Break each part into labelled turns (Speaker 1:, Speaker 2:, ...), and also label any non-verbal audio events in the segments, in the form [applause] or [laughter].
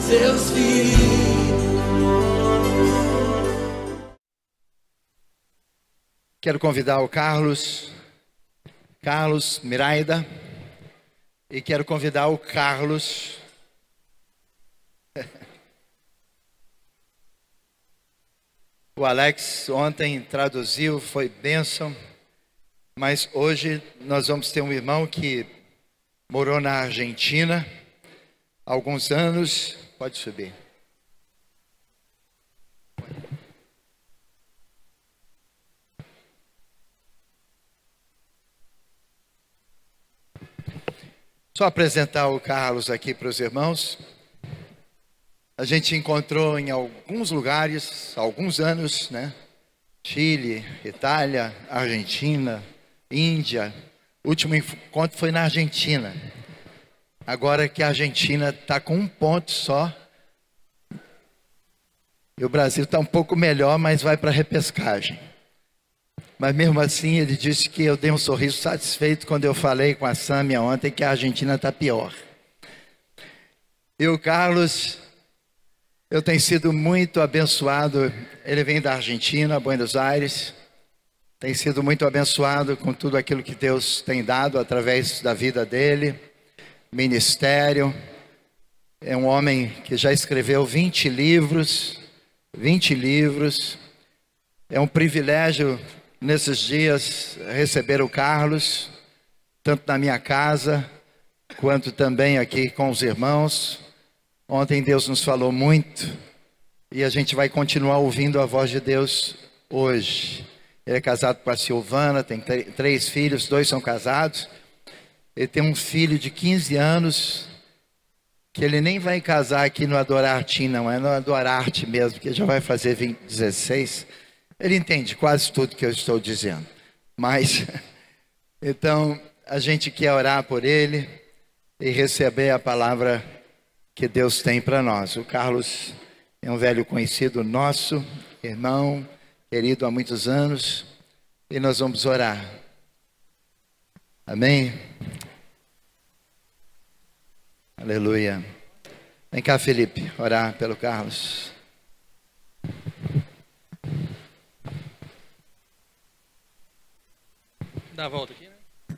Speaker 1: seus filhos.
Speaker 2: Quero convidar o Carlos, Carlos Miraida, e quero convidar o Carlos. [laughs] O Alex ontem traduziu, foi bênção, mas hoje nós vamos ter um irmão que morou na Argentina há alguns anos. Pode subir. Só apresentar o Carlos aqui para os irmãos. A gente encontrou em alguns lugares, há alguns anos, né? Chile, Itália, Argentina, Índia. O último encontro foi na Argentina. Agora que a Argentina está com um ponto só. E o Brasil está um pouco melhor, mas vai para a repescagem. Mas mesmo assim, ele disse que eu dei um sorriso satisfeito quando eu falei com a Sâmia ontem que a Argentina está pior. E o Carlos, eu tenho sido muito abençoado. Ele vem da Argentina, Buenos Aires. Tem sido muito abençoado com tudo aquilo que Deus tem dado através da vida dele, ministério. É um homem que já escreveu 20 livros, 20 livros. É um privilégio nesses dias receber o Carlos, tanto na minha casa, quanto também aqui com os irmãos. Ontem Deus nos falou muito e a gente vai continuar ouvindo a voz de Deus hoje. Ele é casado com a Silvana, tem três filhos, dois são casados. Ele tem um filho de 15 anos que ele nem vai casar aqui no Adorarte, não, é no Adorarte mesmo, que já vai fazer 20, 16 ele entende quase tudo que eu estou dizendo. Mas, [laughs] então, a gente quer orar por ele e receber a palavra que Deus tem para nós. O Carlos é um velho conhecido nosso, irmão, querido há muitos anos, e nós vamos orar. Amém? Aleluia. Vem cá, Felipe, orar pelo Carlos.
Speaker 3: dar a volta aqui, né?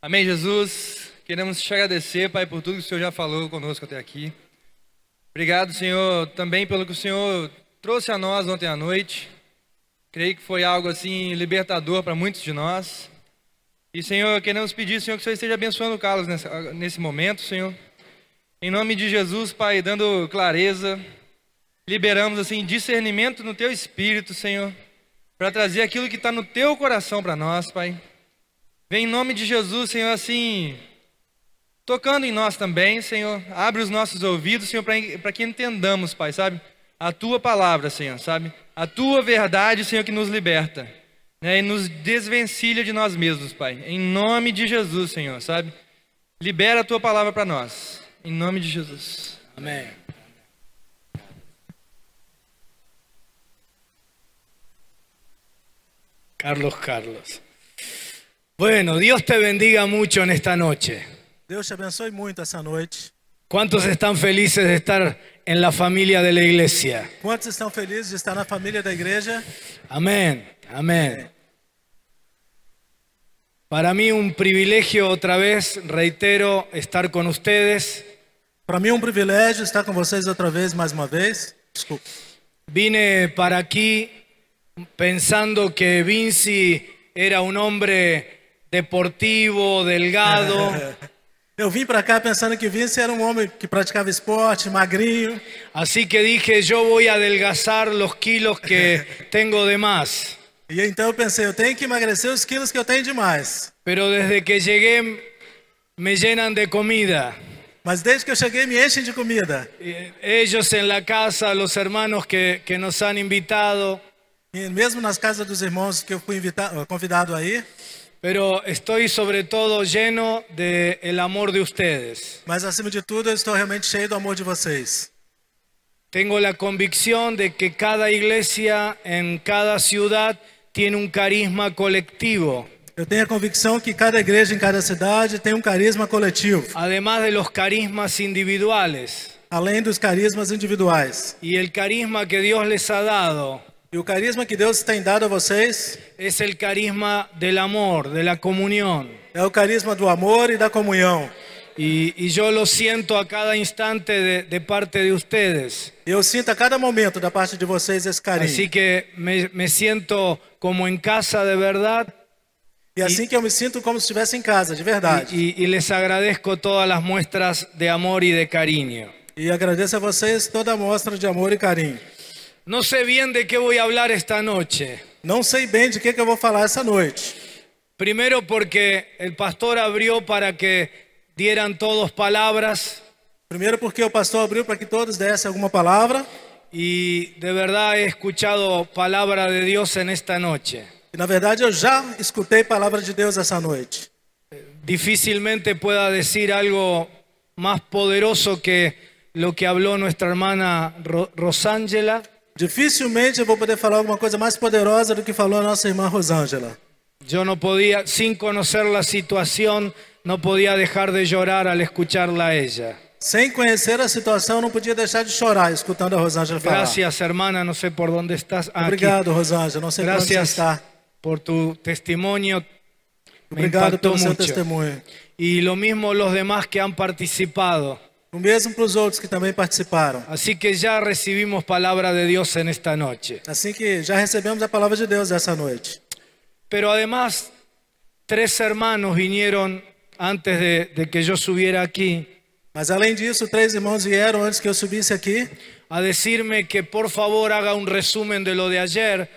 Speaker 3: Amém, Jesus. Queremos te agradecer, Pai, por tudo que o Senhor já falou conosco até aqui. Obrigado, Senhor, também pelo que o Senhor trouxe a nós ontem à noite. Creio que foi algo assim libertador para muitos de nós. E, Senhor, queremos pedir, Senhor, que o Senhor esteja abençoando o Carlos nessa, nesse momento, Senhor. Em nome de Jesus, Pai, dando clareza, liberamos assim discernimento no teu espírito, Senhor para trazer aquilo que está no teu coração para nós, Pai. Vem em nome de Jesus, Senhor, assim, tocando em nós também, Senhor. Abre os nossos ouvidos, Senhor, para que entendamos, Pai, sabe? A tua palavra, Senhor, sabe? A tua verdade, Senhor, que nos liberta né? e nos desvencilha de nós mesmos, Pai. Em nome de Jesus, Senhor, sabe? Libera a tua palavra para nós. Em nome de Jesus.
Speaker 1: Amém.
Speaker 4: Carlos Carlos. Bueno, Dios te bendiga mucho en esta noche.
Speaker 5: Deus te abençoe muito essa noite.
Speaker 4: ¿Cuántos están felices de estar en la familia de la iglesia?
Speaker 5: Quantos estão felizes de estar na família da igreja?
Speaker 4: Amén, amén. Para mí un privilegio otra vez, reitero, estar con ustedes.
Speaker 5: Para mim é um privilégio estar com vocês outra vez, mais uma vez. Desculpa.
Speaker 4: Vine para aquí pensando que Vinci era un hombre deportivo, delgado.
Speaker 5: Eu vim para cá pensando que Vince era um homem que praticava esporte, magrinho.
Speaker 4: Así que dije, yo voy a adelgazar los kilos que tengo de más.
Speaker 5: E então eu pensei, eu tenho que emagrecer os quilos que eu tenho de mais.
Speaker 4: Pero desde que llegué me llenan de comida.
Speaker 5: Mas desde que eu cheguei me enchem de comida.
Speaker 4: Eh, Ellos en la casa, los hermanos que, que nos han invitado.
Speaker 5: E mesmo nas casas dos irmãos que eu fui invita- eh, convidado aí,
Speaker 4: Pero estoy sobre todo lleno del amor de ustedes.
Speaker 5: mas acima de tudo eu estou realmente cheio do amor de vocês.
Speaker 4: Tengo la convicción de que cada iglesia en cada ciudad tiene un carisma colectivo.
Speaker 5: Eu tenho a convicção que cada igreja em cada cidade tem um carisma coletivo,
Speaker 4: además de los carismas individuales
Speaker 5: além dos carismas individuais.
Speaker 4: y el carisma que Dios les ha dado
Speaker 5: E o carisma que Deus tem dado a vocês
Speaker 4: es el carisma del amor, de la comunión.
Speaker 5: é o carisma do amor e da comunhão.
Speaker 4: Y, y yo lo siento a cada instante de, de parte de ustedes.
Speaker 5: E Eu sinto a cada momento da parte de vocês
Speaker 4: Así
Speaker 5: esse carinho.
Speaker 4: que me, me siento como en casa de verdad
Speaker 5: E assim que eu me sinto como se estivesse em casa, de
Speaker 4: y,
Speaker 5: verdade.
Speaker 4: y- y les agradezco todas las muestras de amor y de cariño.
Speaker 5: E agradeço a vocês toda a mostra de amor e carinho.
Speaker 4: No sé bien de qué voy a hablar esta noche.
Speaker 5: Não sei bem de que, que eu vou falar essa noite.
Speaker 4: Primero porque el pastor abrió para que dieran todos palabras
Speaker 5: Primeiro, porque o pastor abriu para que todos dessem alguma palavra.
Speaker 4: y de verdad he escuchado palabra de Dios en esta noche.
Speaker 5: E, na verdade, eu já escutei palavra de Deus essa noite.
Speaker 4: Difícilmente pueda decir algo más poderoso que lo que habló nuestra hermana Ro- Rosángela.
Speaker 5: Dificilmente eu vou poder falar alguma coisa mais poderosa do que falou a nossa irmã Rosângela.
Speaker 4: Yo no podía, sin conocer la situación, no podía dejar de llorar al escucharla a ella.
Speaker 5: Sem conhecer a situação, eu não podia deixar de chorar escutando a Rosângela falar.
Speaker 4: Gracias, hermana, no sé por dónde estás. Ah, aquí.
Speaker 5: Obrigado, Rosângela. Não sei Gracias. você
Speaker 4: Gracias
Speaker 5: está.
Speaker 4: por tu testimonio. Me
Speaker 5: Obrigado
Speaker 4: impactó
Speaker 5: pelo seu
Speaker 4: mucho.
Speaker 5: testemunho.
Speaker 4: Y lo mismo los demás que han participado.
Speaker 5: O mesmo para os outros que também participaram.
Speaker 4: Así que ya recibimos palabra de Dios en esta noche.
Speaker 5: Assim que já recebemos a palavra de Deus essa noite.
Speaker 4: Pero además, tres hermanos vinieron antes de, de que yo subiera aquí
Speaker 5: Mas além disso, três irmãos vieram antes que eu subisse aqui
Speaker 4: a decirme que por favor haga un resumen de lo de ayer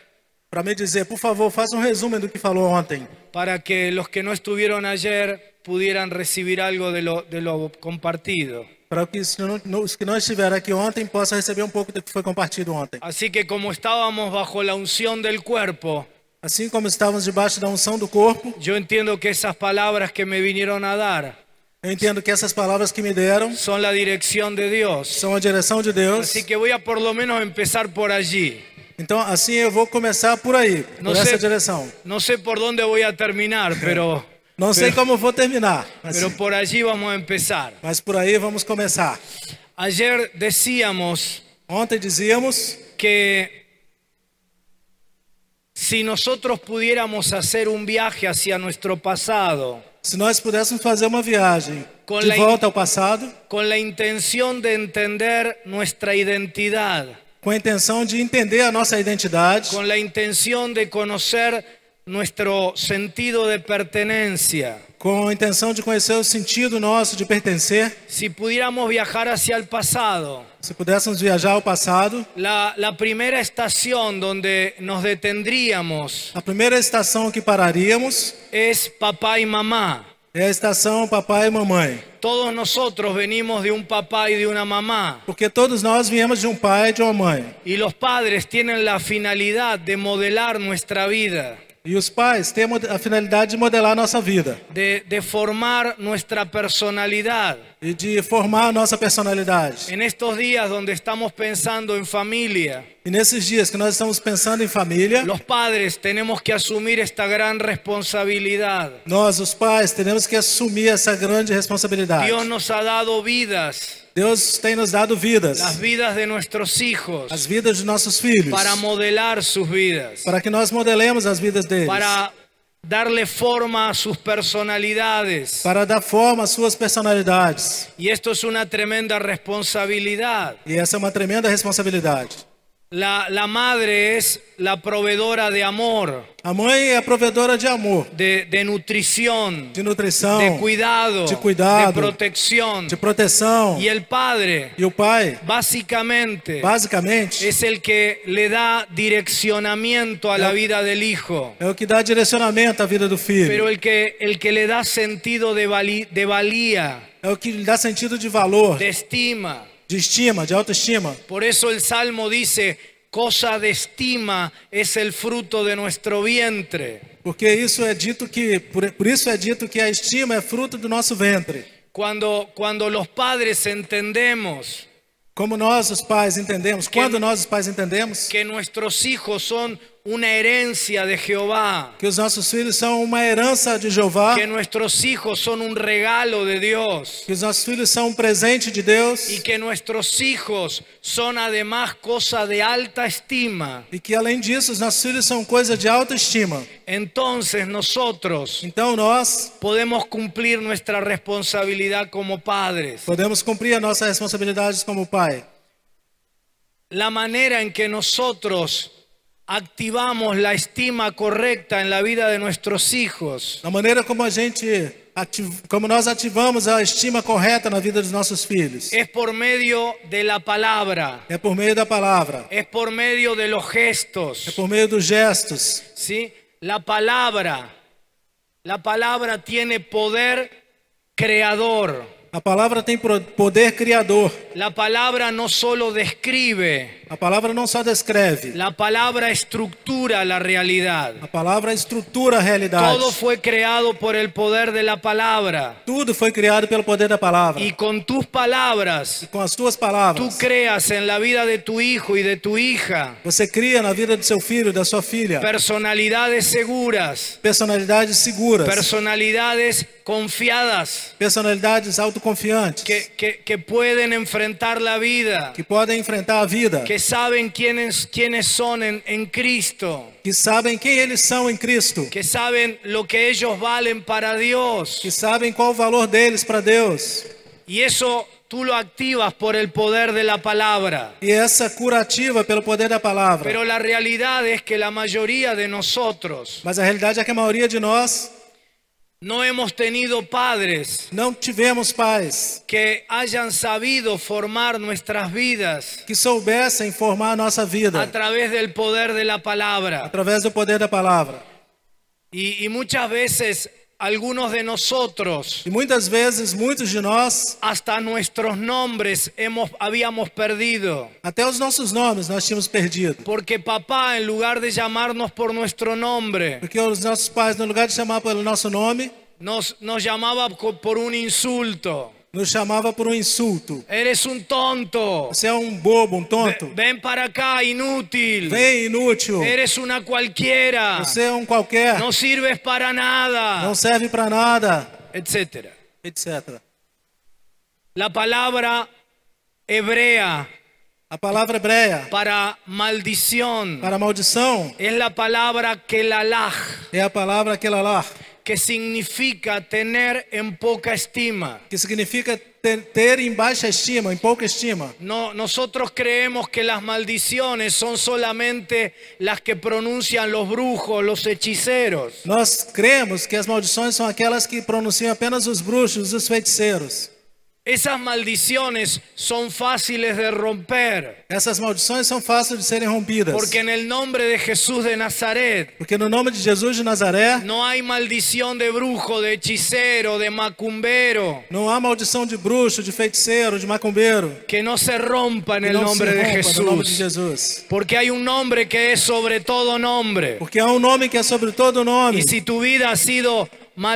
Speaker 5: para me dizer, por favor, faça um resumo do que falou ontem,
Speaker 4: para que los que no estuvieron ayer pudieran recibir algo de lo, de lo compartido.
Speaker 5: para que os que não- os que não estiveram aqui ontem possam receber um pouco do que foi compartido ontem.
Speaker 4: Así que como estábamos bajo la unción del cuerpo,
Speaker 5: Assim como estávamos debaixo da unção do corpo,
Speaker 4: yo entiendo que esas palabras que me vinieron a dar
Speaker 5: eu entendo que essas palavras que me deram
Speaker 4: son la dirección de Dios.
Speaker 5: são a direção de Deus.
Speaker 4: Así que voy a por lo menos empezar por allí.
Speaker 5: Então, assim eu vou começar por aí, por
Speaker 4: No
Speaker 5: essa
Speaker 4: sé,
Speaker 5: direção.
Speaker 4: no sé por dónde voy a terminar, pero,
Speaker 5: Não sei como vou terminar, mas,
Speaker 4: pero por allí vamos a empezar.
Speaker 5: mas por aí vamos começar.
Speaker 4: Ayer decíamos
Speaker 5: Ontem dizíamos
Speaker 4: que si nosotros pudiéramos hacer un viaje hacia nuestro pasado
Speaker 5: Se nós pudéssemos fazer uma viagem
Speaker 4: Com
Speaker 5: de
Speaker 4: la-
Speaker 5: volta ao passado,
Speaker 4: con la intención de entender nuestra identidad,
Speaker 5: com a intenção de entender a nossa identidade,
Speaker 4: con la intención de conocer nuestro sentido de pertenencia,
Speaker 5: com a intenção de conhecer o sentido nosso de pertencer,
Speaker 4: si pudiéramos viajar hacia el pasado,
Speaker 5: se pudéssemos viajar ao passado,
Speaker 4: la, la primera estación donde nos detendríamos
Speaker 5: a primeira estação que pararíamos
Speaker 4: es papá y mamá.
Speaker 5: é a estação papai e mamãe,
Speaker 4: Todos nosotros venimos de un papá y de una mamá.
Speaker 5: porque todos nós viemos de um pai e de uma mãe,
Speaker 4: Y los padres tienen la finalidad de modelar nuestra vida,
Speaker 5: e os pais têm a mod- a finalidade de modelar a nossa vida
Speaker 4: de, de formar nuestra personalidad.
Speaker 5: e de formar a nossa personalidade.
Speaker 4: En estos días donde estamos pensando en familia,
Speaker 5: E nesses dias que nós estamos pensando em família,
Speaker 4: los padres tenemos que asumir esta gran responsabilidad.
Speaker 5: nós, os pais, teremos que assumir essa grande responsabilidade.
Speaker 4: Dios nos ha dado vidas,
Speaker 5: Deus tem nos dado vidas,
Speaker 4: las vidas de nuestros hijos,
Speaker 5: as vidas de nossos filhos,
Speaker 4: para modelar sus vidas,
Speaker 5: para que nós modelemos as vidas deles,
Speaker 4: para darle forma a sus personalidades.
Speaker 5: para dar forma às suas personalidades.
Speaker 4: Y esto es una tremenda responsabilidad.
Speaker 5: E essa é uma tremenda responsabilidade.
Speaker 4: La, la madre es la proveedora de amor,
Speaker 5: A mãe é a provedora de amor,
Speaker 4: de, de nutrición,
Speaker 5: de nutrição,
Speaker 4: de cuidado,
Speaker 5: de cuidado,
Speaker 4: de protección.
Speaker 5: de proteção.
Speaker 4: Y el padre,
Speaker 5: E o pai,
Speaker 4: básicamente,
Speaker 5: basicamente,
Speaker 4: es el que le da direccionamiento a la vida del hijo,
Speaker 5: é o que dá direcionamento à vida do filho.
Speaker 4: pero el que, el que le da sentido de, vali- de valía,
Speaker 5: É o que lhe dá sentido de valor,
Speaker 4: de estima.
Speaker 5: de estima, de autoestima.
Speaker 4: Por eso el Salmo dice, cosa de estima es el fruto de nuestro vientre.
Speaker 5: Porque isso é dito que por, por isso é dito que a estima é fruto do nosso ventre.
Speaker 4: Cuando, cuando los padres entendemos
Speaker 5: Como nós os pais entendemos, quando nós os pais entendemos
Speaker 4: que nuestros hijos son una herencia de Jehová,
Speaker 5: que os nossos filhos são uma herança de Jeová,
Speaker 4: que nuestros hijos son un regalo de Dios
Speaker 5: que os nossos filhos são um presente de Deus
Speaker 4: y que nuestros hijos son además cosa de alta estima.
Speaker 5: e que além disso os nossos filhos são coisa de autoestima.
Speaker 4: Entonces nosotros
Speaker 5: Então nós
Speaker 4: podemos cumplir nuestra responsabilidad como padres.
Speaker 5: podemos cumprir a nossa responsabilidade como pai.
Speaker 4: La manera en que nosotros activamos la estima correcta en la vida de nuestros hijos
Speaker 5: Da maneira como a gente ati- como nós ativamos a estima correta na vida dos nossos filhos.
Speaker 4: es por medio de la palabra,
Speaker 5: É por meio da palavra,
Speaker 4: es por medio de los
Speaker 5: é
Speaker 4: gestos,
Speaker 5: por meio dos gestos.
Speaker 4: ¿sí? La palabra, la palabra tiene poder creador.
Speaker 5: A palavra tem pro- poder criador.
Speaker 4: La palabra no solo describe,
Speaker 5: A palavra não só descreve,
Speaker 4: la palabra estructura la realidad.
Speaker 5: a palavra estrutura a realidade.
Speaker 4: Todo fue creado por el poder de la palabra.
Speaker 5: Tudo foi criado pelo poder da palavra.
Speaker 4: Y con tus palabras,
Speaker 5: Com as suas
Speaker 4: tú
Speaker 5: palavras,
Speaker 4: creas en la vida de tu hijo y de tu hija
Speaker 5: você cria na vida do seu filho, da sua filha,
Speaker 4: personalidades seguras,
Speaker 5: personalidades seguras,
Speaker 4: personalidades confiadas
Speaker 5: personalidades autoconfiantes,
Speaker 4: que, que- que pueden enfrentar la vida,
Speaker 5: que podem enfrentar a vida,
Speaker 4: que saben quiénes, quiénes son en, en Cristo,
Speaker 5: que sabem quem eles são em Cristo,
Speaker 4: que saben lo que ellos valen para
Speaker 5: que
Speaker 4: Dios.
Speaker 5: sabem qual o valor deles para Deus.
Speaker 4: Y eso tú lo activas por el poder de la palabra.
Speaker 5: E essa curativa pelo poder da palavra.
Speaker 4: Pero la realidad es que la mayoría de nosotros
Speaker 5: Mas a realidade é que a maioria de nós
Speaker 4: no hemos tenido padres
Speaker 5: não tivemos pais
Speaker 4: que hayan sabido formar nuestras vidas
Speaker 5: que soubessem formar a nossa
Speaker 4: a
Speaker 5: vida
Speaker 4: través del poder de la palabra.
Speaker 5: através do poder da palavra.
Speaker 4: Y, y muchas veces algunos de nosotros,
Speaker 5: E muitas vezes, muitos de nós,
Speaker 4: hasta nuestros nombres hemos, habíamos perdido.
Speaker 5: até os nossos nomes nós tínhamos perdido.
Speaker 4: Porque papá, en lugar de llamarnos por nuestro nombre,
Speaker 5: Porque os nossos pais, no lugar de chamar pelo nosso nome,
Speaker 4: nos, nos llamaba co- por un insulto.
Speaker 5: nos chamava por um insulto.
Speaker 4: Eres un tonto.
Speaker 5: Você é um bobo, um tonto.
Speaker 4: Ven para acá, inútil.
Speaker 5: Vem, inútil.
Speaker 4: Eres una cualquiera.
Speaker 5: Você é um qualquer.
Speaker 4: No sirves para nada.
Speaker 5: Não serve para nada,
Speaker 4: Etcétera.
Speaker 5: etc.
Speaker 4: La palabra hebrea
Speaker 5: A palavra hebreia
Speaker 4: para maldición
Speaker 5: para maldição
Speaker 4: es la palabra kelalaj,
Speaker 5: é a palavra aquela lá,
Speaker 4: que significa tener en poca estima.
Speaker 5: que significa ter, ter em baixa estima, em pouca estima.
Speaker 4: No, nosotros creemos que las maldiciones son solamente las que pronuncian los brujos, los hechiceros.
Speaker 5: Nós cremos que as maldições são aquelas que pronunciam apenas os bruxos, os feiticeiros.
Speaker 4: Esas maldiciones son fáciles de romper.
Speaker 5: Essas maldições são fáceis de serem rompidas.
Speaker 4: Porque en el nombre de Jesús de Nazaret
Speaker 5: Porque no nome de Jesus de Nazaré
Speaker 4: no hay maldición de brujo, de hechicero, de macumbero
Speaker 5: não há maldição de bruxo, de feiticeiro, de macumbeiro.
Speaker 4: que no se rompa en
Speaker 5: que
Speaker 4: el
Speaker 5: não
Speaker 4: nombre
Speaker 5: se
Speaker 4: de
Speaker 5: rompa No nome de
Speaker 4: Jesús.
Speaker 5: Jesus.
Speaker 4: Porque hay un nombre que es sobre todo nombre.
Speaker 5: Porque há um nome que é sobre todo nome.
Speaker 4: Y si tu vida ha sido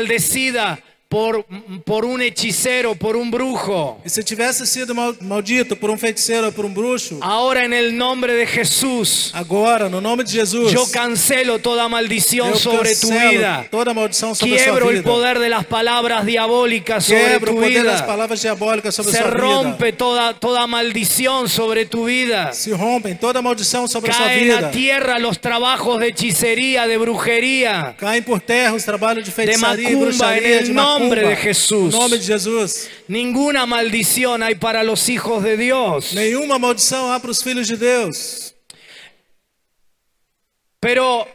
Speaker 4: maldecida por, por un hechicero, por un brujo,
Speaker 5: E se tivesse sido mal- maldito por um feiticeiro ou por um bruxo,
Speaker 4: ahora en el nombre de Jesús
Speaker 5: agora, no nome de Jesus,
Speaker 4: yo cancelo toda maldición
Speaker 5: eu
Speaker 4: sobre tu
Speaker 5: cancelo
Speaker 4: vida.
Speaker 5: toda maldição sobre a sua
Speaker 4: Quiebro el
Speaker 5: vida.
Speaker 4: poder de las palabras diabólicas sobre
Speaker 5: Quebra o
Speaker 4: tu
Speaker 5: poder das
Speaker 4: vida.
Speaker 5: palavras diabólicas sobre a
Speaker 4: Se
Speaker 5: sua vida.
Speaker 4: rompe toda, toda maldición sobre tu vida.
Speaker 5: Se rompem toda maldição sobre a sua
Speaker 4: Caen a
Speaker 5: vida.
Speaker 4: tierra los trabajos de hechicería, de brujería.
Speaker 5: Caem por terra os trabalhos de feitiçaria e
Speaker 4: macumba,
Speaker 5: bruxaria,
Speaker 4: em
Speaker 5: de
Speaker 4: nome
Speaker 5: macumba.
Speaker 4: de Jesus.
Speaker 5: No nome de Jesus.
Speaker 4: Ninguna maldición hay para los hijos de Dios.
Speaker 5: Nenhuma maldição há para os filhos de Deus.
Speaker 4: Pero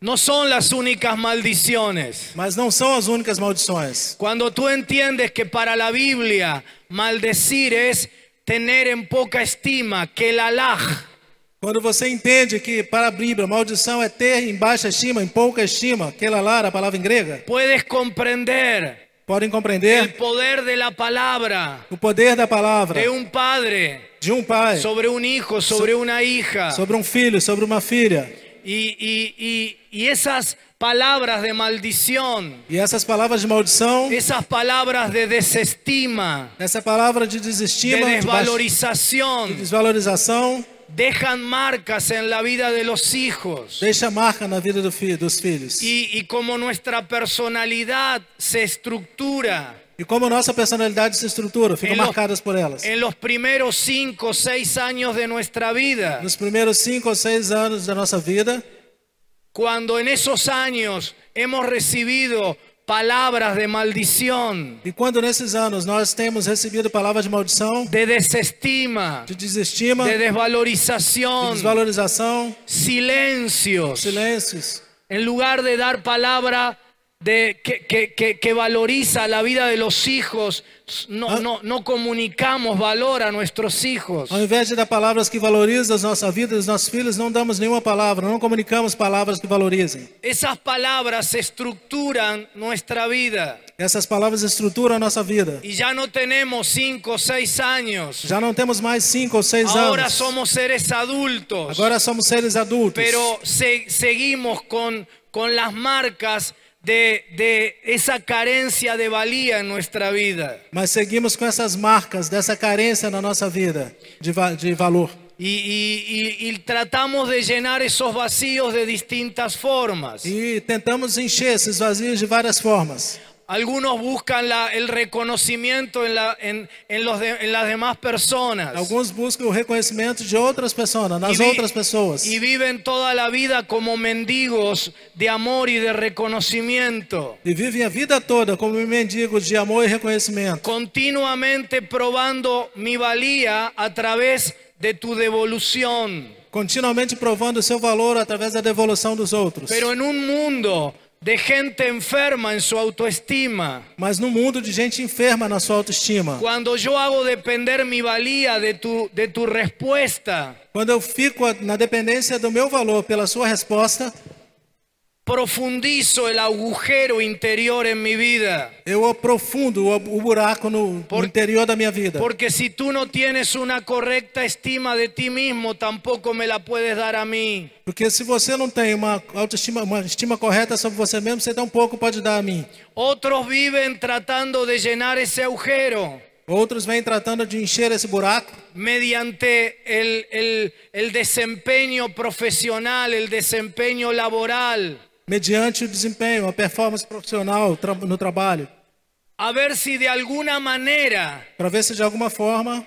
Speaker 4: no son las únicas maldiciones.
Speaker 5: Mas não são as únicas maldições.
Speaker 4: Cuando tú entiendes que para la Biblia maldecir es tener en poca estima, que la laj,
Speaker 5: Quando você entende que para a Bíblia maldição é ter em baixa estima, em pouca estima, que lara, a palavra em grega,
Speaker 4: puedes comprender
Speaker 5: podem
Speaker 4: el
Speaker 5: compreender
Speaker 4: poder de la palabra
Speaker 5: o poder da palavra
Speaker 4: de un padre
Speaker 5: de um pai
Speaker 4: um sobre un hijo, sobre una hija.
Speaker 5: sobre um filho, sobre uma filha.
Speaker 4: Y, y- y- y esas palabras de maldición,
Speaker 5: E essas palavras de maldição,
Speaker 4: esas palabras de desestima,
Speaker 5: essa palavra de
Speaker 4: de
Speaker 5: desestima, de baixa- de
Speaker 4: desvalorização,
Speaker 5: desvalorização,
Speaker 4: dejan marcas en la vida de los hijos.
Speaker 5: Deixa marca na vida do filho, dos filhos. E,
Speaker 4: Y, y como nuestra personalidad se estructura
Speaker 5: como nossa personalidade se estrutura, ficam
Speaker 4: Em lo-
Speaker 5: marcadas por elas.
Speaker 4: en los primeros cinco o seis años de nuestra vida,
Speaker 5: Nos primeiros cinco ou seis anos da nossa vida,
Speaker 4: cuando en esos años hemos recibido palabras de maldición,
Speaker 5: e quando nesses anos nós temos recebido palavras de maldição,
Speaker 4: de desestima,
Speaker 5: de desestima,
Speaker 4: de
Speaker 5: de
Speaker 4: desvalorización,
Speaker 5: desvalorização,
Speaker 4: silencios,
Speaker 5: silêncios,
Speaker 4: en lugar de dar palabra de, que, que- que- que valoriza la vida de los hijos, no,
Speaker 5: Ah.
Speaker 4: no- no comunicamos valor a nuestros hijos.
Speaker 5: ao invés de dar palavras que valorizam a nossa vida e dos nossos filhos, não damos nenhuma palavra, não comunicamos palavras que valorizem.
Speaker 4: Esas palabras estructuran nuestra vida
Speaker 5: Essas palavras estruturam a nossa vida.
Speaker 4: y ya no tenemos cinco o seis años.
Speaker 5: Já não temos mais cinco ou seis
Speaker 4: Ahora
Speaker 5: anos.
Speaker 4: somos seres adultos,
Speaker 5: Agora somos seres adultos.
Speaker 4: pero se- seguimos con, con las marcas de, de esa carencia de valía en nuestra vida.
Speaker 5: Mas seguimos com essas marcas dessa carência na nossa vida de, va- de valor.
Speaker 4: Y, y- y- y tratamos de llenar esos vacíos de distintas formas.
Speaker 5: E tentamos encher esses vazios de várias formas.
Speaker 4: Algunos buscan la- el reconocimiento en, la- en- en los de- en las demás personas.
Speaker 5: Alguns buscam o reconhecimento de outras pessoas,
Speaker 4: Y
Speaker 5: nas
Speaker 4: vi-
Speaker 5: outras pessoas.
Speaker 4: Y viven toda la vida como mendigos de amor y de reconocimiento.
Speaker 5: E vivem a vida toda como mendigos de amor e reconhecimento.
Speaker 4: Continuamente probando mi valía a través de tu devolución.
Speaker 5: Continuamente provando o seu valor através da devolução dos outros.
Speaker 4: Pero en un mundo de gente enferma en su autoestima.
Speaker 5: Mas no mundo de gente enferma na sua autoestima.
Speaker 4: Cuando yo hago depender mi valía de tu, de tu respuesta,
Speaker 5: Quando eu fico a- na dependência do meu valor pela sua resposta,
Speaker 4: profundizo el agujero interior en mi vida.
Speaker 5: eu aprofundo o, o buraco no, no
Speaker 4: Por-
Speaker 5: interior da minha vida.
Speaker 4: Porque si tú no tienes una correcta estima de ti mismo, tampoco me la puedes dar a mim.
Speaker 5: Porque se você não tem uma autoestima, uma estima correta sobre você mesmo, você tão pouco pode dar a mim.
Speaker 4: Otros viven tratando de llenar ese agujero
Speaker 5: Outros vêm tratando de encher esse buraco
Speaker 4: mediante el, el- el desempeño profesional, el desempeño laboral.
Speaker 5: mediante o desempenho, a performance profissional tra- no trabalho,
Speaker 4: A ver si de alguna manera
Speaker 5: para ver se de alguma forma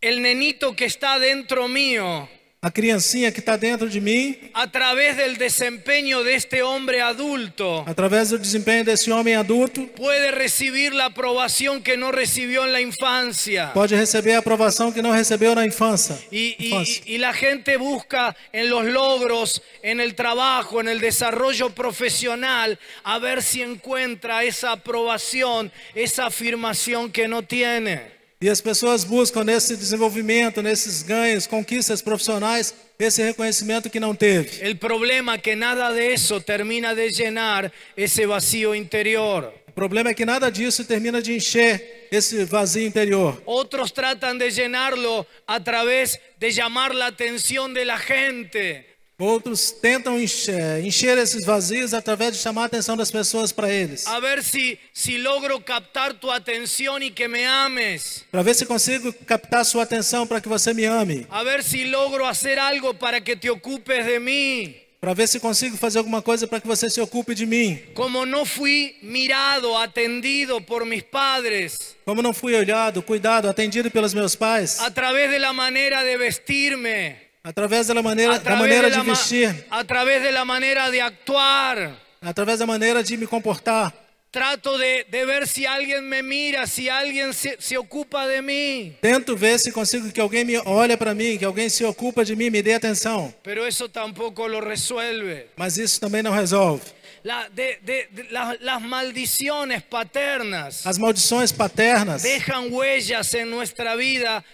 Speaker 4: el nenito que está dentro mío
Speaker 5: a criancinha que está dentro de mim,
Speaker 4: a través del desempeño de este hombre adulto
Speaker 5: através do desempenho desse homem adulto,
Speaker 4: puede recibir la aprobación que no recibió en la infancia.
Speaker 5: pode receber a aprovação que não recebeu na infância.
Speaker 4: Y, y-
Speaker 5: infância.
Speaker 4: y la gente busca en los logros, en el trabajo, en el desarrollo profesional, a ver si encuentra esa aprobación, esa afirmación que no tiene.
Speaker 5: E as pessoas buscam nesse desenvolvimento, nesses ganhos, conquistas profissionais, esse reconhecimento que não teve.
Speaker 4: El problema que nada de eso termina de llenar ese vacío interior.
Speaker 5: O problema é que nada disso termina de encher esse vazio interior.
Speaker 4: Otros tratan de llenarlo a través de llamar la atención de la gente.
Speaker 5: Outros tentam encher, encher esses vazios através de chamar a atenção das pessoas para eles.
Speaker 4: A ver si, si logro captar tu atención y que me ames.
Speaker 5: Para ver se consigo captar sua atenção para que você me ame.
Speaker 4: A ver si logro hacer algo para que te ocupes de mí.
Speaker 5: Para ver se consigo fazer alguma coisa para que você se ocupe de mim.
Speaker 4: Como no fui mirado, atendido por mis padres,
Speaker 5: Como não fui olhado, cuidado, atendido pelos meus pais,
Speaker 4: a través de la manera de vestirme,
Speaker 5: através da maneira,
Speaker 4: a
Speaker 5: da
Speaker 4: través de
Speaker 5: maneira de
Speaker 4: la, ma-
Speaker 5: vestir,
Speaker 4: a través de la manera de actuar,
Speaker 5: através da maneira de me comportar.
Speaker 4: trato de, de ver si alguien me mira, si alguien se, se ocupa de mí.
Speaker 5: Tento ver se consigo que alguém me olha para mim, que alguém se ocupa de mim, me dê atenção.
Speaker 4: Pero eso tampoco lo resuelve.
Speaker 5: Mas isso também não resolve.
Speaker 4: La- de- de- de- la- las maldiciones paternas
Speaker 5: As maldições paternas
Speaker 4: dejan huellas en nuestra vida,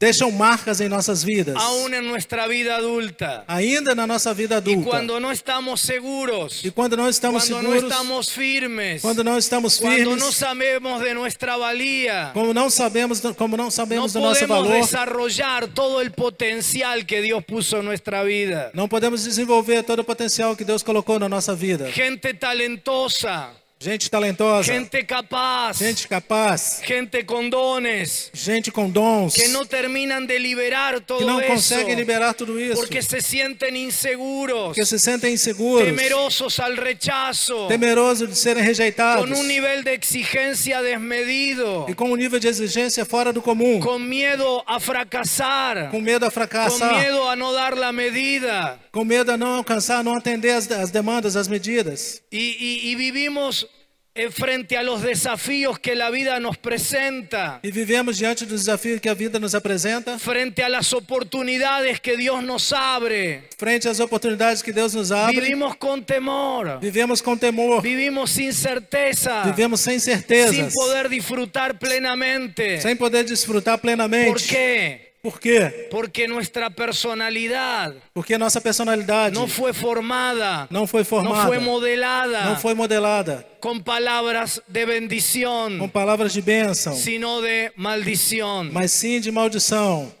Speaker 5: deixam marcas em nossas vidas,
Speaker 4: aún en nuestra vida adulta.
Speaker 5: ainda na nossa vida
Speaker 4: Y
Speaker 5: adulta.
Speaker 4: cuando no estamos seguros,
Speaker 5: E quando não estamos
Speaker 4: cuando no
Speaker 5: seguros,
Speaker 4: estamos firmes,
Speaker 5: quando não estamos
Speaker 4: cuando no
Speaker 5: firmes,
Speaker 4: sabemos de nuestra valía,
Speaker 5: como não sabemos, como não
Speaker 4: no
Speaker 5: sabemos do nosso
Speaker 4: podemos
Speaker 5: valor,
Speaker 4: desarrollar todo el potencial que Dios puso en nuestra vida.
Speaker 5: não podemos desenvolver todo o potencial que Deus colocou na nossa vida.
Speaker 4: Gente talentosa,
Speaker 5: gente talentosa,
Speaker 4: gente capaz,
Speaker 5: gente capaz,
Speaker 4: gente con dones,
Speaker 5: gente com dons,
Speaker 4: que no terminan de liberar todo
Speaker 5: que não
Speaker 4: eso
Speaker 5: conseguem liberar tudo isso,
Speaker 4: porque se sienten inseguros,
Speaker 5: porque se sentem inseguros,
Speaker 4: temerosos al rechazo,
Speaker 5: temerosos de serem rejeitados,
Speaker 4: con un nivel de exigencia desmedido,
Speaker 5: e com um nível de exigência fora do comum,
Speaker 4: con miedo a fracasar,
Speaker 5: com medo a
Speaker 4: con
Speaker 5: fracassar,
Speaker 4: miedo a no dar la medida.
Speaker 5: com medo a não alcançar, não atender as, as demandas, as medidas.
Speaker 4: Y, y- y vivimos eh, frente a los desafíos que la vida nos presenta,
Speaker 5: E vivemos diante do desafio que a vida nos apresenta,
Speaker 4: frente a las oportunidades que Dios nos abre.
Speaker 5: frente às oportunidades que Deus nos abre.
Speaker 4: Vivimos con temor,
Speaker 5: Vivemos com temor,
Speaker 4: vivimos sin certeza,
Speaker 5: vivemos sem
Speaker 4: sin
Speaker 5: certezas,
Speaker 4: poder disfrutar plenamente.
Speaker 5: sem poder desfrutar
Speaker 4: ¿Por
Speaker 5: plenamente.
Speaker 4: qué?
Speaker 5: Por quê?
Speaker 4: Porque nuestra personalidad
Speaker 5: Porque nossa personalidade
Speaker 4: no fue formada,
Speaker 5: não foi
Speaker 4: no
Speaker 5: formada,
Speaker 4: fue modelada
Speaker 5: não foi modelada
Speaker 4: con palabras de bendición,
Speaker 5: com palavras de bênção,
Speaker 4: sino de maldición.
Speaker 5: mas sim de maldição.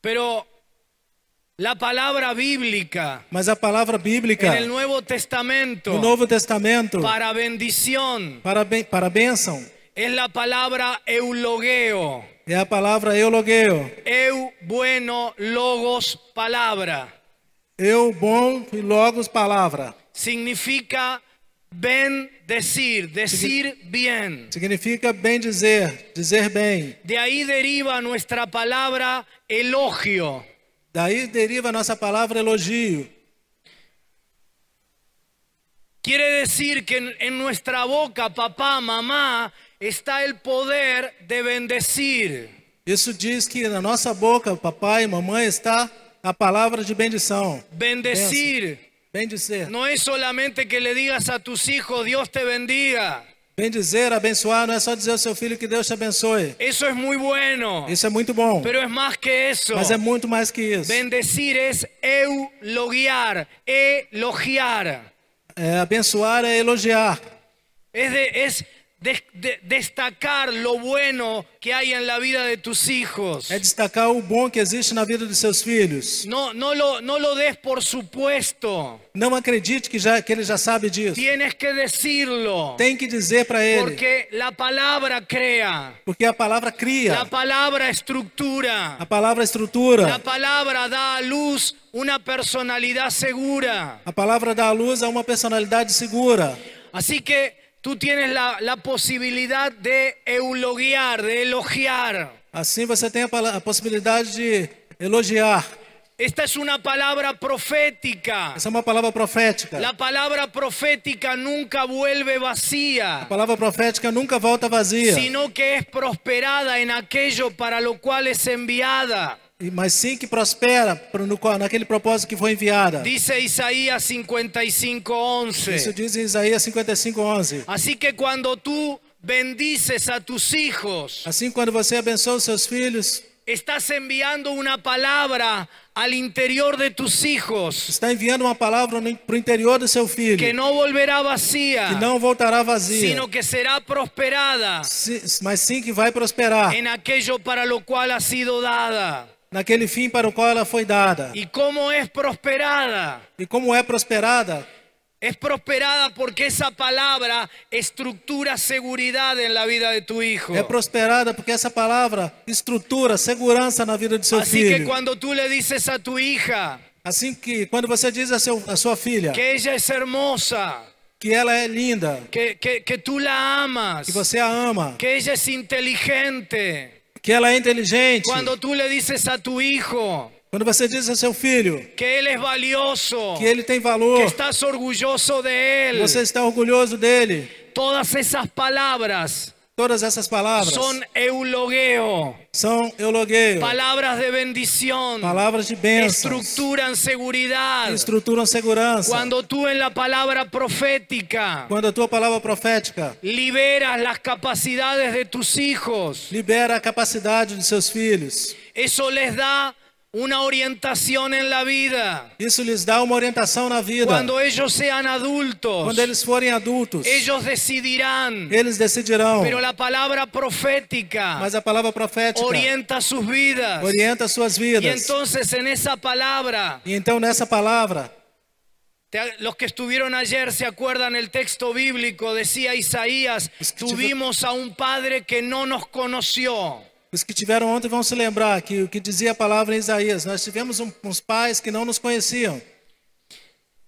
Speaker 4: Pero la palabra bíblica
Speaker 5: Mas a palavra bíblica
Speaker 4: en el Nuevo Testamento
Speaker 5: no Novo Testamento
Speaker 4: é para bendición
Speaker 5: para, ben, para bênção
Speaker 4: es la palabra eulogueo.
Speaker 5: é a palavra eulogueo.
Speaker 4: Eu, bueno, logos, palabra.
Speaker 5: Eu, bom e logos palavra.
Speaker 4: Significa bendecir, decir bien.
Speaker 5: Significa bem dizer, dizer bem.
Speaker 4: De ahí deriva nuestra palabra elogio.
Speaker 5: Daí deriva a nossa palavra elogio.
Speaker 4: Quiere decir que en, en nuestra boca, papá, mamá, está el poder de bendecir.
Speaker 5: Isso diz que na nossa boca, papai e mamãe, está a palavra de bendição.
Speaker 4: Bendecir.
Speaker 5: Bem dizer.
Speaker 4: No es solamente que le digas a tus hijos, Dios te bendiga.
Speaker 5: Bem dizer, abençoar, não é só dizer ao seu filho que Deus te abençoe.
Speaker 4: Eso es muy bueno.
Speaker 5: Isso é muito bom,
Speaker 4: Pero es más que eso.
Speaker 5: mas é muito mais que isso.
Speaker 4: Bendecir es eulogiar, elogiar.
Speaker 5: É, abençoar é elogiar,
Speaker 4: Es, de- es des- de- destacar lo bueno que hay en la vida de tus hijos.
Speaker 5: é destacar o bom que existe na vida dos seus filhos.
Speaker 4: No, no, lo, no lo des por supuesto.
Speaker 5: Não acredite que, já, que ele já sabe disso.
Speaker 4: Tienes que decirlo.
Speaker 5: Tem que dizer para ele,
Speaker 4: Porque la palabra crea,
Speaker 5: porque a palavra cria,
Speaker 4: la palabra estructura.
Speaker 5: a palavra é estrutura.
Speaker 4: La palabra da a luz una personalidad segura.
Speaker 5: A palavra dá à luz a uma personalidade segura.
Speaker 4: Así que tú tienes la, la posibilidad de eulogiar, de elogiar.
Speaker 5: Assim você tem a, pala- a possibilidade de elogiar.
Speaker 4: Esta es una palabra profética.
Speaker 5: Essa é uma palavra profética.
Speaker 4: La palabra profética nunca vuelve
Speaker 5: A
Speaker 4: vacía,
Speaker 5: palavra profética nunca volta vazia,
Speaker 4: sino que es prosperada en aquello para lo cual es enviada.
Speaker 5: e- mas sim que prospera pro- no qual- naquele propósito que foi enviada.
Speaker 4: Dice Isaías 55:11.
Speaker 5: Isso diz em Isaías 55, 11.
Speaker 4: Así que cuando tú bendices a tus hijos,
Speaker 5: Assim, quando você abençoa os seus filhos,
Speaker 4: Estás enviando una palabra al interior de tus hijos
Speaker 5: está enviando uma palavra para o interior do seu filho,
Speaker 4: que
Speaker 5: que
Speaker 4: no volverá vacía,
Speaker 5: não voltará vazia,
Speaker 4: sino que será prosperada
Speaker 5: si- mas sim que vai prosperar
Speaker 4: en aquello para lo cual ha sido dada.
Speaker 5: naquele fim para o qual ela foi dada.
Speaker 4: ¿Y cómo es prosperada?
Speaker 5: E como é prosperada,
Speaker 4: Es prosperada porque esa palabra estructura seguridad en la vida de tu hijo.
Speaker 5: É prosperada porque essa palavra estrutura segurança na vida do seu
Speaker 4: Así Assim que
Speaker 5: filho.
Speaker 4: cuando tú le dices a tu hija
Speaker 5: Assim que quando você diz a, seu, a sua filha
Speaker 4: que ella es hermosa,
Speaker 5: que ela é linda,
Speaker 4: que, que- que tú la amas,
Speaker 5: que você a ama,
Speaker 4: que ella es inteligente,
Speaker 5: que ela é inteligente,
Speaker 4: Cuando tú le dices a tu hijo
Speaker 5: quando você diz a seu filho
Speaker 4: que él es valioso,
Speaker 5: que ele tem valor,
Speaker 4: que estás orgulloso de él,
Speaker 5: você está orgulhoso dele,
Speaker 4: todas esas palabras
Speaker 5: todas essas palavras
Speaker 4: son eulogueo,
Speaker 5: são eulogueio,
Speaker 4: palabras de bendición,
Speaker 5: palavras de bênção,
Speaker 4: estructuran seguridad.
Speaker 5: estruturam segurança.
Speaker 4: Cuando tú en la palabra profética
Speaker 5: Quando a tua palavra profética
Speaker 4: liberas las capacidades de tus hijos,
Speaker 5: libera a capacidade dos seus filhos,
Speaker 4: eso les da una orientación en la vida.
Speaker 5: isso lhes dá uma orientação na vida.
Speaker 4: Cuando ellos sean adultos,
Speaker 5: Quando eles forem adultos,
Speaker 4: ellos decidirán
Speaker 5: eles decidirão.
Speaker 4: Pero la palabra profética
Speaker 5: Mas a palavra profética
Speaker 4: orienta sus vidas.
Speaker 5: orienta as suas
Speaker 4: Y
Speaker 5: vidas.
Speaker 4: entonces en esa palabra
Speaker 5: E então nessa palavra
Speaker 4: Te- Los que estuvieron ayer se acuerdan el texto bíblico, decía Isaías,
Speaker 5: Los que tiver-
Speaker 4: tuvimos a un padre que no nos conoció.
Speaker 5: Os que tiveram ontem vão se lembrar que o que dizia a palavra em Isaías, nós tivemos um- uns pais que não nos conheciam.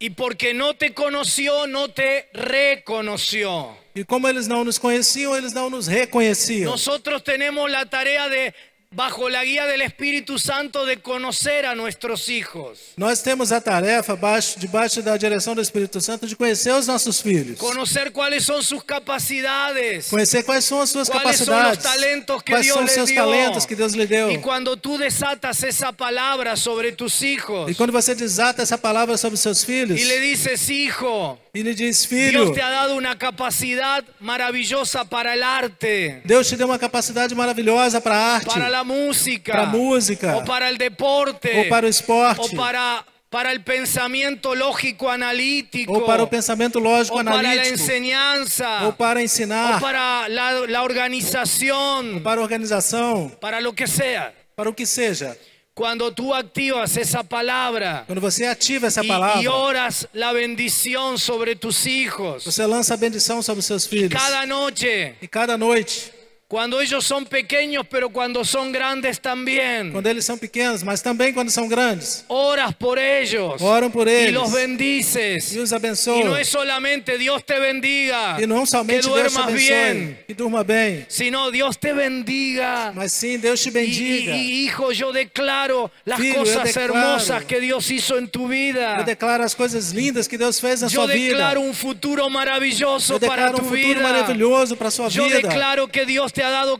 Speaker 4: Y porque no te conoció, no te reconoció.
Speaker 5: E como eles não nos conheciam, eles não nos reconheciam.
Speaker 4: Nosotros tenemos la tarea de, bajo la guía del Espíritu Santo, de conocer a nuestros hos.
Speaker 5: Nós temos a tarefa, baixo- debaixo da direção do Espírito Santo, de conhecer os nossos filhos.
Speaker 4: Conocer cuáles son sus capacidades.
Speaker 5: Conhecer quais são as suas
Speaker 4: ¿Cuáles son los
Speaker 5: capacidades.
Speaker 4: talentos que
Speaker 5: quais
Speaker 4: Dios
Speaker 5: são os
Speaker 4: les
Speaker 5: seus
Speaker 4: dio?
Speaker 5: talentos que Deus lhe deu.
Speaker 4: Y cuando tú desatas esa palabra sobre tus hijos
Speaker 5: E quando você desata essa palavra sobre seus filhos,
Speaker 4: y le dices, hijo,
Speaker 5: e lhe diz, filho,
Speaker 4: Dios te ha dado una capacidad maravillosa para el arte,
Speaker 5: Deus te deu uma capacidade maravilhosa para a arte,
Speaker 4: para la música,
Speaker 5: Para música.
Speaker 4: o para el deporte,
Speaker 5: ou para o esporte,
Speaker 4: o para, para el pensamiento lógico analítico,
Speaker 5: ou para o pensamento lógico
Speaker 4: o para la
Speaker 5: analítico,
Speaker 4: enseñanza,
Speaker 5: ou para
Speaker 4: o
Speaker 5: ensinar,
Speaker 4: para la, la organización,
Speaker 5: para organização,
Speaker 4: para lo que sea.
Speaker 5: para o que seja.
Speaker 4: Cuando tú activas esa palabra
Speaker 5: Quando você ativa essa
Speaker 4: y-
Speaker 5: palavra,
Speaker 4: y, oras la bendición sobre tus hijos,
Speaker 5: você lança a bendição sobre os seus filhos.
Speaker 4: cada noche,
Speaker 5: E cada noite,
Speaker 4: cuando ellos son pequeños, pero cuando son grandes también,
Speaker 5: quando eles são pequenos, mas também quando são grandes,
Speaker 4: oras por ellos,
Speaker 5: Oran por
Speaker 4: y
Speaker 5: ellos.
Speaker 4: los bendices.
Speaker 5: e os
Speaker 4: Y
Speaker 5: abençoa.
Speaker 4: no es solamente Dios te bendiga,
Speaker 5: E
Speaker 4: é
Speaker 5: não
Speaker 4: que
Speaker 5: somente Deus te
Speaker 4: duermas
Speaker 5: abençoe,
Speaker 4: bien,
Speaker 5: que durma bem,
Speaker 4: sino Dios te bendiga.
Speaker 5: mas sim, Deus te
Speaker 4: Y,
Speaker 5: bendiga.
Speaker 4: y- y, hijo, yo declaro las
Speaker 5: Filho, eu
Speaker 4: cosas
Speaker 5: declaro.
Speaker 4: hermosas que Dios hizo en tu vida.
Speaker 5: Eu declaro as coisas lindas que Deus fez na
Speaker 4: Yo
Speaker 5: sua vida.
Speaker 4: declaro un futuro maravilloso
Speaker 5: Eu
Speaker 4: para
Speaker 5: declaro um
Speaker 4: tu
Speaker 5: futuro
Speaker 4: vida.
Speaker 5: maravilhoso para sua
Speaker 4: Yo
Speaker 5: vida.
Speaker 4: declaro que Dios te ha dado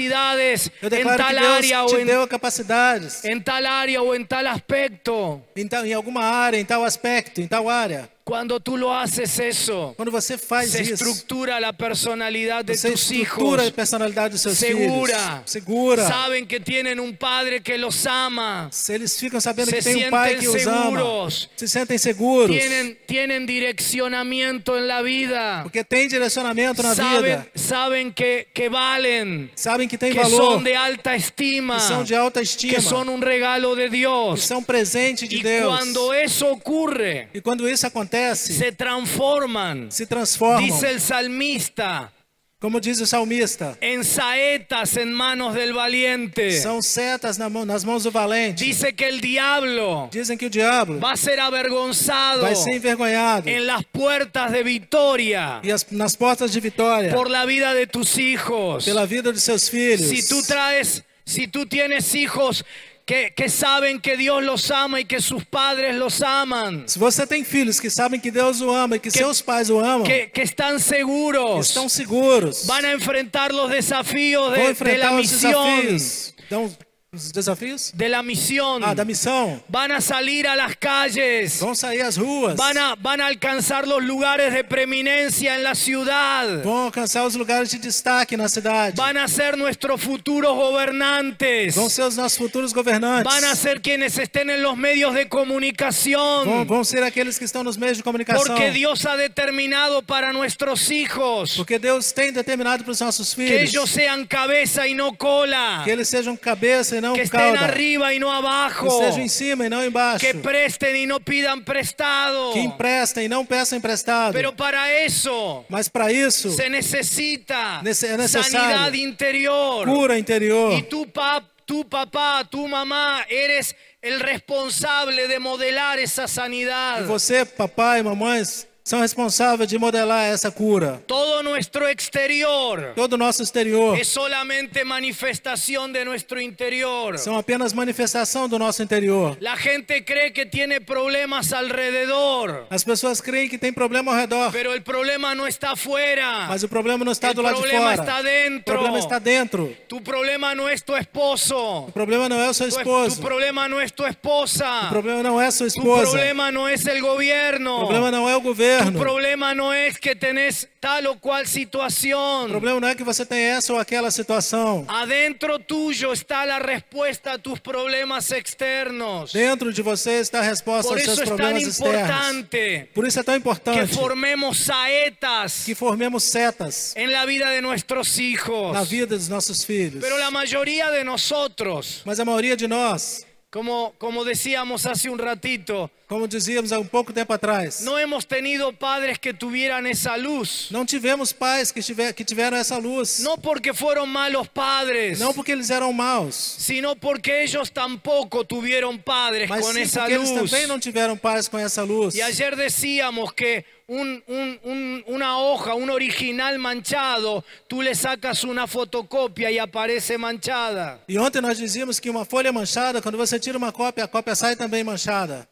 Speaker 4: capacidades
Speaker 5: Eu
Speaker 4: en
Speaker 5: declaro
Speaker 4: tal
Speaker 5: que
Speaker 4: área
Speaker 5: Deus
Speaker 4: o
Speaker 5: te
Speaker 4: en,
Speaker 5: deu capacidades
Speaker 4: en tal área o en tal aspecto.
Speaker 5: em, tal- em alguma área, em tal aspecto, em tal área.
Speaker 4: Cuando tú lo haces eso,
Speaker 5: Quando você faz
Speaker 4: se
Speaker 5: isso,
Speaker 4: estructura la personalidad de
Speaker 5: você
Speaker 4: tus
Speaker 5: estrutura a
Speaker 4: hijos.
Speaker 5: personalidade dos seus
Speaker 4: Segura.
Speaker 5: filhos. Segura.
Speaker 4: Saben que tienen un padre que los ama.
Speaker 5: Se eles ficam sabendo
Speaker 4: Se
Speaker 5: que tem um pai que
Speaker 4: sentem
Speaker 5: os ama,
Speaker 4: seguros.
Speaker 5: se sentem seguros,
Speaker 4: Tienen, tienen direccionamiento en la vida.
Speaker 5: porque tem direcionamento na
Speaker 4: Saben,
Speaker 5: vida,
Speaker 4: saben que, que valen.
Speaker 5: sabem que tem
Speaker 4: que
Speaker 5: valor,
Speaker 4: son de alta estima,
Speaker 5: que são de alta estima,
Speaker 4: que son un regalo de Dios.
Speaker 5: que são presente de
Speaker 4: y
Speaker 5: Deus.
Speaker 4: cuando eso ocurre,
Speaker 5: E quando isso acontece,
Speaker 4: se transforman,
Speaker 5: se transformam,
Speaker 4: dice el salmista,
Speaker 5: como diz o salmista,
Speaker 4: en saetas en manos del valiente.
Speaker 5: são setas na mão- nas mãos do valente.
Speaker 4: Dice que el diablo
Speaker 5: Dizem que o diabo
Speaker 4: va a ser avergonzado
Speaker 5: vai ser envergonhado
Speaker 4: en las puertas de victoria
Speaker 5: e as- nas portas de vitória
Speaker 4: por la vida de tus hijos.
Speaker 5: pela vida dos seus filhos.
Speaker 4: Si tú traes, si tú tienes hijos que, que saben que Dios los ama y que sus padres los aman,
Speaker 5: Se você tem filhos que sabem que Deus o ama e que, seus pais o amam,
Speaker 4: que, que están seguros,
Speaker 5: estão seguros,
Speaker 4: van a enfrentar los desafíos
Speaker 5: vão
Speaker 4: de, de la
Speaker 5: enfrentar os
Speaker 4: misión,
Speaker 5: desafios. Então, os desafios?
Speaker 4: de la misión,
Speaker 5: Ah, da missão.
Speaker 4: van a salir a las calles,
Speaker 5: Vão sair às ruas.
Speaker 4: van a, van a alcanzar los lugares de preeminencia en la ciudad,
Speaker 5: Vão alcançar os lugares de destaque na cidade.
Speaker 4: van a ser nuestros futuros gobernantes,
Speaker 5: Vão ser os nossos futuros governantes.
Speaker 4: van a ser quienes estén en los medios de
Speaker 5: Vão,
Speaker 4: comunicación.
Speaker 5: vão ser aqueles que estão nos meios de comunicação.
Speaker 4: Porque Dios ha determinado para nuestros hijos
Speaker 5: Porque Deus tem determinado para os nossos
Speaker 4: que
Speaker 5: filhos
Speaker 4: ellos sean cabeza y no cola,
Speaker 5: que eles sejam cabeça e não
Speaker 4: que estén
Speaker 5: cauda.
Speaker 4: arriba y no
Speaker 5: Que
Speaker 4: abajo,
Speaker 5: estejam em cima e não embaixo.
Speaker 4: que presten y no pidan prestado.
Speaker 5: Que emprestem e não peçam emprestado.
Speaker 4: Pero para eso
Speaker 5: Mas para isso,
Speaker 4: se necesita
Speaker 5: Nece- é necessário.
Speaker 4: sanidad interior.
Speaker 5: cura interior.
Speaker 4: Y tu, pap- tu papá, tu mamá, eres el responsable de modelar esa sanidad.
Speaker 5: E você, papai e mamães, são responsáveis de modelar essa cura.
Speaker 4: Todo nuestro exterior.
Speaker 5: Todo o nosso exterior
Speaker 4: es solamente manifestación de nuestro interior.
Speaker 5: são apenas manifestação do nosso interior.
Speaker 4: La gente cree que tiene problemas alrededor,
Speaker 5: As pessoas creem que tem problema ao redor,
Speaker 4: pero el problema no está afuera.
Speaker 5: mas o problema não está
Speaker 4: El
Speaker 5: do lado de
Speaker 4: problema
Speaker 5: fora.
Speaker 4: está dentro.
Speaker 5: O problema está dentro.
Speaker 4: Tu problema no es tu esposo.
Speaker 5: O problema não é o seu
Speaker 4: Tu,
Speaker 5: esposo.
Speaker 4: tu problema no es tu esposa.
Speaker 5: O problema não é a sua
Speaker 4: tu
Speaker 5: esposa.
Speaker 4: problema no es el gobierno.
Speaker 5: O problema não é o
Speaker 4: tu
Speaker 5: governo.
Speaker 4: problema no es que tenés tal o cual situación.
Speaker 5: O problema não é que você tem essa ou aquela situação.
Speaker 4: Adentro tuyo está la respuesta a tus problemas externos.
Speaker 5: Dentro de você está a resposta
Speaker 4: Por
Speaker 5: aos
Speaker 4: eso
Speaker 5: seus
Speaker 4: es tan
Speaker 5: problemas externos.
Speaker 4: importante
Speaker 5: Por isso é tão
Speaker 4: que
Speaker 5: importante
Speaker 4: formemos É saetas
Speaker 5: que formemos setas
Speaker 4: en la vida de nuestros
Speaker 5: na
Speaker 4: hijos.
Speaker 5: vida dos nossos filhos.
Speaker 4: Pero la mayoría de nosotros
Speaker 5: Mas a maioria de nós
Speaker 4: Como, como decíamos hace un ratito,
Speaker 5: Como dizíamos há um pouco tempo atrás,
Speaker 4: no hemos tenido padres que tuvieran esa luz.
Speaker 5: não tivemos pais que, tiver, que tiveram essa luz.
Speaker 4: No porque fueron malos padres,
Speaker 5: Não porque eles eram maus,
Speaker 4: sino porque ellos tampoco tuvieron padres
Speaker 5: mas
Speaker 4: con
Speaker 5: sim
Speaker 4: esa
Speaker 5: porque eles
Speaker 4: É luz.
Speaker 5: também não tiveram pais com essa luz.
Speaker 4: Y ayer decíamos que un- un- un- una hoja, un original manchado, tú le sacas una fotocopia y aparece manchada.
Speaker 5: E ontem nós dizíamos que uma folha manchada, quando você tira uma cópia, a cópia sai também manchada.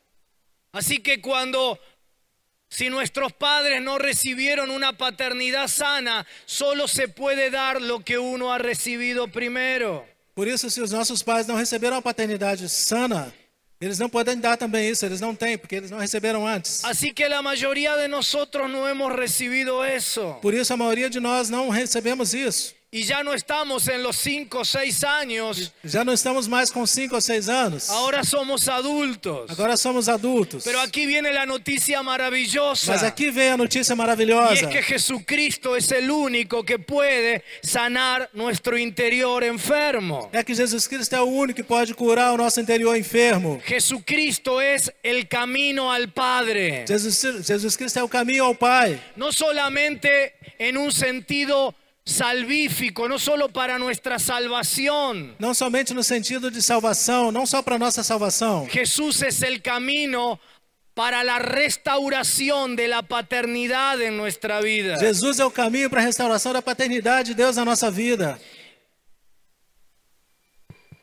Speaker 4: Así que cuando, si nuestros padres no recibieron una paternidad sana, solo se puede dar lo que uno ha recibido primero.
Speaker 5: Por isso, se os nossos pais não receberam a paternidade sana, eles não podem dar também isso, eles não têm, porque eles não receberam antes.
Speaker 4: Así que la mayoría de nosotros no hemos recibido eso.
Speaker 5: Por isso, a maioria de nós não recebemos isso.
Speaker 4: Y ya no estamos en los 5 o 6 años,
Speaker 5: Já não estamos mais com 5 ou 6 anos.
Speaker 4: ahora somos adultos.
Speaker 5: Agora somos adultos.
Speaker 4: Pero aquí viene la noticia maravillosa.
Speaker 5: Mas aqui vem a notícia
Speaker 4: Y
Speaker 5: maravilhosa.
Speaker 4: es que Jesucristo es el único que puede sanar nuestro interior enfermo.
Speaker 5: É que Jesus Cristo é o único que pode curar o nosso interior enfermo.
Speaker 4: Jesucristo es el camino al Padre.
Speaker 5: Jesus, Jesus Cristo é o caminho ao Pai.
Speaker 4: No solamente en un sentido salvífico, no solo para nuestra salvación.
Speaker 5: Não somente no sentido de salvação, não só para nossa salvação.
Speaker 4: Jesús es el camino para la restauración de la paternidad en nuestra vida.
Speaker 5: Jesus é o caminho para a restauração da paternidade de Deus na nossa vida.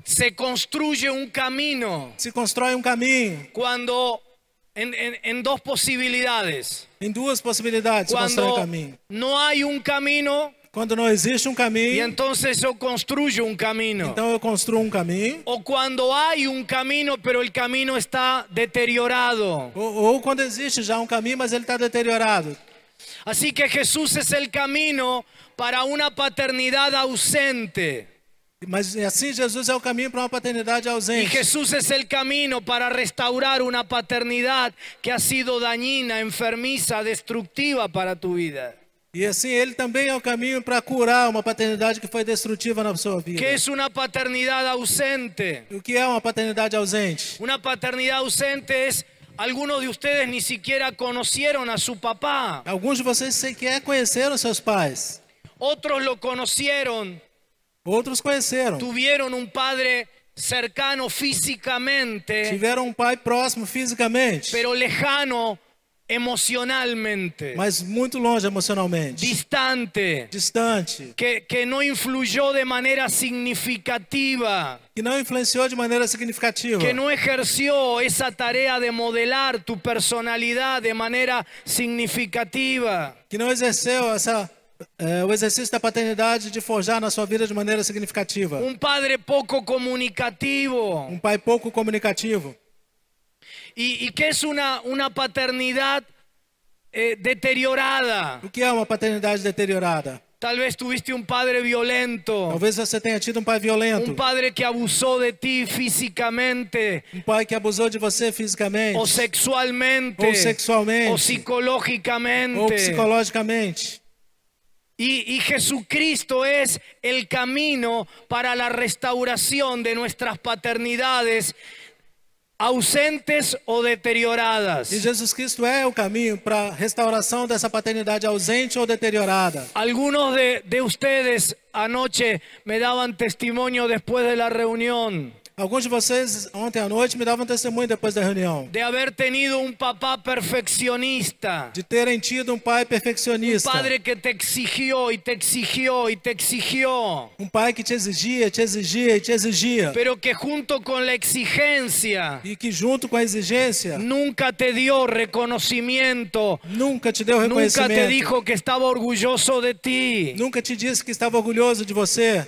Speaker 4: Se construye un camino
Speaker 5: Se constrói um caminho
Speaker 4: cuando en- en- en dos posibilidades.
Speaker 5: em duas possibilidades. Se constrói um
Speaker 4: cuando
Speaker 5: caminho.
Speaker 4: no hay un camino
Speaker 5: Quando não existe um
Speaker 4: y
Speaker 5: caminho,
Speaker 4: entonces yo construyo un camino.
Speaker 5: então eu construo um caminho.
Speaker 4: o cuando hay un camino pero el camino está deteriorado.
Speaker 5: Ou, ou quando existe já um caminho, mas ele está deteriorado.
Speaker 4: Así que Jesús es el camino para una paternidad ausente.
Speaker 5: Mas assim, Jesus é o caminho para uma paternidade
Speaker 4: Y
Speaker 5: ausente.
Speaker 4: Jesús es el camino para restaurar una paternidad que ha sido dañina, enfermiza, destructiva para tu vida.
Speaker 5: E assim, ele também é o caminho para curar uma paternidade que foi destrutiva na sua vida.
Speaker 4: ¿Qué es una paternidad ausente?
Speaker 5: O que é uma paternidade ausente?
Speaker 4: Una paternidad ausente es, algunos de ustedes ni siquiera conocieron a su papá,
Speaker 5: Alguns de vocês sequer conheceram seus pais.
Speaker 4: otros lo conocieron,
Speaker 5: Outros conheceram.
Speaker 4: tuvieron un padre cercano físicamente,
Speaker 5: Tiveram um pai próximo fisicamente,
Speaker 4: é- pero lejano emocionalmente,
Speaker 5: mas muito longe emocionalmente.
Speaker 4: distante,
Speaker 5: Distante.
Speaker 4: que, que no influyó de manera significativa,
Speaker 5: Que não influenciou de maneira significativa.
Speaker 4: que no ejerció esa tarea de modelar tu personalidad de manera significativa.
Speaker 5: que não exerceu essa, eh, o exercício da paternidade de forjar na sua vida de maneira significativa.
Speaker 4: Un padre poco comunicativo.
Speaker 5: Um pai pouco comunicativo.
Speaker 4: ¿Y, y qué es una, una paternidad eh, deteriorada?
Speaker 5: O que é uma paternidade deteriorada?
Speaker 4: Tal vez tuviste un padre violento,
Speaker 5: Talvez você tenha tido um pai violento.
Speaker 4: un padre que abusó de ti físicamente
Speaker 5: Um pai que abusou de você fisicamente.
Speaker 4: o sexualmente
Speaker 5: O sexualmente.
Speaker 4: o psicológicamente.
Speaker 5: ou psicologicamente.
Speaker 4: y, y Jesucristo es el camino para la restauración de nuestras paternidades ausentes o deterioradas.
Speaker 5: E Jesus Cristo é o caminho para a restauração dessa paternidade ausente ou deteriorada.
Speaker 4: Algunos de, de ustedes anoche me daban testimonio después de la reunión
Speaker 5: Alguns de vocês ontem à noite me davam testemunho depois da reunião
Speaker 4: de haber tenido un papá perfeccionista,
Speaker 5: de terem tido um pai
Speaker 4: un
Speaker 5: perfeccionista,
Speaker 4: padre que te exigió y te exigió y te exigió,
Speaker 5: um pai que te exigia, te exigia e te exigia,
Speaker 4: pero que junto con la exigencia
Speaker 5: e que junto com a exigência
Speaker 4: nunca te dio reconocimiento,
Speaker 5: nunca te deu
Speaker 4: nunca
Speaker 5: reconhecimento,
Speaker 4: te dijo que estaba orgulloso de ti.
Speaker 5: nunca te disse que estava orgulhoso de você.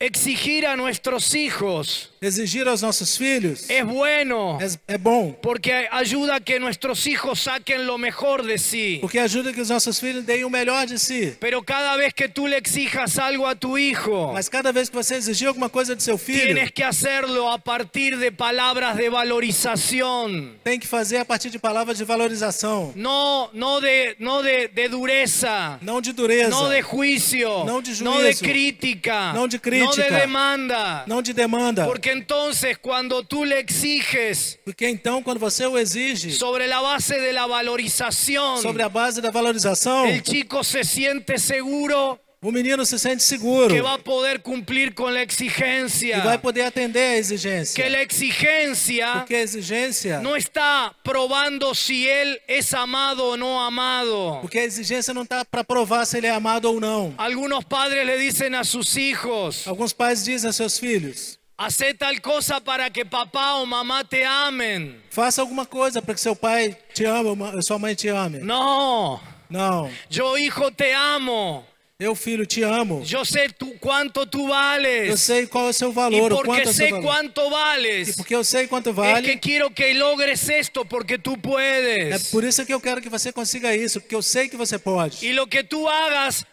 Speaker 4: Exigir a nuestros hijos
Speaker 5: Exigir aos nossos filhos é,
Speaker 4: es bueno.
Speaker 5: é bom,
Speaker 4: Porque ayuda a que nuestros hijos saquen lo mejor de sí.
Speaker 5: porque ajuda que os nossos filhos deem o melhor de si.
Speaker 4: Pero cada vez que tú le exijas algo a tu hijo,
Speaker 5: Mas cada vez que você exigir alguma coisa de seu filho,
Speaker 4: tienes que hacerlo a partir de palabras de valorización.
Speaker 5: tem que fazer a partir de palavras de valorização,
Speaker 4: No, no de, no de, de dureza,
Speaker 5: não de dureza,
Speaker 4: no de juicio,
Speaker 5: No de juicio.
Speaker 4: no de crítica,
Speaker 5: No de
Speaker 4: no de
Speaker 5: crítica,
Speaker 4: demanda.
Speaker 5: não de demanda.
Speaker 4: Porque entonces cuando tú le exiges
Speaker 5: Porque então, quando você o exige
Speaker 4: sobre la base de la valorización,
Speaker 5: sobre a base da valorização,
Speaker 4: el chico se siente seguro
Speaker 5: o menino se sente seguro
Speaker 4: que va a poder cumplir con la
Speaker 5: e vai
Speaker 4: exigencia.
Speaker 5: poder atender à exigência.
Speaker 4: Que é la exigencia
Speaker 5: Porque a exigência,
Speaker 4: no está probando si él es amado o no amado.
Speaker 5: porque a exigência não está para provar se ele é amado ou não.
Speaker 4: Algunos padres le dicen a sus hijos,
Speaker 5: Alguns pais dizem a seus filhos:
Speaker 4: hacé tal cosa para que papá o mamá te amen.
Speaker 5: faça alguma coisa para que seu pai te ame, ou ma- sua mãe te ame.
Speaker 4: No,
Speaker 5: Não,
Speaker 4: yo hijo te amo.
Speaker 5: eu filho te amo.
Speaker 4: Yo sé tú, cuánto tú vales.
Speaker 5: Eu sei qual é o seu
Speaker 4: y
Speaker 5: valor, o
Speaker 4: porque
Speaker 5: quanto é o seu
Speaker 4: sé
Speaker 5: valor.
Speaker 4: cuánto
Speaker 5: E
Speaker 4: vales.
Speaker 5: porque eu sei quanto
Speaker 4: Es que
Speaker 5: vale,
Speaker 4: quiero que logres esto porque tú
Speaker 5: é
Speaker 4: puedes.
Speaker 5: por isso que eu quero que você consiga isso, porque eu sei que você pode.
Speaker 4: Y lo que tú hagas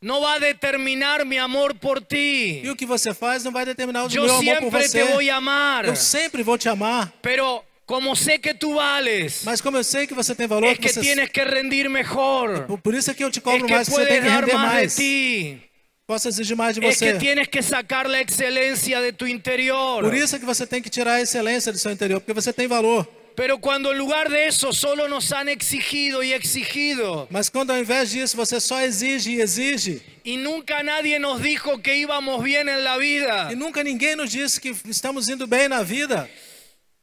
Speaker 4: no va a determinar mi amor por ti.
Speaker 5: E o que você faz não vai determinar o
Speaker 4: Yo
Speaker 5: meu amor por eh.
Speaker 4: siempre
Speaker 5: você.
Speaker 4: te voy a amar.
Speaker 5: Eu sempre vou te amar,
Speaker 4: Pero como sé que tú vales,
Speaker 5: mas como eu sei que você tem valor,
Speaker 4: es que
Speaker 5: você...
Speaker 4: tienes que rendir mejor.
Speaker 5: por- por isso é que eu te
Speaker 4: Es
Speaker 5: cobro
Speaker 4: que
Speaker 5: mais, que você tem
Speaker 4: puedes
Speaker 5: que
Speaker 4: dar
Speaker 5: render
Speaker 4: más de
Speaker 5: mais.
Speaker 4: ti.
Speaker 5: Posso exigir mais de
Speaker 4: Es é que
Speaker 5: você.
Speaker 4: tienes que sacar la excelencia de tu interior.
Speaker 5: Por isso é que você tem que tirar a excelência do seu interior, porque você tem valor.
Speaker 4: Pero cuando en lugar de eso solo nos han exigido y exigido
Speaker 5: Mas quando ao invés disso você só exige e exige,
Speaker 4: y nunca nadie nos dijo que íbamos bien en la vida,
Speaker 5: e nunca ninguém nos disse que estamos indo bem na vida,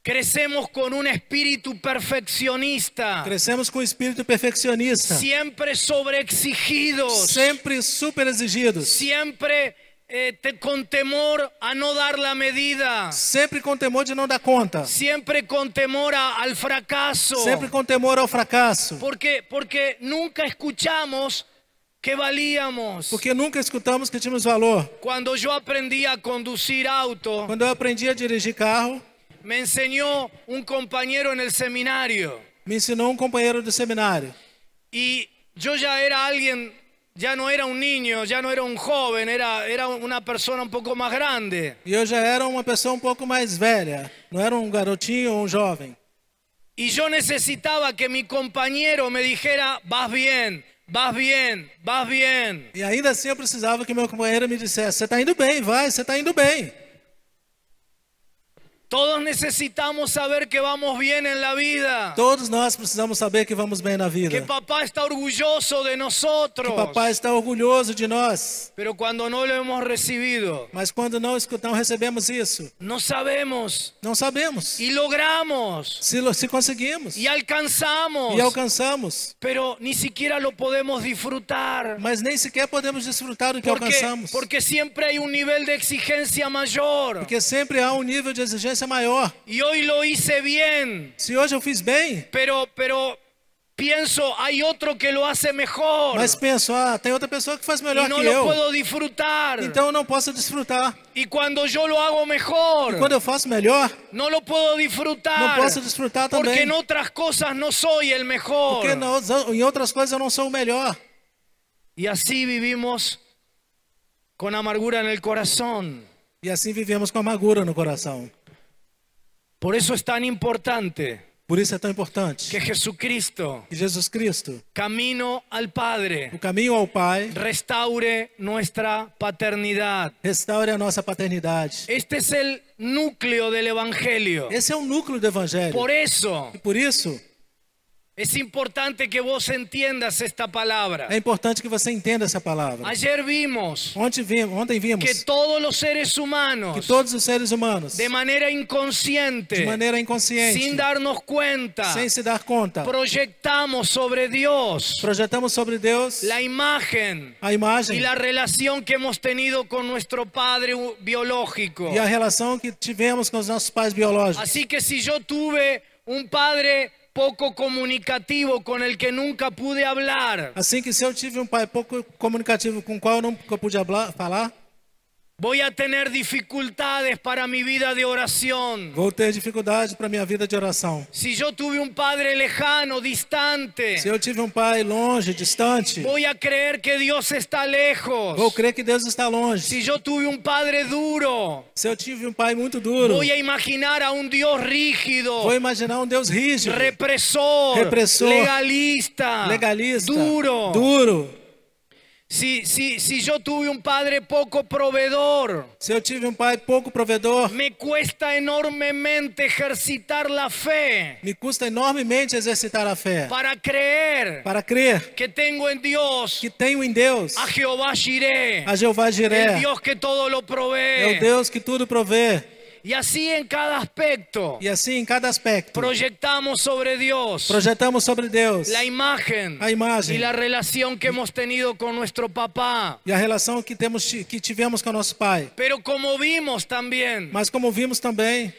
Speaker 4: crecemos con un espíritu perfeccionista,
Speaker 5: crescemos com o espírito perfeccionista,
Speaker 4: siempre sobreexigidos,
Speaker 5: sempre super exigidos,
Speaker 4: siempre eh, te- con temor a no dar la medida,
Speaker 5: sempre com temor de não dar conta,
Speaker 4: siempre con temor a- al fracaso,
Speaker 5: sempre com temor ao fracasso,
Speaker 4: porque, porque nunca escuchamos que valíamos.
Speaker 5: porque nunca escutamos que tínhamos valor.
Speaker 4: Cuando yo aprendí a conducir auto,
Speaker 5: Quando eu aprendi a dirigir carro,
Speaker 4: Me enseñó un compañero en el seminario
Speaker 5: me ensinou um companheiro do seminário.
Speaker 4: y yo ya era alguien, ya no era un niño, ya no era un joven, era, era una persona un poco más grande.
Speaker 5: E eu já era uma pessoa um pouco mais velha, não era um garotinho ou um jovem.
Speaker 4: Y yo necesitaba que mi compañero me dijera, vas bien, vas bien, vas bien.
Speaker 5: E ainda assim eu precisava que meu companheiro me dissesse: você está indo bem, vai, você está indo bem.
Speaker 4: Todos necesitamos saber que vamos bien en la vida,
Speaker 5: Todos nós precisamos saber que vamos bem na
Speaker 4: que
Speaker 5: vida.
Speaker 4: papá está orgulloso de nosotros,
Speaker 5: O papai está orgulhoso de nós,
Speaker 4: pero cuando no lo hemos recibido,
Speaker 5: mas quando não escutamos, recebemos isso.
Speaker 4: no sabemos
Speaker 5: Não sabemos
Speaker 4: y logramos.
Speaker 5: se, lo- se conseguimos
Speaker 4: y alcanzamos,
Speaker 5: e alcançamos,
Speaker 4: pero ni siquiera lo podemos disfrutar.
Speaker 5: mas nem sequer podemos desfrutar do que
Speaker 4: Porque,
Speaker 5: alcançamos,
Speaker 4: porque siempre hay un nivel de exigencia mayor.
Speaker 5: porque sempre há um nível de exigência maior.
Speaker 4: Y hoy lo hice bien,
Speaker 5: Se hoje eu fiz bem,
Speaker 4: pero, pero pienso, hay otro que lo hace mejor.
Speaker 5: mas penso, ah, tem outra pessoa que faz melhor
Speaker 4: y no
Speaker 5: que
Speaker 4: lo
Speaker 5: eu,
Speaker 4: puedo disfrutar.
Speaker 5: então eu não posso desfrutar.
Speaker 4: y cuando yo lo hago mejor,
Speaker 5: Quando eu faço melhor,
Speaker 4: no lo puedo disfrutar.
Speaker 5: No puedo disfrutar
Speaker 4: porque
Speaker 5: también.
Speaker 4: en otras cosas no soy el mejor.
Speaker 5: Porque na outra- em outras coisas eu não sou o melhor.
Speaker 4: Y así vivimos con amargura en el corazón.
Speaker 5: E assim vivemos com amargura no coração.
Speaker 4: Por eso es tan importante
Speaker 5: Por isso é tão importante
Speaker 4: que Jesucristo,
Speaker 5: que Jesus Cristo,
Speaker 4: camino al
Speaker 5: o
Speaker 4: Padre,
Speaker 5: caminho ao Pai,
Speaker 4: restaure nuestra paternidad.
Speaker 5: restaure a nossa paternidade.
Speaker 4: Este es el núcleo del Evangelio.
Speaker 5: Esse é o núcleo do Evangelho.
Speaker 4: Por eso
Speaker 5: E por isso
Speaker 4: es importante que vos entiendas esta palabra.
Speaker 5: é importante que você entenda essa palavra.
Speaker 4: Ayer vimos
Speaker 5: Ontem vimos, ontem vimos
Speaker 4: que todos los seres
Speaker 5: que
Speaker 4: humanos,
Speaker 5: todos os seres humanos,
Speaker 4: de manera
Speaker 5: de
Speaker 4: inconsciente,
Speaker 5: maneira inconsciente,
Speaker 4: sin darnos cuenta,
Speaker 5: sem se dar conta,
Speaker 4: proyectamos sobre Dios
Speaker 5: projetamos sobre Deus
Speaker 4: la imagen
Speaker 5: a imagem
Speaker 4: y la relación que hemos tenido con nuestro padre u- biológico.
Speaker 5: e a relação que tivemos com os nossos pais biológicos.
Speaker 4: Así que si yo tuve un padre poco comunicativo con el que nunca pude hablar,
Speaker 5: Assim que se eu tive um pai pouco comunicativo com o qual eu não que eu pude hablar- falar,
Speaker 4: voy a tener dificultades para mi vida de oración.
Speaker 5: vou ter dificuldade para minha vida de oração.
Speaker 4: Si yo tuve un padre lejano,
Speaker 5: Se
Speaker 4: distante,
Speaker 5: eu tive um pai longe, distante,
Speaker 4: voy a creer que Dios está
Speaker 5: vou
Speaker 4: lejos.
Speaker 5: crer que Deus está longe.
Speaker 4: Si yo tuve un padre duro,
Speaker 5: Se eu tive um pai muito duro,
Speaker 4: voy a imaginar a un Dios rígido,
Speaker 5: vou imaginar um Deus rígido,
Speaker 4: represor,
Speaker 5: Represor.
Speaker 4: legalista,
Speaker 5: legalista,
Speaker 4: duro.
Speaker 5: duro.
Speaker 4: Si, si, si yo tuve un padre poco proveedor,
Speaker 5: Se eu tive um pai pouco provedor,
Speaker 4: me cuesta enormemente ejercitar la fe
Speaker 5: me custa enormemente exercitar a fé
Speaker 4: para creer
Speaker 5: para crer
Speaker 4: que tengo en Dios
Speaker 5: que tenho em Deus
Speaker 4: a Jehová Jireh,
Speaker 5: a Jeová
Speaker 4: el
Speaker 5: Jiré,
Speaker 4: Dios que todo lo
Speaker 5: é o
Speaker 4: provee.
Speaker 5: Deus que tudo provê.
Speaker 4: Y así en cada aspecto
Speaker 5: E assim em cada aspecto
Speaker 4: proyectamos sobre Dios
Speaker 5: projetamos sobre Deus
Speaker 4: la imagen,
Speaker 5: La imagen.
Speaker 4: y la relación que hemos tenido con nuestro papá.
Speaker 5: e a relação que temos ti- que tivemos com nosso pai.
Speaker 4: Pero como vimos también,
Speaker 5: Mas como vimos também,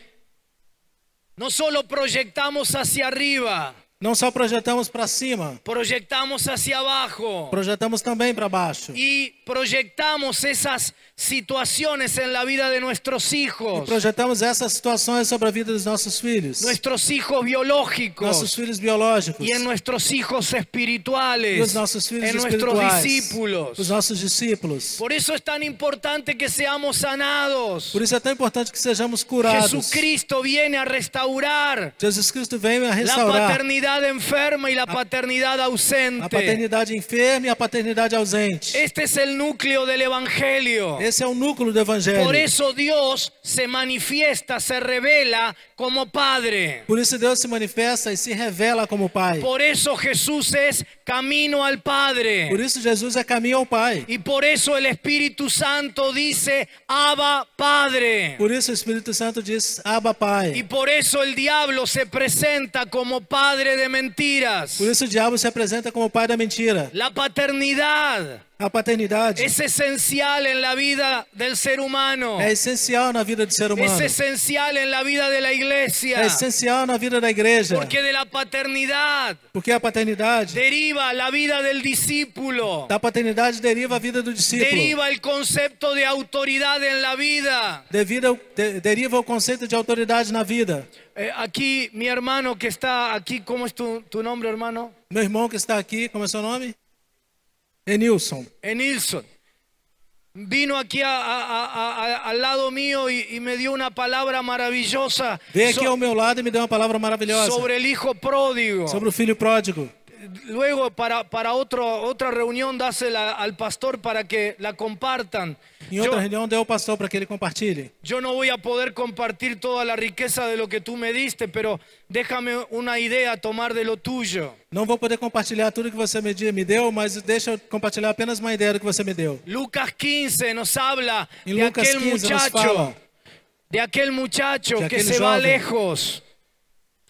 Speaker 4: no solo proyectamos hacia arriba,
Speaker 5: não só projetamos para cima,
Speaker 4: proyectamos hacia abajo
Speaker 5: projetamos também para baixo.
Speaker 4: y proyectamos esas situaciones en la vida de nuestros hijos,
Speaker 5: Projetamos essas situações sobre a vida dos nossos filhos,
Speaker 4: nuestros hijos
Speaker 5: nossos
Speaker 4: biológicos
Speaker 5: filhos biológicos,
Speaker 4: y en nuestros hijos
Speaker 5: e os
Speaker 4: espirituales,
Speaker 5: nossos filhos
Speaker 4: en nuestros
Speaker 5: espirituais, os
Speaker 4: É discípulos.
Speaker 5: nossos discípulos.
Speaker 4: Por eso es tan importante que seamos sanados.
Speaker 5: Por isso é tão importante que sejamos curados.
Speaker 4: Jesucristo viene a restaurar
Speaker 5: Jesus Cristo vem a
Speaker 4: la
Speaker 5: restaurar
Speaker 4: paternidad enferma y la paternidad
Speaker 5: a
Speaker 4: ausente.
Speaker 5: paternidade enferma e a paternidade ausente.
Speaker 4: Este es el núcleo del Evangelio.
Speaker 5: Esse é o núcleo do evangelho.
Speaker 4: Por eso Dios se manifiesta, se revela como Padre.
Speaker 5: Por isso Deus se manifesta e se revela como Pai.
Speaker 4: Por eso Jesús es camino al
Speaker 5: Por
Speaker 4: Padre.
Speaker 5: isso Jesus é caminho ao Pai.
Speaker 4: Y por eso el Espíritu Santo dice, Abba Padre.
Speaker 5: Por isso o Espírito Santo diz: Abba,
Speaker 4: Y
Speaker 5: Pai.
Speaker 4: por eso el diablo se presenta como Padre de mentiras.
Speaker 5: Por isso o diabo se apresenta como o pai da mentira.
Speaker 4: La paternidad
Speaker 5: A paternidade
Speaker 4: es esencial en la vida del ser humano.
Speaker 5: é essencial na vida do ser humano.
Speaker 4: Es esencial en la vida de la
Speaker 5: É
Speaker 4: iglesia.
Speaker 5: essencial na vida da igreja.
Speaker 4: Porque de la paternidad
Speaker 5: Porque a paternidade,
Speaker 4: deriva la vida del discípulo.
Speaker 5: da paternidade deriva a vida do discípulo.
Speaker 4: um. Deriva el concepto de autoridad en la vida.
Speaker 5: Devida- de- deriva o conceito de autoridade na vida.
Speaker 4: Eh, aquí mi hermano que está aquí, ¿cómo es tu, tu nombre hermano?
Speaker 5: Meu irmão que está aqui, como é seu nome? Enilson.
Speaker 4: Enilson. Vino aquí a- a- a- a- al lado mío y, y me dio una palabra maravillosa
Speaker 5: Veio aqui
Speaker 4: so-
Speaker 5: ao meu lado e me deu uma palavra maravilhosa
Speaker 4: sobre el hijo pródigo.
Speaker 5: sobre o filho pródigo.
Speaker 4: Luego para, para otro, otra reunión dásela al pastor para que la compartan.
Speaker 5: Em outra
Speaker 4: Yo-
Speaker 5: reunião, deu o pastor para que ele compartilhe.
Speaker 4: Yo no voy a poder compartir toda la riqueza de lo que tú me diste, pero déjame una idea tomar de lo tuyo.
Speaker 5: Não vou poder compartilhar tudo que você me di- me deu, mas deixa eu compartilhar apenas uma ideia do que você me deu.
Speaker 4: Lucas 15 nos habla
Speaker 5: Em
Speaker 4: de
Speaker 5: Lucas
Speaker 4: aquel
Speaker 5: 15 nos
Speaker 4: muchacho,
Speaker 5: fala
Speaker 4: de aquel muchacho
Speaker 5: De
Speaker 4: que
Speaker 5: aquel
Speaker 4: se va
Speaker 5: joven.
Speaker 4: lejos,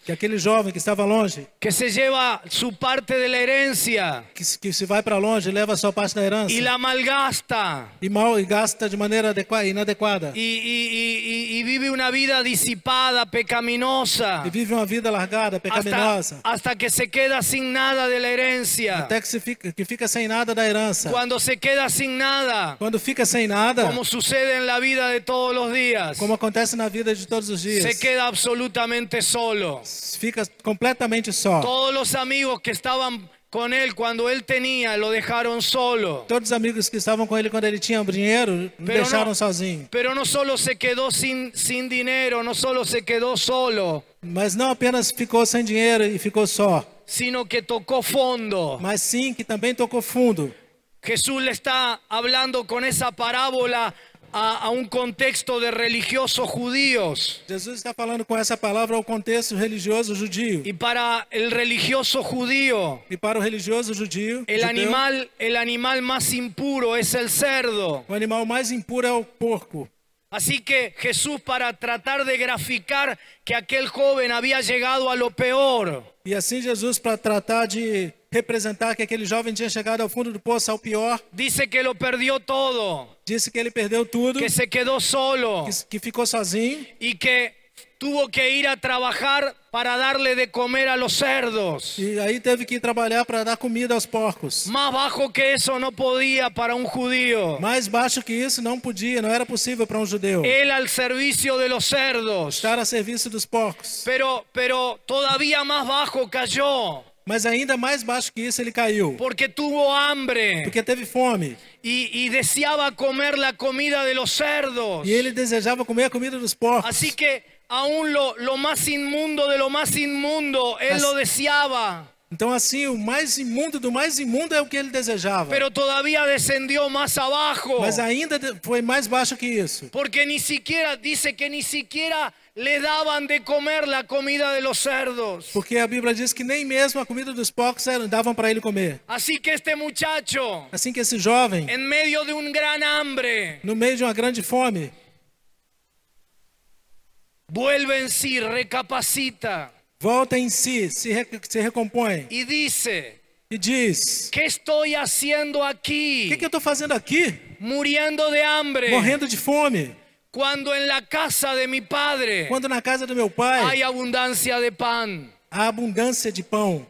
Speaker 5: que aquele jovem que estava longe,
Speaker 4: que se lleva su parte de la herencia
Speaker 5: que, se- que se vai para longe, leva a sua parte da herança
Speaker 4: y la malgasta
Speaker 5: e mal e gasta de maneira adequa- inadequada
Speaker 4: y, y- y- y- y vive una vida disipada, pecaminosa,
Speaker 5: e vive uma vida largada,
Speaker 4: hasta,
Speaker 5: pecaminosa,
Speaker 4: hasta que se queda sin nada de la herencia.
Speaker 5: até que se fica, que fica sem nada da herança.
Speaker 4: Cuando se queda sin nada,
Speaker 5: Quando fica sem nada,
Speaker 4: como sucede en la vida de todos los días.
Speaker 5: como acontece na vida de todos os dias,
Speaker 4: se queda absolutamente solo.
Speaker 5: fica completamente só.
Speaker 4: Todos los amigos que estaban con él cuando él tenía lo dejaron solo.
Speaker 5: Todos os amigos que estavam com ele quando ele tinha um dinheiro, o
Speaker 4: Pero
Speaker 5: deixaram
Speaker 4: no-
Speaker 5: sozinho.
Speaker 4: Pero no solo se quedó sin, sin dinero, no solo se quedó solo,
Speaker 5: Mas não apenas ficou sem dinheiro e ficou só,
Speaker 4: sino que tocó fondo.
Speaker 5: mas sim que também tocou fundo.
Speaker 4: Jesús le está hablando con esa parábola a, a un contexto de religiosos judíos.
Speaker 5: Jesus está falando com essa palavra ao contexto religioso judio.
Speaker 4: Y para el religioso judío,
Speaker 5: E para o religioso judio,
Speaker 4: el
Speaker 5: judeu,
Speaker 4: animal, el animal más impuro es el cerdo.
Speaker 5: o animal mais impuro é o porco.
Speaker 4: Así que Jesús para tratar de graficar que aquel joven había llegado a lo peor,
Speaker 5: E assim Jesus, para tratar de representar que aquele jovem tinha chegado ao fundo do poço, ao pior,
Speaker 4: dice que lo perdió todo,
Speaker 5: disse que ele perdeu tudo,
Speaker 4: que se quedó solo
Speaker 5: que, que ficou sozinho
Speaker 4: y que tuvo que ir a trabajar para darle de comer a los cerdos.
Speaker 5: e aí teve que ir trabalhar para dar comida aos porcos.
Speaker 4: Más bajo que eso no podía para un judío.
Speaker 5: Mais baixo que isso não podia, não era possível para um judeu
Speaker 4: Él al servicio de los cerdos.
Speaker 5: estar a serviço dos porcos.
Speaker 4: Pero, pero todavía más bajo cayó
Speaker 5: Mas ainda mais baixo que isso ele caiu,
Speaker 4: porque tuvo hambre
Speaker 5: porque teve fome
Speaker 4: y, y deseaba comer la comida de los cerdos.
Speaker 5: e ele desejava comer a comida dos porcos.
Speaker 4: Así que aún lo, lo más inmundo de lo más inmundo, él
Speaker 5: Así-
Speaker 4: lo deseaba.
Speaker 5: Então, assim, o mais imundo do mais imundo é o que ele desejava.
Speaker 4: pero todavía descendió más abajo.
Speaker 5: Mas ainda de- foi mais baixo que isso.
Speaker 4: Porque ni siquiera, dice que ni siquiera le daban de comer la comida de los cerdos.
Speaker 5: Porque a Bíblia diz que nem mesmo a comida dos porcos era- davam para ele comer.
Speaker 4: Así que este muchacho,
Speaker 5: Assim que esse jovem,
Speaker 4: en medio de un gran hambre,
Speaker 5: no meio de uma grande fome,
Speaker 4: vuelve en sí, recapacita
Speaker 5: volta em si, se, re- se recompõe
Speaker 4: y dice,
Speaker 5: e diz:
Speaker 4: ¿qué estoy haciendo
Speaker 5: O
Speaker 4: aquí?
Speaker 5: que, que eu estou fazendo aqui?
Speaker 4: Muriendo de hambre.
Speaker 5: Morrendo de fome.
Speaker 4: Cuando en la casa de mi padre
Speaker 5: Quando na casa do meu
Speaker 4: hay
Speaker 5: pai
Speaker 4: abundancia de pan.
Speaker 5: há abundância de pão.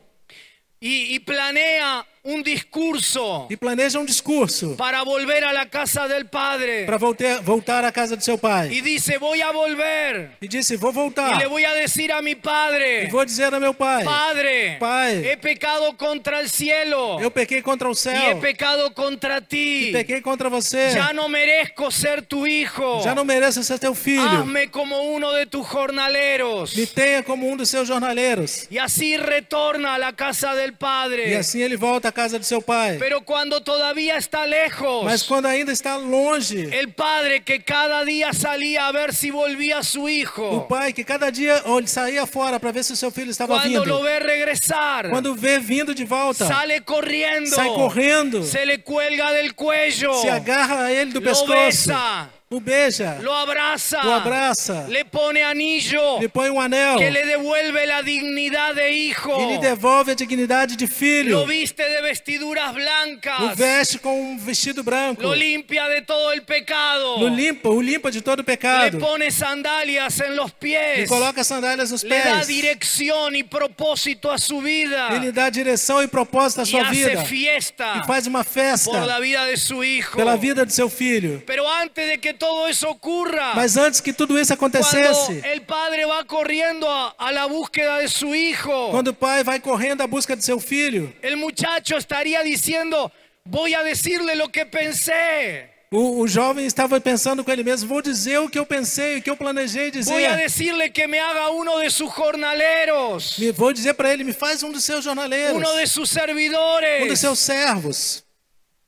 Speaker 4: Y, y planea un discurso
Speaker 5: E planeja um discurso
Speaker 4: para volver a la casa del padre.
Speaker 5: para voltar, voltar à casa do seu pai.
Speaker 4: Y dice, voy a volver.
Speaker 5: E disse: Vou
Speaker 4: Y
Speaker 5: voltar.
Speaker 4: le voy a decir a mi
Speaker 5: E
Speaker 4: padre,
Speaker 5: vou dizer ao meu pai:
Speaker 4: padre,
Speaker 5: Pai.
Speaker 4: he pecado contra el cielo
Speaker 5: Eu pequei contra o
Speaker 4: y he
Speaker 5: céu.
Speaker 4: pecado contra ti.
Speaker 5: Pequei contra você.
Speaker 4: Ya no merezco ser tu hijo.
Speaker 5: Já não mereço ser teu filho.
Speaker 4: Hazme como uno de tus jornaleros.
Speaker 5: Me tenha como um dos seus jornaleiros.
Speaker 4: Y así retorna a la casa del
Speaker 5: E
Speaker 4: padre.
Speaker 5: assim ele volta à casa do seu pai.
Speaker 4: Pero cuando todavía está
Speaker 5: Mas
Speaker 4: lejos,
Speaker 5: quando ainda está longe,
Speaker 4: el padre que cada día salía a ver si volvía su
Speaker 5: o
Speaker 4: hijo,
Speaker 5: pai que cada dia ó, ele saía fora para ver se o seu filho estava
Speaker 4: cuando lo
Speaker 5: vindo,
Speaker 4: ve regresar,
Speaker 5: quando vê vindo de volta,
Speaker 4: sale corriendo,
Speaker 5: sai correndo,
Speaker 4: se le cuelga del cuello,
Speaker 5: se agarra a ele do
Speaker 4: Lo
Speaker 5: pescoço,
Speaker 4: besa.
Speaker 5: o beija,
Speaker 4: lo abraza,
Speaker 5: Lo abraça.
Speaker 4: le pone anillo
Speaker 5: lhe põe um anel
Speaker 4: que le devuelve la dignidad de hijo,
Speaker 5: e lhe devolve a dignidade de
Speaker 4: lo
Speaker 5: filho,
Speaker 4: viste de vestiduras
Speaker 5: o
Speaker 4: blancas,
Speaker 5: veste com um vestido branco,
Speaker 4: lo limpia de todo el pecado,
Speaker 5: o limpa, o limpa de todo
Speaker 4: le
Speaker 5: pecado,
Speaker 4: pone sandalias en los
Speaker 5: e
Speaker 4: pies.
Speaker 5: coloca sandálias nos
Speaker 4: le da
Speaker 5: pés, e
Speaker 4: dirección y propósito a su vida
Speaker 5: lhe dá direção e propósito à
Speaker 4: y
Speaker 5: sua
Speaker 4: hace
Speaker 5: vida,
Speaker 4: fiesta
Speaker 5: e faz uma
Speaker 4: por la
Speaker 5: festa
Speaker 4: vida de su hijo.
Speaker 5: pela vida do seu filho.
Speaker 4: Pero antes de que todo eso ocurra,
Speaker 5: Mas antes que tudo isso
Speaker 4: cuando
Speaker 5: acontecesse,
Speaker 4: el padre va corriendo a, a la búsqueda de su hijo,
Speaker 5: Quando o pai vai correndo à busca de seu filho,
Speaker 4: el muchacho estaría diciendo, voy a decirle lo que pensé,
Speaker 5: o, o jovem estava pensando com ele mesmo: vou dizer o que eu pensei, o que eu planejei
Speaker 4: voy a
Speaker 5: dizer.
Speaker 4: decirle que me haga uno de sus jornaleros,
Speaker 5: Me- vou dizer para ele: me faz um dos seus jornaleiros,
Speaker 4: uno de sus
Speaker 5: um dos
Speaker 4: servidores.
Speaker 5: seus servos.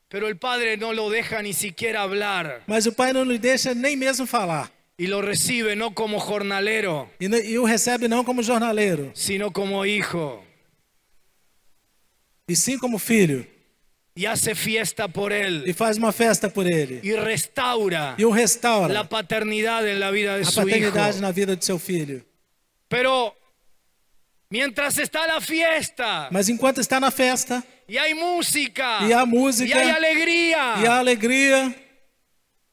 Speaker 4: Pero el padre no lo deja ni siquiera hablar.
Speaker 5: Mas o pai não lhe deixa nem mesmo falar.
Speaker 4: y lo recibe no como jornalero,
Speaker 5: E, n- e o recebe não como jornaleiro,
Speaker 4: sino como hijo,
Speaker 5: e sim como filho.
Speaker 4: y hace fiesta por
Speaker 5: E
Speaker 4: él,
Speaker 5: faz uma festa por ele.
Speaker 4: y restaura
Speaker 5: E o restaura
Speaker 4: la
Speaker 5: a
Speaker 4: paternidad en la vida de su hijo.
Speaker 5: paternidade na vida de seu filho.
Speaker 4: Pero mientras está la fiesta,
Speaker 5: Mas enquanto está na festa,
Speaker 4: y hay música,
Speaker 5: E há música,
Speaker 4: y hay alegría,
Speaker 5: e a alegria,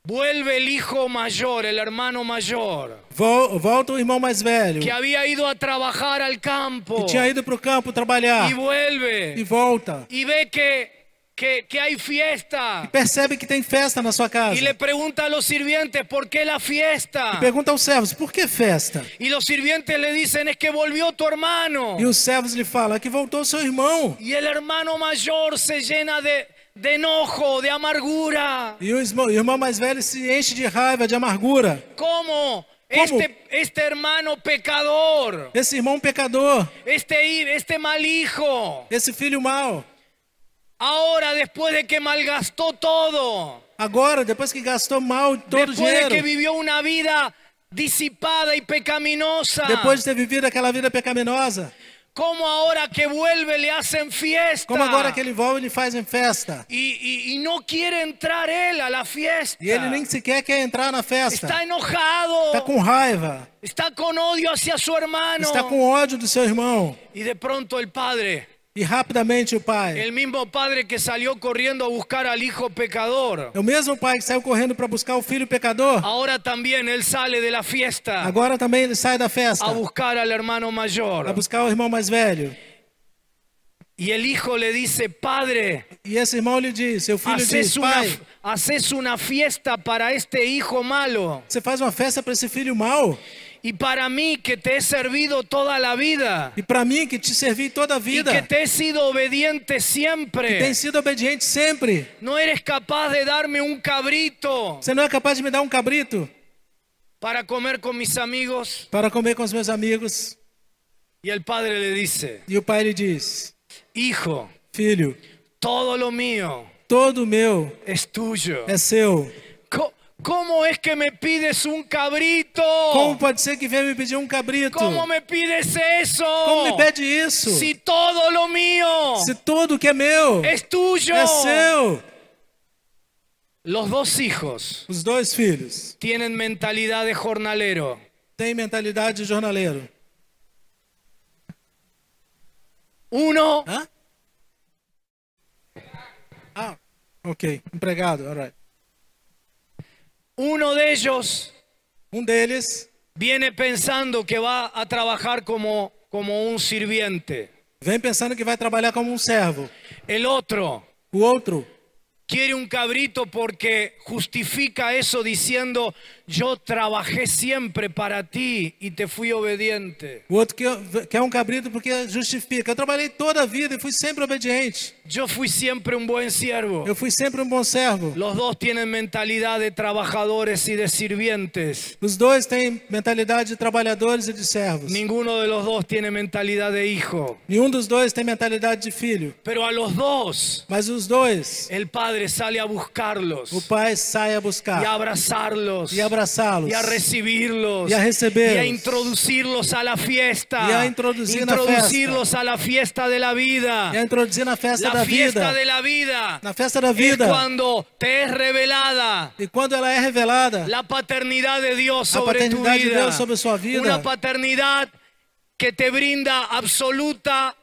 Speaker 4: vuelve el hijo mayor, el hermano mayor,
Speaker 5: vol- volta o irmão mais velho,
Speaker 4: que había ido a trabajar al campo,
Speaker 5: que tinha ido para o campo trabalhar,
Speaker 4: y vuelve,
Speaker 5: e volta.
Speaker 4: y ve que, que, que hay fiesta.
Speaker 5: Percebe que tem festa na sua casa.
Speaker 4: Y le pregunta a los sirvientes, ¿por qué la fiesta?
Speaker 5: Pergunta aos servos, por que festa?
Speaker 4: Y los sirvientes le dicen, es que volvió tu hermano.
Speaker 5: E os servos lhe falam, "É que voltou seu irmão.
Speaker 4: Y el hermano mayor se llena de, de enojo, de amargura.
Speaker 5: E o ismo- o irmão mais velho se enche de raiva, de amargura.
Speaker 4: ¿Cómo? Este, este hermano pecador,
Speaker 5: Esse irmão pecador,
Speaker 4: este, hi- este mal hijo,
Speaker 5: esse filho mau.
Speaker 4: ahora después de que malgastó todo,
Speaker 5: Agora, depois que gastou mal todo o
Speaker 4: después de que
Speaker 5: dinheiro,
Speaker 4: vivió una vida disipada y pecaminosa,
Speaker 5: depois de ter vivido aquela vida pecaminosa,
Speaker 4: ¿cómo ahora que vuelve le hacen fiesta?
Speaker 5: como agora que ele volta, ele faz em festa.
Speaker 4: Y, y- y no quiere entrar él a la fiesta.
Speaker 5: E ele nem sequer quer entrar na festa.
Speaker 4: Tá. Está enojado.
Speaker 5: Está com raiva,
Speaker 4: Está con odio hacia su hermano.
Speaker 5: está com ódio do seu irmão.
Speaker 4: Y de pronto el padre,
Speaker 5: E rapidamente o pai,
Speaker 4: el mismo padre que salió corriendo a buscar al hijo pecador,
Speaker 5: é o mesmo pai que saiu correndo para buscar o filho pecador,
Speaker 4: ahora también él sale de la fiesta
Speaker 5: Agora também ele sai da festa
Speaker 4: a buscar al hermano
Speaker 5: para
Speaker 4: mayor.
Speaker 5: buscar o irmão mais velho.
Speaker 4: Y el hijo le dice, padre,
Speaker 5: E esse irmão lhe diz, seu filho diz,
Speaker 4: haces una,
Speaker 5: pai,
Speaker 4: haces una fiesta para este hijo malo
Speaker 5: você faz uma festa para esse filho mau
Speaker 4: y para mí que te he servido toda la vida.
Speaker 5: e para mim que te servi toda a
Speaker 4: Y
Speaker 5: vida,
Speaker 4: que te he sido obediente
Speaker 5: que tem
Speaker 4: siempre.
Speaker 5: sido obediente sempre.
Speaker 4: No eres capaz de darme un cabrito
Speaker 5: Você não é capaz de me dar um cabrito
Speaker 4: para comer con mis amigos.
Speaker 5: para comer com os meus amigos?
Speaker 4: Y el padre le dice,
Speaker 5: E o pai lhe diz,
Speaker 4: Hijo,
Speaker 5: Filho,
Speaker 4: todo lo mío
Speaker 5: todo meu
Speaker 4: es tuyo.
Speaker 5: é seu.
Speaker 4: Co- ¿Cómo es que me pides un cabrito?
Speaker 5: Como pode ser que venha me pedir um cabrito?
Speaker 4: ¿Cómo me pides eso?
Speaker 5: Como me pede isso?
Speaker 4: Si todo lo mío
Speaker 5: Se tudo que é meu
Speaker 4: es tuyo.
Speaker 5: é seu.
Speaker 4: Los dos hijos
Speaker 5: Os dois filhos
Speaker 4: tienen mentalidad de jornalero.
Speaker 5: têm mentalidade de jornaleiro.
Speaker 4: Uno
Speaker 5: Hã? Ah, ok. Empregado, alright.
Speaker 4: Uno de ellos
Speaker 5: Um deles
Speaker 4: viene pensando que va a trabajar como, como un sirviente.
Speaker 5: vem pensando que vai trabalhar como um servo.
Speaker 4: El otro
Speaker 5: O outro
Speaker 4: quiere un cabrito porque justifica eso diciendo, yo trabajé siempre para ti e te fui obediente.
Speaker 5: O outro quer, quer um cabrito porque justifica. Eu trabalhei toda a vida e fui sempre obediente.
Speaker 4: Yo fui siempre un buen siervo.
Speaker 5: Eu fui sempre um bom servo.
Speaker 4: Los dos tienen mentalidad de trabajadores y de sirvientes.
Speaker 5: Os dois têm mentalidade de trabalhadores e de servos.
Speaker 4: Ninguno de los dos tiene mentalidad de hijo.
Speaker 5: Nenhum dos dois tem mentalidade de filho.
Speaker 4: Pero a los dos,
Speaker 5: Mas os dois,
Speaker 4: el padre sale a buscarlos
Speaker 5: o pai sai a
Speaker 4: y a
Speaker 5: buscar
Speaker 4: abrazarlos
Speaker 5: e abraçá-los.
Speaker 4: y a recibirlos
Speaker 5: Y a receberlos.
Speaker 4: y a introducirlos a la fiesta
Speaker 5: Y a introducir la
Speaker 4: introducirlos a la fiesta de la vida
Speaker 5: E a introduzir na festa
Speaker 4: la
Speaker 5: da
Speaker 4: fiesta
Speaker 5: vida.
Speaker 4: de É la vida
Speaker 5: Na festa da
Speaker 4: es
Speaker 5: vida.
Speaker 4: cuando te es revelada
Speaker 5: E quando ela é revelada,
Speaker 4: la paternidad de Dios
Speaker 5: La
Speaker 4: sobre tu
Speaker 5: paternidad de
Speaker 4: vida.
Speaker 5: Dios sobre su vida.
Speaker 4: Una paternidad que te brinda absoluta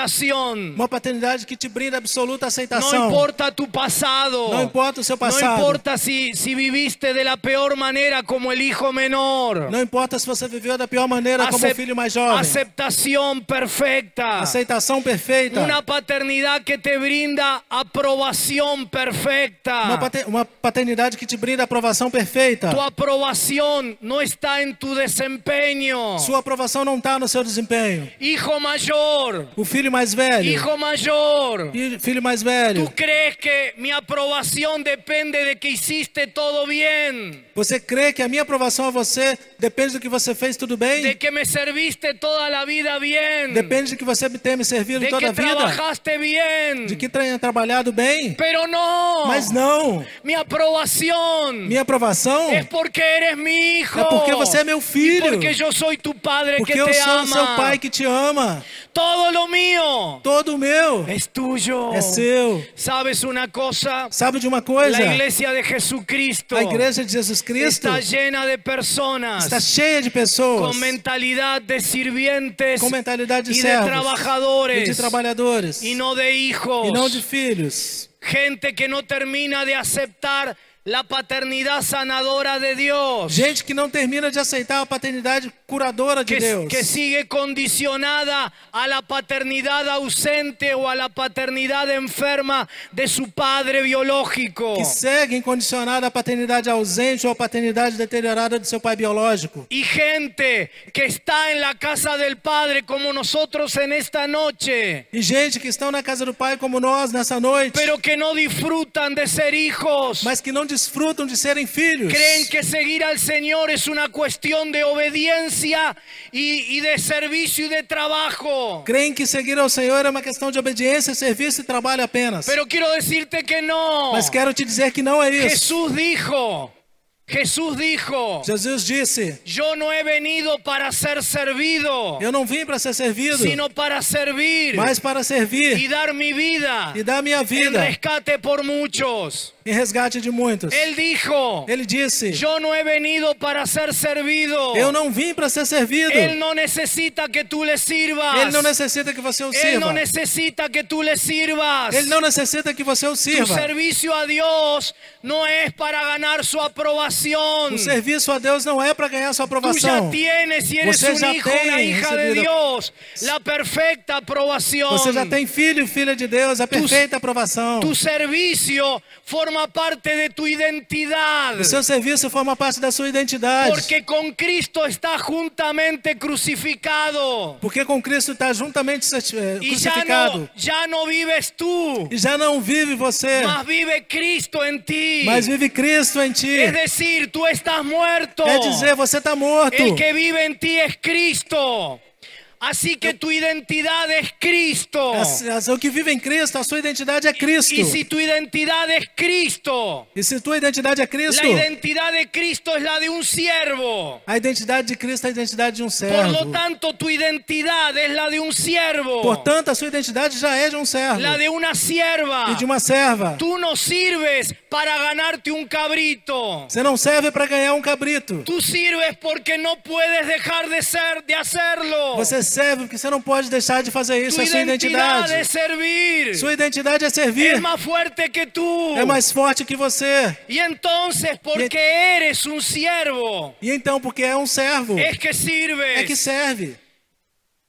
Speaker 4: aceptación.
Speaker 5: uma paternidade que te brinda absoluta
Speaker 4: No
Speaker 5: aceitação.
Speaker 4: importa tu pasado.
Speaker 5: No importa tu pasado.
Speaker 4: No importa si, si viviste de la peor manera como el hijo menor.
Speaker 5: Não importa se você viveu da pior maneira como
Speaker 4: Acep-
Speaker 5: o filho mais jovem.
Speaker 4: Aceptación perfecta.
Speaker 5: Aceitação perfeita.
Speaker 4: Una paternidad que te brinda aprobación perfecta.
Speaker 5: Uma, pater- uma paternidade que te brinda a aprovação perfeita.
Speaker 4: Tu aprobación no está en tu desempeño.
Speaker 5: Sua aprovação não está no seu desempenho.
Speaker 4: Hijo mayor,
Speaker 5: O filho mais velho.
Speaker 4: hijo mayor,
Speaker 5: E filho mais velho.
Speaker 4: ¿tú crees que mi aprobación depende de que hiciste todo bien?
Speaker 5: Você crê que a minha aprovação a você depende do que você fez tudo bem?
Speaker 4: ¿De que me serviste toda la vida bien?
Speaker 5: Depende de que você tenha me servido
Speaker 4: ¿De
Speaker 5: toda a
Speaker 4: que
Speaker 5: vida?
Speaker 4: trabajaste
Speaker 5: De
Speaker 4: bien?
Speaker 5: que tenha trabalhado bem?
Speaker 4: Pero no,
Speaker 5: Mas não.
Speaker 4: mi aprobación
Speaker 5: Minha aprovação
Speaker 4: es porque eres mi hijo.
Speaker 5: É porque você é meu filho.
Speaker 4: Y É porque yo soy tu padre
Speaker 5: porque
Speaker 4: que
Speaker 5: eu
Speaker 4: te
Speaker 5: sou o
Speaker 4: ama.
Speaker 5: seu pai que te ama.
Speaker 4: Todo lo mío
Speaker 5: Todo meu
Speaker 4: es tuyo.
Speaker 5: é seu.
Speaker 4: ¿Sabes una cosa?
Speaker 5: Sabe de uma coisa?
Speaker 4: La iglesia de Jesucristo
Speaker 5: A igreja de Jesus Cristo
Speaker 4: está llena de personas
Speaker 5: está cheia de pessoas
Speaker 4: con mentalidad de sirvientes
Speaker 5: com mentalidade de
Speaker 4: y de
Speaker 5: servos
Speaker 4: trabajadores
Speaker 5: e de trabalhadores
Speaker 4: y no de hijos.
Speaker 5: e não de filhos.
Speaker 4: Gente que no termina de aceptar la paternidad sanadora de Dios.
Speaker 5: Gente que não termina de aceitar a paternidade curadora de
Speaker 4: Que,
Speaker 5: Deus.
Speaker 4: que sigue condicionada a la paternidad ausente o a la paternidad enferma de su padre biológico.
Speaker 5: que segue incondicionada à paternidade ausente ou à paternidade deteriorada do seu pai biológico.
Speaker 4: y gente que está en la casa del Padre como nosotros en esta noche,
Speaker 5: E gente que estão na casa do pai como nós nessa noite,
Speaker 4: pero que no disfrutan de ser hijos.
Speaker 5: mas que não desfrutam de serem filhos.
Speaker 4: Creen que seguir al Señor es una cuestión de obediencia y, y de servicio y de trabajo.
Speaker 5: Creem que seguir ao Senhor é uma questão de obediência, serviço e trabalho apenas.
Speaker 4: Pero quiero decirte que no.
Speaker 5: Mas quero te dizer que não é isso.
Speaker 4: Jesús dijo, Jesús dijo,
Speaker 5: Jesus disse:
Speaker 4: yo no he venido para ser servido,
Speaker 5: Eu não vim para ser servido,
Speaker 4: sino para servir
Speaker 5: mas para
Speaker 4: y
Speaker 5: servir
Speaker 4: dar mi vida
Speaker 5: e dar minha
Speaker 4: en
Speaker 5: vida
Speaker 4: rescate por muchos.
Speaker 5: em resgate de muitos.
Speaker 4: Él dijo,
Speaker 5: Ele disse:
Speaker 4: yo no he venido para ser servido.
Speaker 5: Eu não vim para ser servido.
Speaker 4: Él
Speaker 5: Ele
Speaker 4: no necesita que tú le sirvas.
Speaker 5: não necessita que você o
Speaker 4: Él no
Speaker 5: sirva.
Speaker 4: necesita que tú le sirvas.
Speaker 5: Ele não necessita que você o
Speaker 4: tu
Speaker 5: sirva.
Speaker 4: servicio a Dios no es para ganar su aprobação.
Speaker 5: O Um serviço a Deus não é para ganhar sua
Speaker 4: Tú ya
Speaker 5: aprovação.
Speaker 4: tienes, si eres
Speaker 5: Você
Speaker 4: un
Speaker 5: já
Speaker 4: hijo,
Speaker 5: tem
Speaker 4: una hija de
Speaker 5: recebido.
Speaker 4: Dios, la perfecta aprobación.
Speaker 5: Você já tem filho e filha de Deus, a perfeita aprovação.
Speaker 4: Tu servicio forma parte de tu identidad.
Speaker 5: O seu serviço forma parte da sua identidade.
Speaker 4: Porque con Cristo está juntamente crucificado.
Speaker 5: Porque com Cristo está juntamente sati- eh,
Speaker 4: Y ya no,
Speaker 5: crucificado.
Speaker 4: ya no vives tú,
Speaker 5: E já não vive você,
Speaker 4: mas vive Cristo en ti.
Speaker 5: mas vive Cristo em ti.
Speaker 4: Es decir, tú estás muerto. é
Speaker 5: Quer dizer, você está tá morto.
Speaker 4: El que vive en ti es Cristo. Así que tu identidad es Cristo.
Speaker 5: As- as- O que vive em Cristo, a sua identidade é Cristo.
Speaker 4: Y si tu identidad es Cristo,
Speaker 5: E se tua identidade é Cristo,
Speaker 4: la identidad de Cristo es la de un siervo.
Speaker 5: a identidade de Cristo é a identidade de um
Speaker 4: Por
Speaker 5: servo.
Speaker 4: lo tanto, tu identidad es la de un siervo,
Speaker 5: Portanto, a sua identidade já é de um servo
Speaker 4: la de una sierva.
Speaker 5: e de uma serva.
Speaker 4: Tú no sirves para ganarte un cabrito.
Speaker 5: Você não serve para ganhar um cabrito.
Speaker 4: Tú sirves porque no puedes dejar de ser, de hacerlo.
Speaker 5: Você serve porque você não pode deixar de fazer isso.
Speaker 4: tu
Speaker 5: É a sua
Speaker 4: identidad
Speaker 5: identidade.
Speaker 4: es servir.
Speaker 5: Sua identidade é
Speaker 4: Es
Speaker 5: servir.
Speaker 4: más fuerte que tú.
Speaker 5: É mais forte que você.
Speaker 4: Y entonces, porque eres un siervo,
Speaker 5: E então, porque é um servo,
Speaker 4: es que sirves.
Speaker 5: é que serve.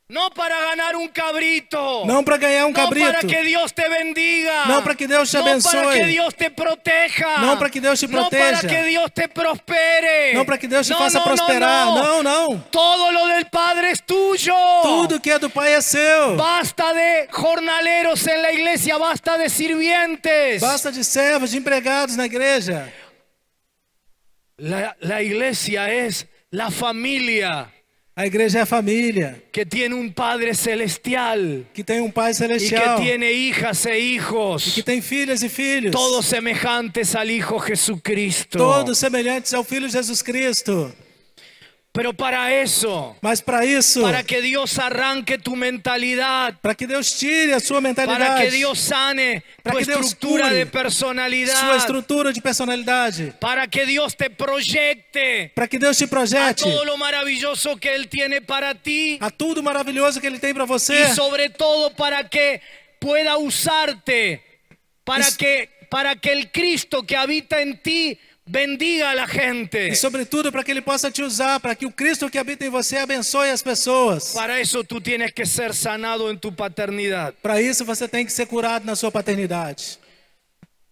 Speaker 4: No para ganar un cabrito.
Speaker 5: Não para ganhar um
Speaker 4: No para
Speaker 5: cabrito.
Speaker 4: que Dios te bendiga.
Speaker 5: No para que Dios te
Speaker 4: No para
Speaker 5: abençoe.
Speaker 4: que Dios te proteja.
Speaker 5: No para que Dios te
Speaker 4: No
Speaker 5: proteja.
Speaker 4: para que Dios te prospere.
Speaker 5: Não para que Deus te
Speaker 4: No,
Speaker 5: faça
Speaker 4: no, no,
Speaker 5: prosperar.
Speaker 4: no.
Speaker 5: Não, não.
Speaker 4: Todo lo del Padre es tuyo.
Speaker 5: Tudo que é do Pai é seu.
Speaker 4: Basta de jornaleros en la iglesia, basta de sirvientes.
Speaker 5: Basta de servos, de empregados na igreja.
Speaker 4: La, la iglesia es la familia
Speaker 5: A igreja é a família,
Speaker 4: que tiene un Padre celestial
Speaker 5: que tem um Pai
Speaker 4: y que
Speaker 5: celestial,
Speaker 4: tiene hijas e hijos.
Speaker 5: que tem filhas e filhos.
Speaker 4: Todos semejantes al Hijo Jesucristo.
Speaker 5: Todos semelhantes ao Filho Jesus Cristo.
Speaker 4: Pero para eso,
Speaker 5: Mas para isso,
Speaker 4: para que Dios arranque tu mentalidad,
Speaker 5: para que Deus tire a sua
Speaker 4: para que
Speaker 5: mentalidade,
Speaker 4: Dios sane
Speaker 5: Para
Speaker 4: tu
Speaker 5: que Deus
Speaker 4: estructura
Speaker 5: cure
Speaker 4: de
Speaker 5: sua
Speaker 4: personalidad,
Speaker 5: estrutura de personalidade,
Speaker 4: para que Dios te proyecte
Speaker 5: para que Deus te
Speaker 4: a
Speaker 5: projete
Speaker 4: todo lo maravilloso que Él tiene para ti
Speaker 5: a tudo maravilhoso que Ele tem para você
Speaker 4: y sobre todo para que pueda usarte, para
Speaker 5: Y-
Speaker 4: que, para que el Cristo que habita en ti bendiga a la gente.
Speaker 5: e, sobretudo, para que Ele possa te usar, para que o Cristo que habita em você abençoe as pessoas.
Speaker 4: Para eso tú tienes que ser sanado en tu paternidad.
Speaker 5: Para isso, você tem que ser curado na sua paternidade.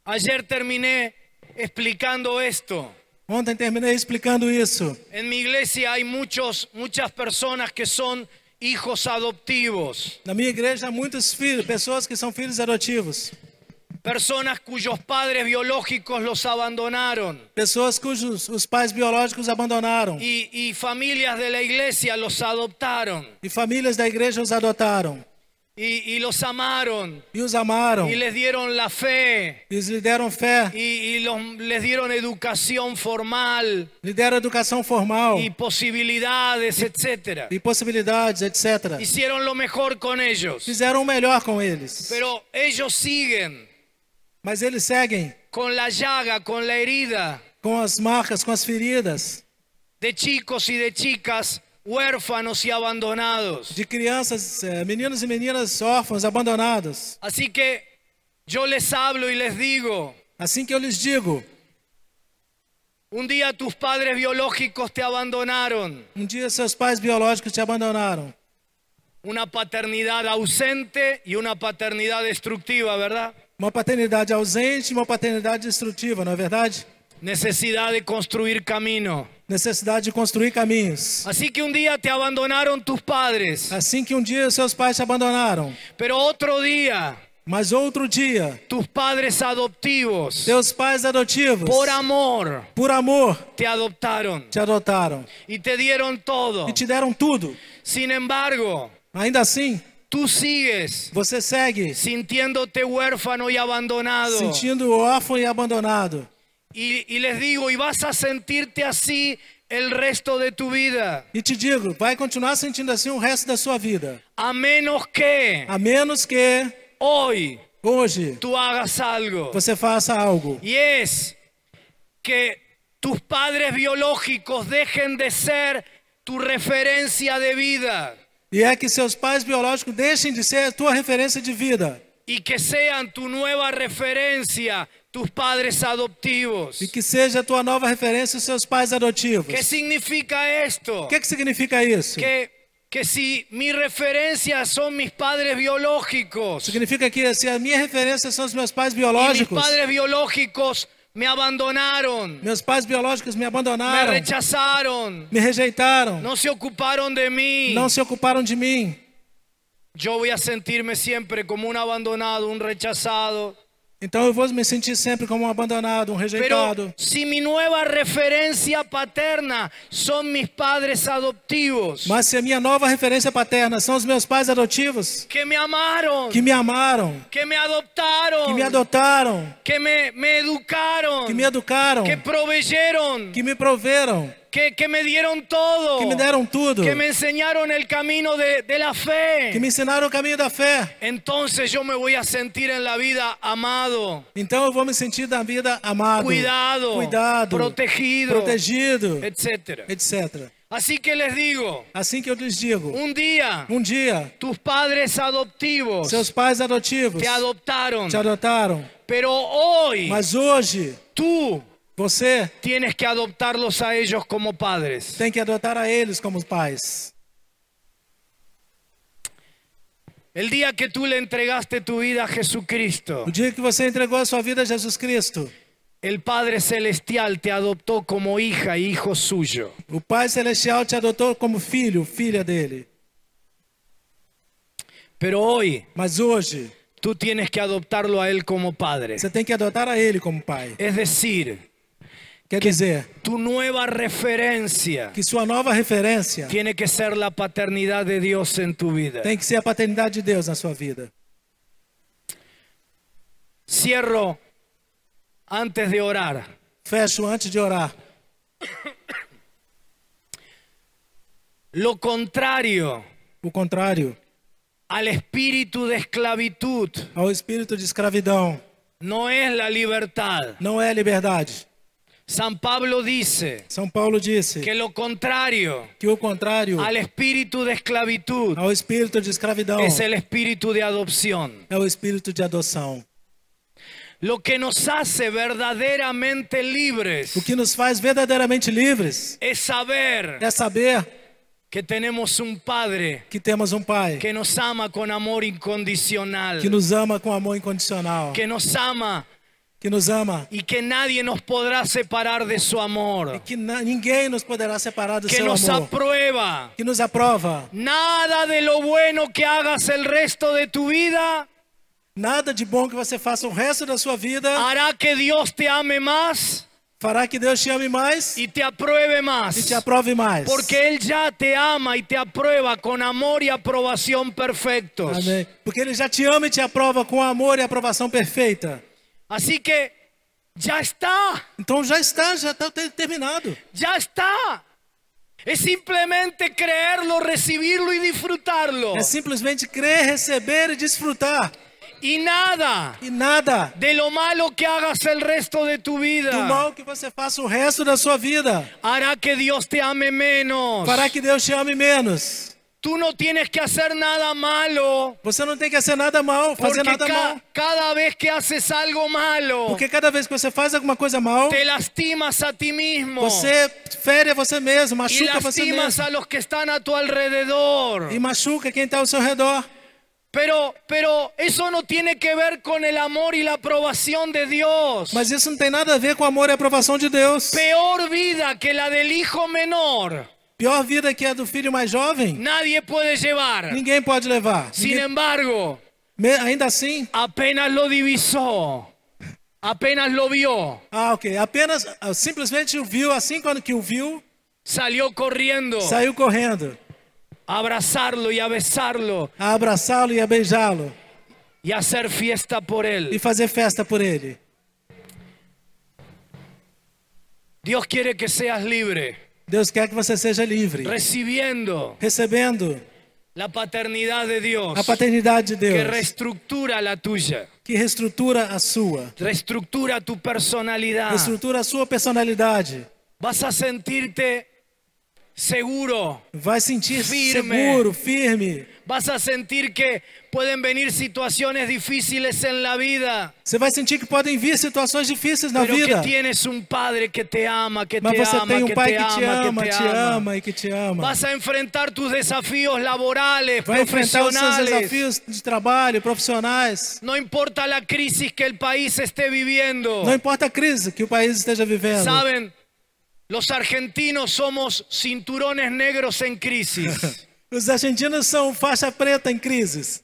Speaker 4: Ayer terminé explicando esto.
Speaker 5: Ontem terminei explicando isso.
Speaker 4: En mi iglesia hay muchos, muchas personas que son hijos adoptivos,
Speaker 5: Na minha igreja há muitos filhos, pessoas que são filhos adotivos,
Speaker 4: personas cuyos padres biológicos los abandonaron
Speaker 5: pessoas cujos os pais biológicos abandonaram
Speaker 4: y, y familias de la iglesia los adoptaron
Speaker 5: e famílias da igreja os adotaram
Speaker 4: y, y los amaron
Speaker 5: e os amaram
Speaker 4: y les dieron la fe
Speaker 5: e os lhe deram fé,
Speaker 4: y, y los- les dieron educación formal
Speaker 5: lhe deram educação formal
Speaker 4: y posibilidades, etc.
Speaker 5: e possibilidades, etc.
Speaker 4: Hicieron lo mejor con ellos,
Speaker 5: Fizeram o melhor com eles,
Speaker 4: pero ellos siguen
Speaker 5: mas eles seguem
Speaker 4: con la llaga, con la herida
Speaker 5: com as marcas, com as feridas
Speaker 4: de chicos y de chicas huérfanos y abandonados.
Speaker 5: de crianças, eh, meninos e meninas órfãos, abandonados.
Speaker 4: Así que yo les hablo y les digo,
Speaker 5: Assim que eu lhes digo,
Speaker 4: un día tus padres biológicos te abandonaron,
Speaker 5: um dia seus pais biológicos te abandonaram.
Speaker 4: una paternidad ausente y una paternidad destructiva, ¿verdad?
Speaker 5: Uma paternidade ausente, uma paternidade destrutiva, não é verdade?
Speaker 4: Necesidad de construir camino.
Speaker 5: Necessidade de construir caminhos.
Speaker 4: Así que un día te abandonaron tus padres,
Speaker 5: Assim que um dia seus pais te abandonaram,
Speaker 4: pero otro día
Speaker 5: mas outro dia,
Speaker 4: tus padres adoptivos,
Speaker 5: seus pais adotivos,
Speaker 4: por amor,
Speaker 5: por amor,
Speaker 4: te adoptaron
Speaker 5: te adotaram
Speaker 4: y te dieron todo.
Speaker 5: e te deram tudo.
Speaker 4: Sin embargo,
Speaker 5: Ainda assim,
Speaker 4: Tú sigues
Speaker 5: você segue
Speaker 4: sintiéndote huérfano y abandonado.
Speaker 5: sentindo órfão e abandonado.
Speaker 4: Y, y les digo, y vas a sentirte así el resto de tu vida.
Speaker 5: E te digo, vai continuar sentindo assim o resto da sua vida,
Speaker 4: A menos que
Speaker 5: a menos que
Speaker 4: hoy
Speaker 5: hoje
Speaker 4: tú hagas algo.
Speaker 5: você faça algo.
Speaker 4: Y es que tus padres biológicos dejen de ser tu referencia de vida.
Speaker 5: E é que seus pais biológicos deixem de ser a tua referência de vida.
Speaker 4: Y que sean tu nueva referencia tus padres adoptivos.
Speaker 5: E que pues, seja a tua nova referência os seus pais adotivos.
Speaker 4: ¿Qué significa esto?
Speaker 5: O que, que significa isso?
Speaker 4: que, que si mi referencia son mis padres biológicos
Speaker 5: Significa que se a minha referência são os meus pais
Speaker 4: y mis
Speaker 5: biológicos,
Speaker 4: padres biológicos me abandonaron,
Speaker 5: meus pais biológicos me
Speaker 4: me
Speaker 5: abandonaram,
Speaker 4: rechazaron,
Speaker 5: me rejeitaram,
Speaker 4: no se ocuparon de mí,
Speaker 5: não se ocuparam de mim,
Speaker 4: yo voy a sentirme siempre como un abandonado, un rechazado,
Speaker 5: Então eu vou me sentir sempre como um abandonado, um rejeitado.
Speaker 4: Pero si mi nueva referencia paterna son mis padres adoptivos
Speaker 5: Mas se a minha nova referência paterna são os meus pais adotivos,
Speaker 4: que me amaron,
Speaker 5: que me amaram,
Speaker 4: que me adoptaron,
Speaker 5: que me adotaram,
Speaker 4: que me, me educaron,
Speaker 5: que me educaram,
Speaker 4: que proveyeron,
Speaker 5: que me proveram,
Speaker 4: que, que me dieron todo,
Speaker 5: que me deram tudo,
Speaker 4: que me enseñaron el camino de, de la fe.
Speaker 5: que me ensinaram o caminho da fé.
Speaker 4: Entonces yo me voy a sentir en la vida amado,
Speaker 5: Então eu vou me sentir da vida amado,
Speaker 4: cuidado,
Speaker 5: cuidado,
Speaker 4: protegido,
Speaker 5: protegido,
Speaker 4: etc.
Speaker 5: etc.
Speaker 4: Así que les digo,
Speaker 5: Assim que eu lhes digo,
Speaker 4: un día
Speaker 5: um dia
Speaker 4: tus padres adoptivos
Speaker 5: seus pais adotivos
Speaker 4: te adoptaron,
Speaker 5: te adotaram,
Speaker 4: pero hoy
Speaker 5: mas hoje
Speaker 4: tú
Speaker 5: você
Speaker 4: tienes que adoptarlos a ellos como padres.
Speaker 5: tem que adotar a eles como pais.
Speaker 4: El día que tú le entregaste tu vida a Jesucristo,
Speaker 5: No dia que você entregou a sua vida a Jesus Cristo,
Speaker 4: el Padre Celestial te adoptó como hija e hijo suyo.
Speaker 5: o Pai Celestial te adotou como filho, filha dele.
Speaker 4: Pero hoy
Speaker 5: Mas hoje
Speaker 4: tú tienes que adoptarlo a él como padre.
Speaker 5: você tem que adotar a ele como pai.
Speaker 4: Es decir,
Speaker 5: Quer dizer,
Speaker 4: tu nueva referencia
Speaker 5: que sua nova referência
Speaker 4: tiene que ser la paternidad de Dios en tu vida.
Speaker 5: tem que ser a paternidade de Deus na sua vida.
Speaker 4: Cierro antes de orar.
Speaker 5: Fecho antes de orar.
Speaker 4: Lo contrario
Speaker 5: O contrário
Speaker 4: al espíritu de esclavitud
Speaker 5: ao espírito de escravidão
Speaker 4: no es la libertad.
Speaker 5: não é liberdade.
Speaker 4: San Pablo dice
Speaker 5: São Paulo disse
Speaker 4: que lo contrario
Speaker 5: que o contrário
Speaker 4: al espíritu de esclavitud
Speaker 5: ao espírito de escravidão
Speaker 4: es el espíritu de adopción.
Speaker 5: é o espírito de adoção.
Speaker 4: Lo que nos hace verdaderamente libres
Speaker 5: O que nos faz verdadeiramente livres
Speaker 4: es saber
Speaker 5: é saber
Speaker 4: que tenemos un Padre
Speaker 5: que temos um Pai
Speaker 4: que nos ama con amor incondicional,
Speaker 5: que nos ama com amor incondicional,
Speaker 4: que nos ama
Speaker 5: que nos ama
Speaker 4: y que nadie nos podrá separar de su amor,
Speaker 5: que na- ninguém nos poderá separar do
Speaker 4: que
Speaker 5: seu
Speaker 4: nos
Speaker 5: amor,
Speaker 4: aprueba.
Speaker 5: que nos aprova.
Speaker 4: Nada de lo bueno que hagas el resto de tu vida
Speaker 5: Nada de bom que você faça o resto da sua vida
Speaker 4: hará que Dios te ame más
Speaker 5: fará que Deus te ame mais
Speaker 4: y te apruebe
Speaker 5: e
Speaker 4: más.
Speaker 5: te aprove mais.
Speaker 4: Porque Él ya te ama y te aprueba con amor y aprobación perfectos.
Speaker 5: Amém. Porque Ele já te ama e te aprova com amor e aprovação perfeita.
Speaker 4: Así que ya está,
Speaker 5: Então já está, já está ter- terminado.
Speaker 4: ya está. Es simplemente creerlo, recibirlo y disfrutarlo.
Speaker 5: É simplesmente crer, receber e desfrutar.
Speaker 4: Y nada
Speaker 5: E nada
Speaker 4: de lo malo que hagas el resto de tu
Speaker 5: do
Speaker 4: vida
Speaker 5: mal que você faça o resto da sua vida
Speaker 4: hará que Dios te ame menos.
Speaker 5: fará que Deus te ame menos.
Speaker 4: Tú no tienes que hacer nada malo.
Speaker 5: Você não tem que fazer nada mal, fazer
Speaker 4: Porque
Speaker 5: nada
Speaker 4: ca-
Speaker 5: mal.
Speaker 4: cada vez que haces algo malo,
Speaker 5: Porque cada vez que você faz alguma coisa mal,
Speaker 4: te lastimas a ti mismo.
Speaker 5: você fere a você mesmo,
Speaker 4: y
Speaker 5: machuca você
Speaker 4: lastimas
Speaker 5: mesmo.
Speaker 4: a los que están a tu alrededor.
Speaker 5: E machuca quem está ao seu redor.
Speaker 4: Pero, pero eso no tiene que ver con el amor y la aprobación de Dios.
Speaker 5: Mas isso não tem nada a ver com o amor e a aprovação de Deus.
Speaker 4: Peor vida que la del hijo menor
Speaker 5: Pior vida que a do filho mais jovem,
Speaker 4: nadie puede llevar.
Speaker 5: ninguém pode levar.
Speaker 4: Sin
Speaker 5: Ninguém-
Speaker 4: embargo,
Speaker 5: Me- Ainda assim,
Speaker 4: apenas lo divisó, apenas lo vio,
Speaker 5: ah, ok. Apenas, ah, simplesmente o viu, assim quando que o viu,
Speaker 4: salió corriendo
Speaker 5: saiu correndo
Speaker 4: a abrazarlo y a besarlo
Speaker 5: a abraçá-lo e a beijá-lo
Speaker 4: y a hacer fiesta por
Speaker 5: e
Speaker 4: él.
Speaker 5: fazer festa por ele.
Speaker 4: Dios quiere que seas libre,
Speaker 5: Deus quer que você seja livre,
Speaker 4: recibiendo
Speaker 5: recebendo
Speaker 4: la paternidad de Dios
Speaker 5: a paternidade de
Speaker 4: que
Speaker 5: Deus,
Speaker 4: reestructura la tuya.
Speaker 5: que reestrutura a sua,
Speaker 4: Reestructura tu personalidad.
Speaker 5: reestrutura a sua personalidade.
Speaker 4: Vas a sentirte seguro.
Speaker 5: Vai sentir
Speaker 4: Firme.
Speaker 5: seguro, firme.
Speaker 4: Vas a sentir que pueden venir situaciones difíciles en la vida.
Speaker 5: Você vai sentir que podem vir situações difíceis na
Speaker 4: pero
Speaker 5: vida.
Speaker 4: que tienes un padre que te ama, que
Speaker 5: Mas
Speaker 4: te
Speaker 5: você
Speaker 4: ama,
Speaker 5: tem um
Speaker 4: que,
Speaker 5: pai
Speaker 4: te
Speaker 5: que te
Speaker 4: ama,
Speaker 5: ama,
Speaker 4: que te
Speaker 5: te ama e que te ama.
Speaker 4: Vas a enfrentar tus desafíos laborales,
Speaker 5: Vai enfrentar os seus
Speaker 4: profesionales.
Speaker 5: desafios de trabalho, profissionais.
Speaker 4: No importa la crisis que el país esté viviendo.
Speaker 5: Não importa a crise que o país esteja vivendo.
Speaker 4: Saben, los argentinos somos cinturones negros en crisis.
Speaker 5: Os argentinos são faixa preta em crises.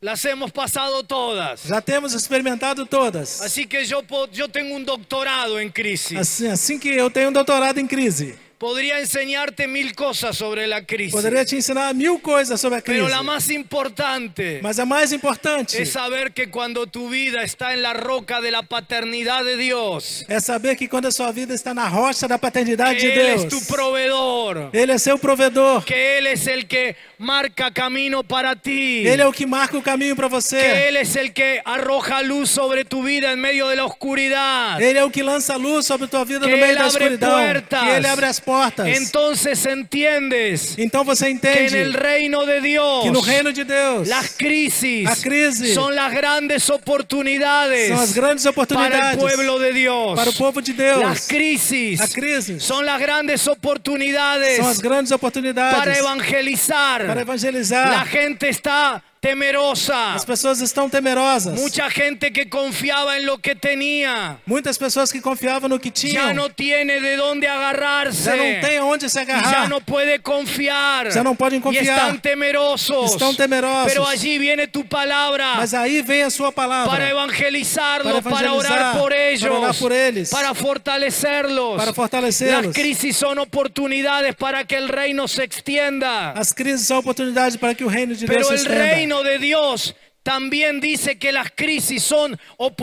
Speaker 4: Las hemos pasado todas.
Speaker 5: Já temos experimentado todas.
Speaker 4: Así que yo, po- yo tengo un doctorado en crisis.
Speaker 5: Assim, assim que eu tenho um doutorado em crise,
Speaker 4: Podría enseñarte mil cosas sobre la crisis.
Speaker 5: poderia te ensinar mil coisas sobre a crise.
Speaker 4: Pero la más importante
Speaker 5: Mas a mais importante
Speaker 4: es saber que cuando tu vida está en la roca de la paternidad de Dios,
Speaker 5: é saber que quando a sua vida está na rocha da paternidade de
Speaker 4: que Él es
Speaker 5: Deus,
Speaker 4: é tu proveedor,
Speaker 5: Ele é seu provedor.
Speaker 4: que Él es el que marca camino para ti,
Speaker 5: Ele é o que marca o caminho para
Speaker 4: que
Speaker 5: você.
Speaker 4: Él es el que arroja luz sobre tu vida en medio de la oscuridad.
Speaker 5: Ele é o que lança a luz sobre a tua vida
Speaker 4: Que
Speaker 5: no meio
Speaker 4: ele
Speaker 5: da
Speaker 4: abre
Speaker 5: escuridão.
Speaker 4: puertas.
Speaker 5: Que ele abre as portas.
Speaker 4: Entonces entiendes
Speaker 5: então você
Speaker 4: que
Speaker 5: entende
Speaker 4: en el reino de Dios
Speaker 5: que no reino de Deus
Speaker 4: Las crisis,
Speaker 5: Las crisis
Speaker 4: son las grandes oportunidades
Speaker 5: são as grandes oportunidades
Speaker 4: para el pueblo de Dios.
Speaker 5: para o povo de Deus.
Speaker 4: Las crisis
Speaker 5: Las crisis
Speaker 4: son las grandes oportunidades
Speaker 5: são as grandes oportunidades
Speaker 4: para evangelizar.
Speaker 5: para evangelizar.
Speaker 4: La gente está temerosa.
Speaker 5: As pessoas estão temerosas.
Speaker 4: Mucha gente que confiaba en lo que tenía
Speaker 5: Muitas pessoas que confiavam no que tinham
Speaker 4: ya no tiene de dónde agarrarse.
Speaker 5: já não têm onde se
Speaker 4: y ya
Speaker 5: agarrar.
Speaker 4: no puede confiar.
Speaker 5: Ya no pueden confiar.
Speaker 4: Y están temerosos.
Speaker 5: Estão temerosos.
Speaker 4: Pero allí viene tu palabra
Speaker 5: Mas aí vem a sua palavra
Speaker 4: para evangelizarlos,
Speaker 5: Para
Speaker 4: para orar
Speaker 5: evangelizar,
Speaker 4: por
Speaker 5: para
Speaker 4: ellos,
Speaker 5: orar por eles.
Speaker 4: para fortalecerlos.
Speaker 5: para
Speaker 4: Las
Speaker 5: fortalecê-los.
Speaker 4: crisis son oportunidades para que el reino se extienda.
Speaker 5: As crises são oportunidade para que o reino de Deus
Speaker 4: Pero
Speaker 5: se
Speaker 4: el
Speaker 5: estenda.
Speaker 4: reino de Dios también dice que las crisis son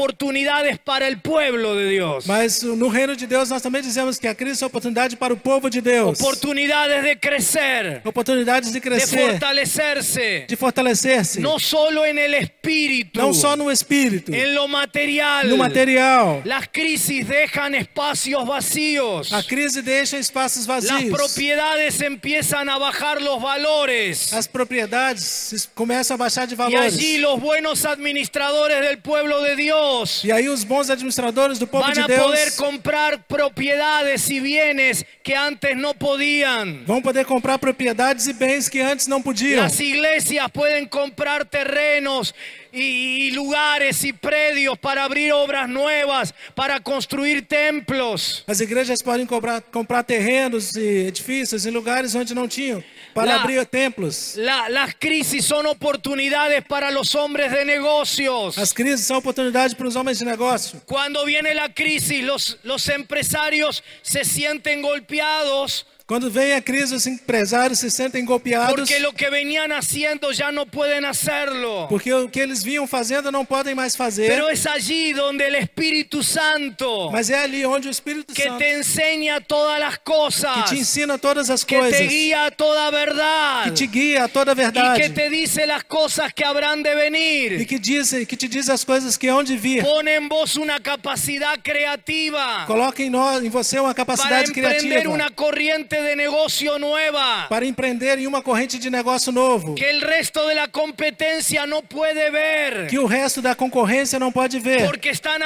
Speaker 4: oportunidades para el pueblo de Dios.
Speaker 5: Mas no reino de Deus nós também dizemos que a crise é oportunidade para o povo de Deus.
Speaker 4: Oportunidades de crecer,
Speaker 5: Oportunidades de
Speaker 4: de
Speaker 5: crescer,
Speaker 4: fortalecerse,
Speaker 5: de fortalecer-se.
Speaker 4: no solo en el espíritu,
Speaker 5: Não só no espírito,
Speaker 4: en lo material.
Speaker 5: no material.
Speaker 4: Las crisis dejan espacios vacíos.
Speaker 5: A crise deixa espaços
Speaker 4: Las
Speaker 5: vazios.
Speaker 4: propiedades empiezan a bajar los valores.
Speaker 5: As propriedades começam a baixar de
Speaker 4: Y
Speaker 5: valores.
Speaker 4: allí los buenos administradores del pueblo de Dios
Speaker 5: E aí os bons administradores do povo
Speaker 4: van
Speaker 5: de
Speaker 4: a poder
Speaker 5: Deus
Speaker 4: comprar propiedades y bienes que antes no podían.
Speaker 5: vão poder comprar propriedades e bens que antes não podiam.
Speaker 4: Las iglesias pueden comprar terrenos y, y lugares y predios para abrir obras nuevas, para construir templos.
Speaker 5: As igrejas podem comprar, comprar terrenos e edifícios em lugares onde não tinham, para
Speaker 4: Lá.
Speaker 5: abrir templos.
Speaker 4: La- las crisis son oportunidades para los hombres de negocios.
Speaker 5: As crises são oportunidade para os homens de negócio.
Speaker 4: Cuando viene la crisis, los, los empresarios se sienten golpeados
Speaker 5: Quando vem a crise, os empresários se sentem golpeados
Speaker 4: porque lo que venían haciendo ya no pueden hacerlo.
Speaker 5: porque o que eles vinham fazendo não podem mais fazer.
Speaker 4: Pero es allí donde el Espíritu Santo,
Speaker 5: Mas é ali onde o Espírito
Speaker 4: que
Speaker 5: Santo
Speaker 4: te enseña todas las cosas,
Speaker 5: te ensina todas as
Speaker 4: que
Speaker 5: coisas,
Speaker 4: te guía a toda verdad,
Speaker 5: que te guia a toda a
Speaker 4: y
Speaker 5: verdade
Speaker 4: que te dice las cosas que habrán de
Speaker 5: e
Speaker 4: venir,
Speaker 5: que, diz, que te diz as coisas que hão de vir.
Speaker 4: pone en vos una capacidad creativa
Speaker 5: Coloca em, nós, em você uma
Speaker 4: para
Speaker 5: capacidade
Speaker 4: emprender
Speaker 5: criativa
Speaker 4: una corriente de negocio nueva.
Speaker 5: para empreender em uma corrente de negócio novo
Speaker 4: que el resto de la competencia no puede ver
Speaker 5: que o resto da concorrência não pode ver
Speaker 4: porque están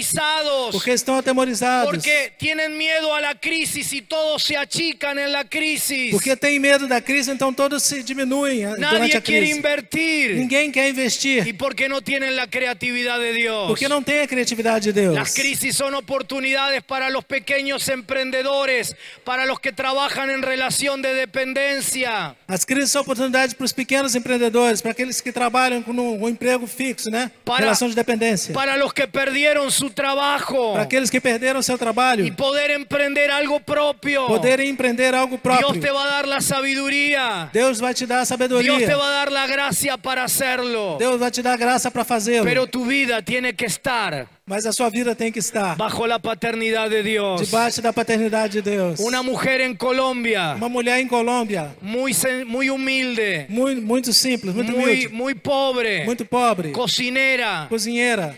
Speaker 4: atemorizados
Speaker 5: porque estão atemorizados.
Speaker 4: porque tienen miedo a la crisis y todos se achican en la crisis
Speaker 5: Porque tem medo da crise, então todos se diminuem ah, durante
Speaker 4: nadie
Speaker 5: a
Speaker 4: quiere
Speaker 5: crise.
Speaker 4: invertir
Speaker 5: Ninguém quer
Speaker 4: y
Speaker 5: investir
Speaker 4: porque no tienen la creatividad de Dios
Speaker 5: porque não tem a criatividade de Deus.
Speaker 4: las crisis son oportunidades para los pequeños emprendedores, para los que trabajan en relación de dependencia,
Speaker 5: As crises são oportunidade para os pequenos empreendedores, para aqueles que trabalham com um, um emprego fixo, né?
Speaker 4: Para-
Speaker 5: Relação de dependência.
Speaker 4: para los que perdieron su trabajo
Speaker 5: Para aqueles que perderam seu
Speaker 4: y
Speaker 5: trabalho,
Speaker 4: poder emprender algo propio.
Speaker 5: poderem empreender algo
Speaker 4: Dios
Speaker 5: próprio.
Speaker 4: te va a dar la sabiduría.
Speaker 5: Deus vai te dar a
Speaker 4: Dios te
Speaker 5: sabedoria.
Speaker 4: va a dar la gracia para hacerlo.
Speaker 5: Deus vai te dar a graça para fazê-lo.
Speaker 4: Pero tu vida tiene que estar
Speaker 5: Mas a sua vida tem que estar
Speaker 4: bajo la paternidad de Dios.
Speaker 5: debaixo da paternidade de Deus.
Speaker 4: Una mujer en Colombia,
Speaker 5: Uma mulher em Colômbia,
Speaker 4: muy, sen- muy humilde,
Speaker 5: muito, muito simples, muito
Speaker 4: muy,
Speaker 5: humilde,
Speaker 4: muy pobre,
Speaker 5: muito pobre,
Speaker 4: cocinera,
Speaker 5: cozinheira,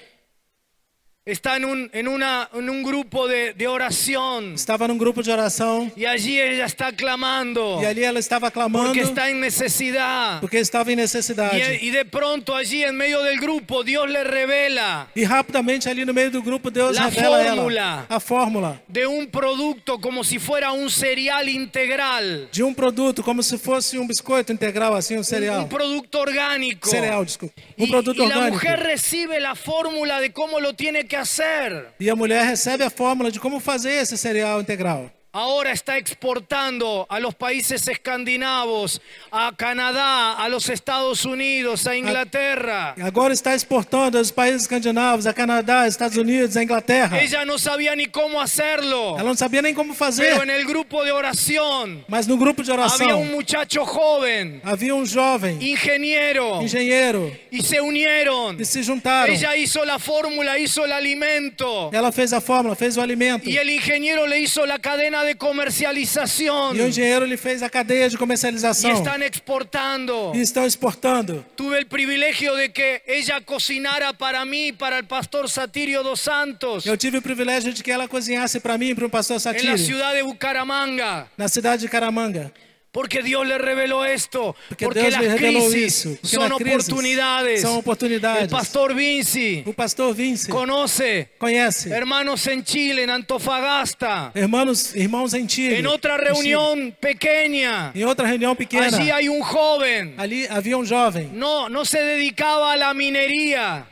Speaker 4: está en un, en una, en un grupo de, de oración
Speaker 5: estava num grupo de oração
Speaker 4: y allí ella está clamando
Speaker 5: e ali ela estava clamando
Speaker 4: porque está é en necesidad.
Speaker 5: porque estava em necessidade.
Speaker 4: Y, y de pronto allí en medio del grupo Dios le revela
Speaker 5: E rapidamente ali no meio do grupo Deus
Speaker 4: La
Speaker 5: revela
Speaker 4: fórmula.
Speaker 5: ela a fórmula
Speaker 4: de un producto como si fuera un cereal integral,
Speaker 5: de um produto como se fosse um biscoito integral assim, um
Speaker 4: un,
Speaker 5: cereal.
Speaker 4: un producto orgánico.
Speaker 5: Cereal, desculpa. Um
Speaker 4: Y,
Speaker 5: produto
Speaker 4: y la
Speaker 5: orgânico.
Speaker 4: mujer recibe la fórmula de cómo lo tiene que hacer.
Speaker 5: E a mulher recebe a fórmula de como fazer esse cereal integral.
Speaker 4: ahora está exportando a los países escandinavos, a Canadá, a los Estados Unidos, a Inglaterra.
Speaker 5: Agora está exportando aos países escandinavos, a Canadá, Estados Unidos, a Inglaterra.
Speaker 4: Ella no sabía ni cómo hacerlo,
Speaker 5: Ela não sabia nem como
Speaker 4: pero en
Speaker 5: fazer,
Speaker 4: el grupo de oración
Speaker 5: mas no grupo de
Speaker 4: había un
Speaker 5: oração
Speaker 4: muchacho joven,
Speaker 5: havia um jovem
Speaker 4: ingeniero,
Speaker 5: engenheiro
Speaker 4: y se unieron.
Speaker 5: e se juntaram.
Speaker 4: Ella hizo la fórmula, hizo el alimento.
Speaker 5: Ela fez a fórmula, fez o alimento.
Speaker 4: Y
Speaker 5: E
Speaker 4: el ingeniero le hizo la cadena de comercialización.
Speaker 5: o engenheiro ele fez a cadeia de
Speaker 4: Y
Speaker 5: comercialização.
Speaker 4: están exportando.
Speaker 5: E estão exportando.
Speaker 4: Tuve el privilegio de que ella cocinara para mí, para el pastor Satirio dos Santos,
Speaker 5: Eu tive o privilégio de que ela cozinhasse para mim, para o pastor
Speaker 4: en la
Speaker 5: Satiri,
Speaker 4: ciudad de Bucaramanga.
Speaker 5: na cidade de Caramanga.
Speaker 4: Porque Dios le revelou esto.
Speaker 5: Porque
Speaker 4: Porque,
Speaker 5: Deus lhe
Speaker 4: las
Speaker 5: revelou
Speaker 4: crisis
Speaker 5: isso, que
Speaker 4: son
Speaker 5: na crisis
Speaker 4: oportunidades.
Speaker 5: são oportunidades.
Speaker 4: El pastor Vinci
Speaker 5: O pastor Vince
Speaker 4: conoce
Speaker 5: conhece
Speaker 4: hermanos en Chile, en Antofagasta,
Speaker 5: irmãos, irmãos em Chile.
Speaker 4: en otra
Speaker 5: em Chile.
Speaker 4: reunión pequeña.
Speaker 5: Em outra reunião pequena.
Speaker 4: Allí hay un joven.
Speaker 5: Ali havia um jovem.
Speaker 4: No, no se dedicaba a la minería.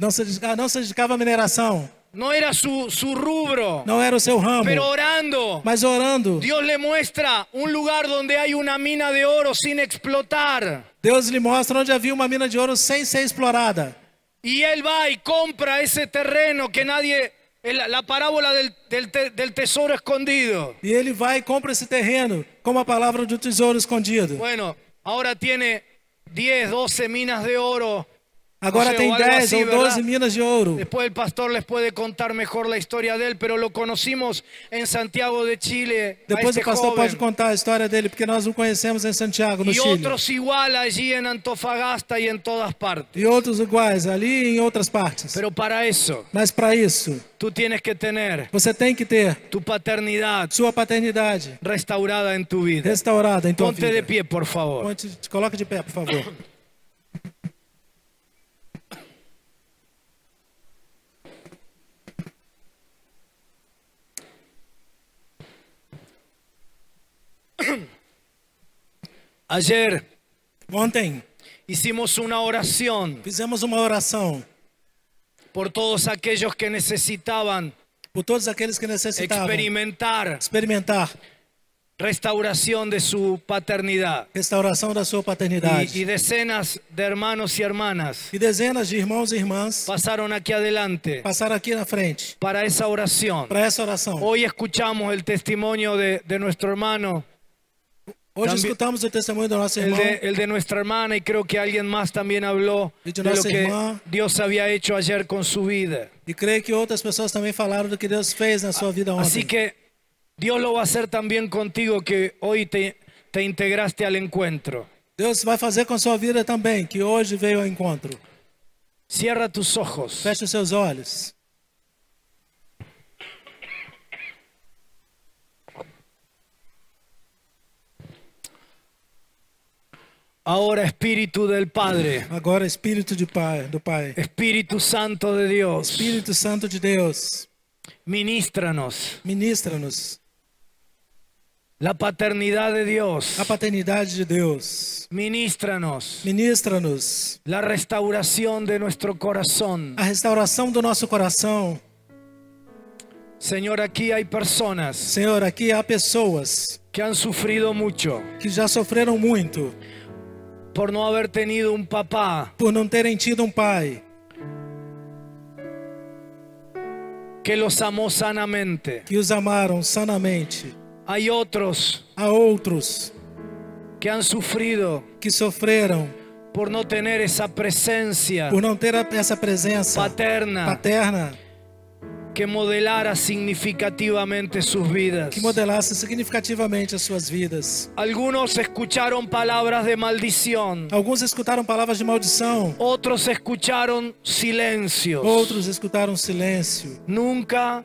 Speaker 5: Não se, dedica- não se dedicava à mineração.
Speaker 4: No era su, su rubro.
Speaker 5: Não era o seu ramo.
Speaker 4: Pero orando,
Speaker 5: Mas orando,
Speaker 4: Dios le muestra un lugar donde hay una mina de oro sin explotar.
Speaker 5: Deus lhe mostra onde havia uma mina de ouro sem ser explorada.
Speaker 4: Y él va y compra ese terreno que nadie... el- la parábola del, del te- del tesoro escondido.
Speaker 5: E ele vai e compra esse terreno, como a palavra do tesouro escondido.
Speaker 4: Bueno, ahora tiene 10, 12 minas de oro.
Speaker 5: Agora
Speaker 4: Não sei,
Speaker 5: tem
Speaker 4: ou algo
Speaker 5: 10
Speaker 4: assim,
Speaker 5: ou 12
Speaker 4: verdade?
Speaker 5: minas de ouro.
Speaker 4: Después el pastor les puede contar mejor la historia de él, pero lo conocimos en Santiago de Chile. a
Speaker 5: Depois
Speaker 4: este
Speaker 5: o pastor
Speaker 4: joven.
Speaker 5: pode contar a história dele, porque nós o conhecemos em Santiago, no
Speaker 4: y
Speaker 5: Chile.
Speaker 4: otros igual allí en Antofagasta y en todas partes.
Speaker 5: E outros iguais, ali e em outras partes.
Speaker 4: Pero para eso,
Speaker 5: Mas para isso,
Speaker 4: tú tienes que tener
Speaker 5: você tem que ter
Speaker 4: tu paternidad
Speaker 5: sua paternidade
Speaker 4: restaurada en tu vida.
Speaker 5: restaurada em tua
Speaker 4: Ponte de
Speaker 5: vida.
Speaker 4: pie, por favor.
Speaker 5: Ponte, te coloca de pé,
Speaker 4: [coughs]
Speaker 5: por favor.
Speaker 4: Ayer
Speaker 5: Ontem,
Speaker 4: hicimos una oración
Speaker 5: fizemos uma oração
Speaker 4: por todos aquellos que necesitaban
Speaker 5: por todos aqueles que necessitavam
Speaker 4: experimentar
Speaker 5: experimentar
Speaker 4: restauración de su paternidad.
Speaker 5: restauração da sua
Speaker 4: Y, y
Speaker 5: paternidade.
Speaker 4: decenas de hermanos y hermanas
Speaker 5: E dezenas de irmãos e irmãs
Speaker 4: pasaron aquí adelante
Speaker 5: passaram aqui na frente
Speaker 4: para esa oración.
Speaker 5: para essa oração.
Speaker 4: Hoy escuchamos el testimonio de, de nuestro hermano,
Speaker 5: Hoje
Speaker 4: Tambi-
Speaker 5: escutamos o testemunho do nosso
Speaker 4: el
Speaker 5: irmão.
Speaker 4: de, el de nuestra hermana y creo que alguien más también habló
Speaker 5: Y
Speaker 4: de
Speaker 5: tu
Speaker 4: lo
Speaker 5: nuestra
Speaker 4: que
Speaker 5: hermana.
Speaker 4: Dios había hecho ayer con su vida.
Speaker 5: E creio que outras pessoas também falaram do que Deus fez na sua vida
Speaker 4: Así
Speaker 5: ontem.
Speaker 4: Assim que Dios lo va a hacer también contigo que hoy te, te integraste al encuentro.
Speaker 5: Deus vai fazer com a sua vida também, que hoje veio ao encontro.
Speaker 4: Cierra tus ojos.
Speaker 5: Feche os seus olhos.
Speaker 4: Ahora Espíritu del Padre,
Speaker 5: Agora, Espírito de Pai, do Pai,
Speaker 4: Espíritu Santo de Dios,
Speaker 5: Espírito Santo de Deus,
Speaker 4: ministranos
Speaker 5: ministra-nos
Speaker 4: la paternidad de Dios,
Speaker 5: a paternidade de Deus.
Speaker 4: ministranos
Speaker 5: Ministra-nos
Speaker 4: la restauración de nuestro corazón.
Speaker 5: a restauração do nosso coração.
Speaker 4: Señor, aquí hay personas
Speaker 5: Senhor, aqui há pessoas
Speaker 4: que han sufrido mucho
Speaker 5: que já sofreram muito
Speaker 4: por no haber tenido un papá
Speaker 5: por não terem tido um pai
Speaker 4: que los amó sanamente.
Speaker 5: que os amaram sanamente.
Speaker 4: Hay otros
Speaker 5: Há outros
Speaker 4: que han sufrido
Speaker 5: que sofreram
Speaker 4: por no tener esa presencia
Speaker 5: por não ter a- essa presença
Speaker 4: paterna
Speaker 5: paterna
Speaker 4: que modelara significativamente sus vidas.
Speaker 5: que modelasse significativamente as suas vidas.
Speaker 4: Algunos escucharon palabras de maldición,
Speaker 5: Alguns escutaram palavras de maldição,
Speaker 4: otros escucharon silencios.
Speaker 5: outros escutaram silêncio.
Speaker 4: Nunca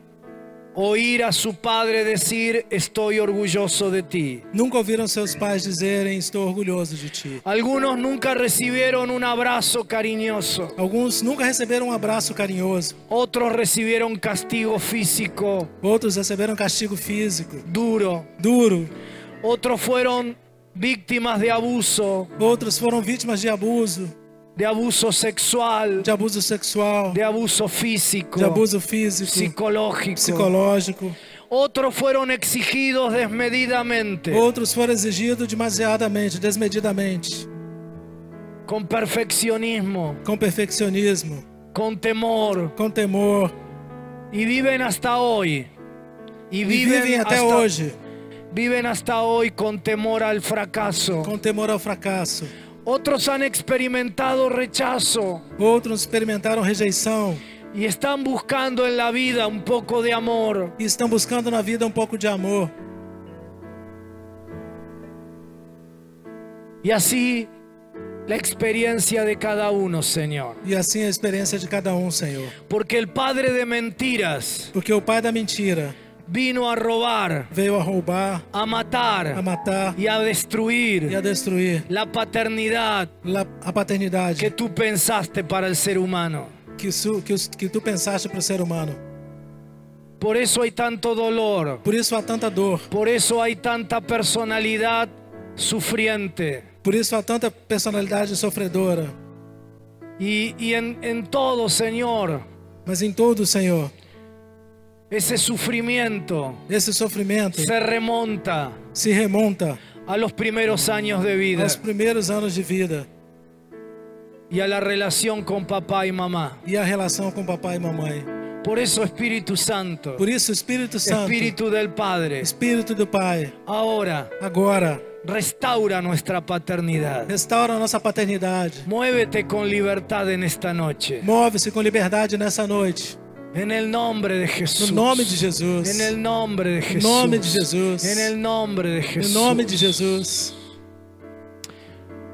Speaker 4: oír a su padre decir estoy orgulloso de ti.
Speaker 5: Nunca ouviram seus pais dizerem: Estou orgulhoso de ti.
Speaker 4: Algunos nunca recibieron un abrazo cariñoso,
Speaker 5: Alguns nunca receberam um abraço carinhoso,
Speaker 4: otros recibieron castigo físico
Speaker 5: outros receberam castigo físico
Speaker 4: duro,
Speaker 5: duro,
Speaker 4: otros fueron víctimas de abuso,
Speaker 5: outros foram vítimas de abuso,
Speaker 4: de abuso sexual,
Speaker 5: de abuso sexual,
Speaker 4: de abuso físico,
Speaker 5: de abuso físico,
Speaker 4: psicológico.
Speaker 5: psicológico.
Speaker 4: Otros fueron exigidos desmedidamente,
Speaker 5: Outros foram exigidos demasiadamente, desmedidamente,
Speaker 4: con perfeccionismo,
Speaker 5: com perfeccionismo,
Speaker 4: con temor,
Speaker 5: com temor,
Speaker 4: y viven hasta hoy. Y
Speaker 5: e
Speaker 4: viven,
Speaker 5: vivem até
Speaker 4: hasta,
Speaker 5: hoje
Speaker 4: viven hasta hoy con temor al fracaso.
Speaker 5: com temor ao fracasso.
Speaker 4: Otros han experimentado rechazo
Speaker 5: Outros experimentaram rejeição
Speaker 4: y están buscando en la vida un poco de amor.
Speaker 5: e estão buscando na vida um pouco de amor.
Speaker 4: Y así la experiencia de cada uno, Señor.
Speaker 5: E assim é a experiência de cada um, Senhor.
Speaker 4: Porque el padre de mentiras
Speaker 5: Porque o pai da mentira
Speaker 4: vino a robar,
Speaker 5: veio a roubar,
Speaker 4: a matar
Speaker 5: a matar
Speaker 4: y a destruir
Speaker 5: e a destruir
Speaker 4: la paternidad
Speaker 5: la- a paternidade
Speaker 4: que tú pensaste para el ser humano.
Speaker 5: que, su- que os- que tu pensaste para o ser humano.
Speaker 4: Por eso hay tanto dolor,
Speaker 5: Por isso há tanta dor,
Speaker 4: por eso hay tanta personalidad sufriente.
Speaker 5: por isso há tanta personalidade sofredora.
Speaker 4: Y, y en, en todo, Señor,
Speaker 5: Mas em todo, Senhor,
Speaker 4: ese sufrimiento
Speaker 5: esse sofrimento
Speaker 4: se remonta
Speaker 5: se remonta
Speaker 4: a los primeros años de vida
Speaker 5: aos primeiros anos de vida
Speaker 4: y a la relación con papá y mamá.
Speaker 5: e a relação com papai e mamãe.
Speaker 4: Por eso, Espíritu Santo,
Speaker 5: Por isso, o Espírito Santo,
Speaker 4: Espíritu del Padre,
Speaker 5: Espírito do Pai,
Speaker 4: ahora
Speaker 5: agora
Speaker 4: restaura nuestra paternidad.
Speaker 5: restaura a nossa paternidade.
Speaker 4: Muévete con libertad en esta noche.
Speaker 5: Move-se com liberdade nessa noite.
Speaker 4: En el nombre de Jesús.
Speaker 5: No nome de Jesus.
Speaker 4: En el nombre de Jesús.
Speaker 5: nome de Jesus.
Speaker 4: En el nombre de
Speaker 5: Em
Speaker 4: Jesús.
Speaker 5: nome de Jesus.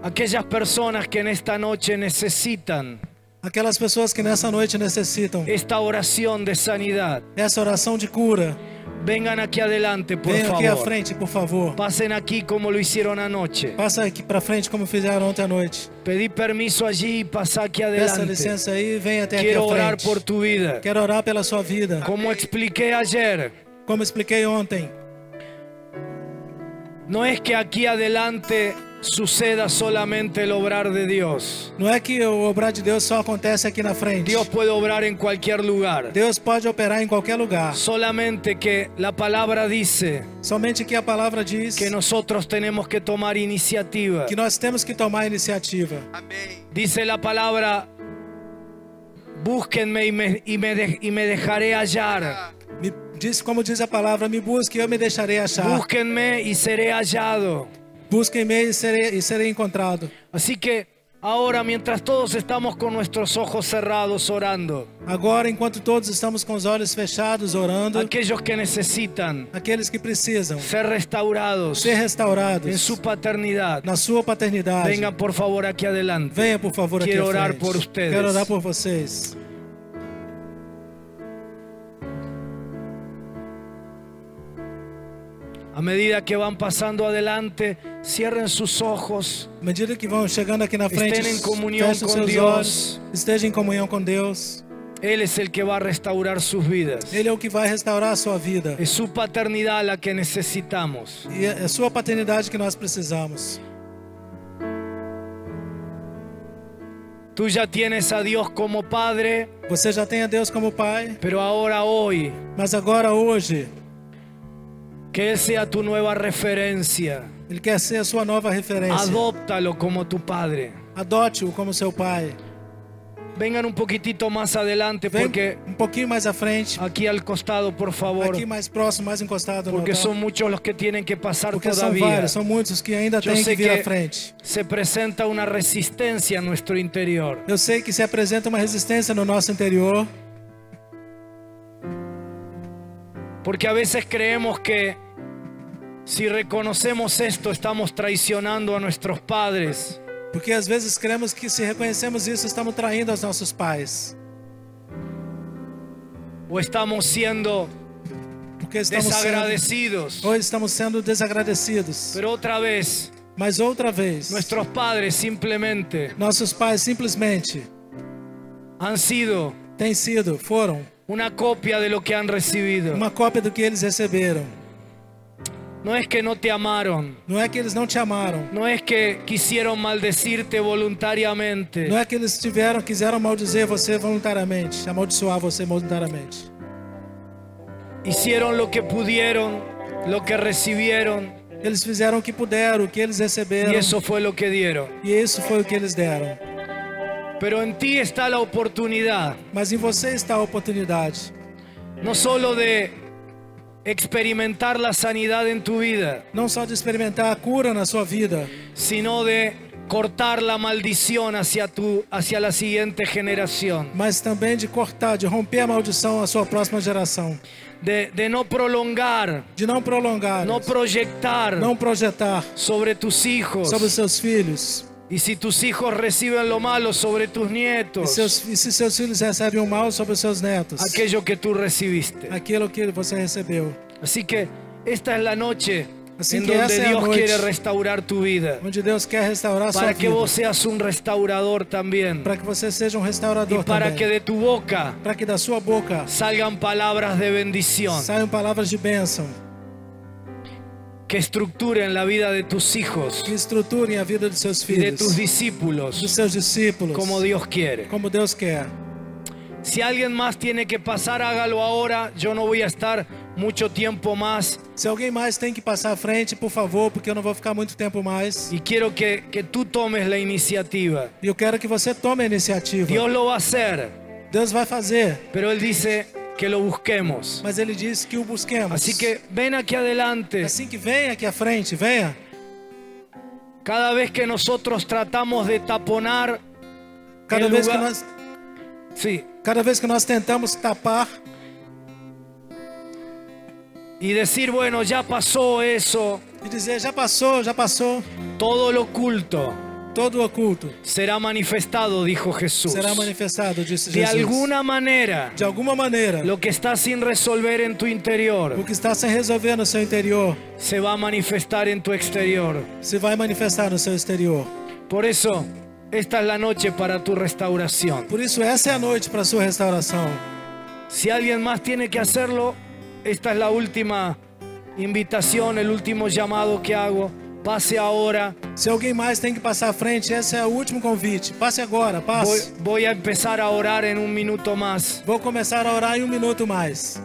Speaker 4: Aquellas personas que en esta noche necesitan
Speaker 5: Aquelas pessoas que nessa noite necessitam
Speaker 4: esta oración de sanidad,
Speaker 5: essa oração de cura,
Speaker 4: vengan aquí adelante, por
Speaker 5: venham aqui à
Speaker 4: favor.
Speaker 5: frente, por favor.
Speaker 4: Pasen aquí como lo hicieron anoche.
Speaker 5: Passa aqui pra frente como fizeram ontem à noite.
Speaker 4: Pedí permiso allí y pasá aquí
Speaker 5: Peça
Speaker 4: adelante.
Speaker 5: licença aí, venha até aqui à
Speaker 4: Quiero orar
Speaker 5: frente.
Speaker 4: por tu vida.
Speaker 5: Quero orar pela sua vida.
Speaker 4: Como expliqué ayer,
Speaker 5: Como expliquei ontem,
Speaker 4: no es que aquí adelante suceda solamente el obrar de Dios.
Speaker 5: não é que o obrar de Deus só acontece aqui na frente.
Speaker 4: Dios puede obrar en cualquier lugar.
Speaker 5: Deus pode operar em qualquer lugar.
Speaker 4: Solamente que la palabra dice
Speaker 5: Somente que a palavra diz
Speaker 4: que nosotros tenemos que tomar iniciativa.
Speaker 5: que nós temos que tomar a iniciativa.
Speaker 4: Dice la palabra, búsquenme y me, y me de- y me dejaré hallar.
Speaker 5: Me diz como diz a palavra, me busque e eu me deixarei achar.
Speaker 4: Búsquenme y seré hallado.
Speaker 5: Busquem-me e serei, e serei encontrado.
Speaker 4: Así que ahora, mientras todos estamos con nuestros ojos cerrados orando,
Speaker 5: Agora, enquanto todos estamos com os olhos fechados, orando,
Speaker 4: aquellos que necesitan
Speaker 5: aqueles que precisam
Speaker 4: ser restaurados
Speaker 5: ser
Speaker 4: en
Speaker 5: restaurados
Speaker 4: su paternidad,
Speaker 5: na sua paternidade,
Speaker 4: vengan por favor aquí adelante.
Speaker 5: venha por favor aqui
Speaker 4: Quero
Speaker 5: à
Speaker 4: orar
Speaker 5: frente.
Speaker 4: por ustedes.
Speaker 5: Quero orar por vocês.
Speaker 4: A medida que van pasando adelante, cierren sus ojos.
Speaker 5: À medida que vão chegando aqui na frente,
Speaker 4: Estejam em comunhão
Speaker 5: fechem
Speaker 4: com
Speaker 5: seus
Speaker 4: Deus.
Speaker 5: olhos, estejam em comunhão com Deus.
Speaker 4: Él es el que va a restaurar sus vidas.
Speaker 5: Ele é o que vai restaurar a sua vida.
Speaker 4: Es su paternidad la que necesitamos.
Speaker 5: E é a sua paternidade que nós precisamos.
Speaker 4: Tú ya tienes a Dios como Padre,
Speaker 5: Você já tem a Deus como Pai,
Speaker 4: pero ahora hoy,
Speaker 5: mas agora hoje
Speaker 4: que Él sea tu nueva referencia.
Speaker 5: Ele quer ser a sua nova referência.
Speaker 4: Adóptalo como tu Padre.
Speaker 5: Adote-o como seu Pai.
Speaker 4: Vengan un poquitito más adelante
Speaker 5: Vem
Speaker 4: porque
Speaker 5: um pouquinho mais à frente,
Speaker 4: aquí al costado, por favor,
Speaker 5: aqui mais próximo, mais encostado. no
Speaker 4: porque
Speaker 5: altar.
Speaker 4: son muchos los que tienen que pasar
Speaker 5: Porque são
Speaker 4: todavía.
Speaker 5: vários, são muitos os que ainda
Speaker 4: Yo
Speaker 5: têm que
Speaker 4: sé
Speaker 5: vir
Speaker 4: é. que
Speaker 5: à frente.
Speaker 4: se presenta una resistencia en nuestro interior.
Speaker 5: Eu sei que se apresenta uma resistência no nosso interior,
Speaker 4: Porque a veces creemos que si reconocemos esto estamos traicionando a nuestros padres.
Speaker 5: porque às vezes cremos que se reconhecemos isso, estamos traindo aos nossos pais.
Speaker 4: o estamos siendo
Speaker 5: Porque estamos sendo,
Speaker 4: desagradecidos.
Speaker 5: ou estamos sendo desagradecidos.
Speaker 4: Pero otra vez,
Speaker 5: Mas outra vez,
Speaker 4: nuestros padres simplemente
Speaker 5: nossos pais simplesmente
Speaker 4: han sido
Speaker 5: têm sido, foram,
Speaker 4: una copia de lo que han recibido.
Speaker 5: uma cópia do que eles receberam.
Speaker 4: No es que no te amaron,
Speaker 5: Não é que eles não te amaram.
Speaker 4: no es que quisieron maldecirte
Speaker 5: Não
Speaker 4: voluntariamente,
Speaker 5: é que eles tiveram, quiseram maldizer você voluntariamente, amaldiçoar você voluntariamente.
Speaker 4: Hicieron lo que pudieron, lo que recibieron,
Speaker 5: Eles fizeram o que puderam, o que eles receberam.
Speaker 4: y eso fue lo que dieron.
Speaker 5: E isso foi o que eles deram.
Speaker 4: Pero en ti está la oportunidad,
Speaker 5: Mas em você está a oportunidade.
Speaker 4: no solo de experimentar la sanidad en tu vida,
Speaker 5: Não só de experimentar a cura na sua vida,
Speaker 4: sino de cortar la maldición hacia, tu, hacia la siguiente generación,
Speaker 5: mas também de cortar, de romper a maldição à sua próxima geração.
Speaker 4: de, de no prolongar,
Speaker 5: De não prolongar,
Speaker 4: no proyectar
Speaker 5: não projetar
Speaker 4: sobre tus hijos.
Speaker 5: sobre os seus filhos.
Speaker 4: Y si tus hijos reciben lo malo sobre tus
Speaker 5: E,
Speaker 4: nietos,
Speaker 5: seus, e se seus filhos recebem o mal sobre os seus netos.
Speaker 4: aquello que tú recibiste.
Speaker 5: Aquilo que você recebeu.
Speaker 4: Así que esta es la noche
Speaker 5: Así
Speaker 4: en
Speaker 5: que
Speaker 4: donde
Speaker 5: esa es la
Speaker 4: Dios
Speaker 5: noche.
Speaker 4: quiere restaurar tu vida.
Speaker 5: Onde Deus quer restaurar a sua
Speaker 4: Para que
Speaker 5: vida.
Speaker 4: vos seas un restaurador también.
Speaker 5: Para que você seja um
Speaker 4: Y
Speaker 5: restaurador
Speaker 4: para
Speaker 5: também.
Speaker 4: que de tu boca
Speaker 5: Para que da sua boca
Speaker 4: salgan palabras de bendición
Speaker 5: saiam palavras de bênção.
Speaker 4: que estructuren la vida de tus hijos
Speaker 5: Que estruturem a vida dos seus
Speaker 4: y de
Speaker 5: filhos.
Speaker 4: tus
Speaker 5: Dos
Speaker 4: discípulos
Speaker 5: seus discípulos.
Speaker 4: como Dios quiere.
Speaker 5: como Deus quer.
Speaker 4: Si alguien más tiene que pasar, hágalo ahora. Yo no voy a estar mucho tiempo más.
Speaker 5: Se alguém mais tem que passar à frente, por favor, porque eu não vou ficar muito tempo mais.
Speaker 4: Y quiero que, que tú tomes la iniciativa.
Speaker 5: E eu quero que você tome a iniciativa.
Speaker 4: Dios lo va a hacer,
Speaker 5: Deus vai fazer,
Speaker 4: pero Él dice que lo busquemos.
Speaker 5: mas ele disse que o busquemos.
Speaker 4: Así Assim que ven aquí adelante.
Speaker 5: assim que venha aqui à frente, venha.
Speaker 4: Cada vez que nosotros tratamos de taponar,
Speaker 5: Cada
Speaker 4: Em
Speaker 5: vez que
Speaker 4: lugar-
Speaker 5: nós,
Speaker 4: sí,
Speaker 5: cada vez que nós tentamos tapar
Speaker 4: y decir, bueno, ya pasó eso,
Speaker 5: e dizer já passou, já passou,
Speaker 4: todo lo oculto
Speaker 5: todo o oculto
Speaker 4: será manifestado, dijo Jesús.
Speaker 5: será manifestado, disse
Speaker 4: De
Speaker 5: Jesus.
Speaker 4: alguna manera,
Speaker 5: De alguma maneira,
Speaker 4: lo que está sin resolver en tu
Speaker 5: o
Speaker 4: interior
Speaker 5: que está sem resolver no seu interior
Speaker 4: se va a manifestar en tu exterior.
Speaker 5: se vai manifestar no seu exterior.
Speaker 4: Por eso, esta es la noche para tu restauración.
Speaker 5: Por isso essa é a noite para sua restauração.
Speaker 4: Si alguien más tiene que hacerlo, esta es la última invitación, el último llamado que hago. Pase ahora.
Speaker 5: Se alguém mais tem que passar à frente, esse é o último convite. Passe agora,
Speaker 4: Voy,
Speaker 5: passe.
Speaker 4: voy a empezar a orar en un minuto más.
Speaker 5: Vou começar a orar em um minuto mais.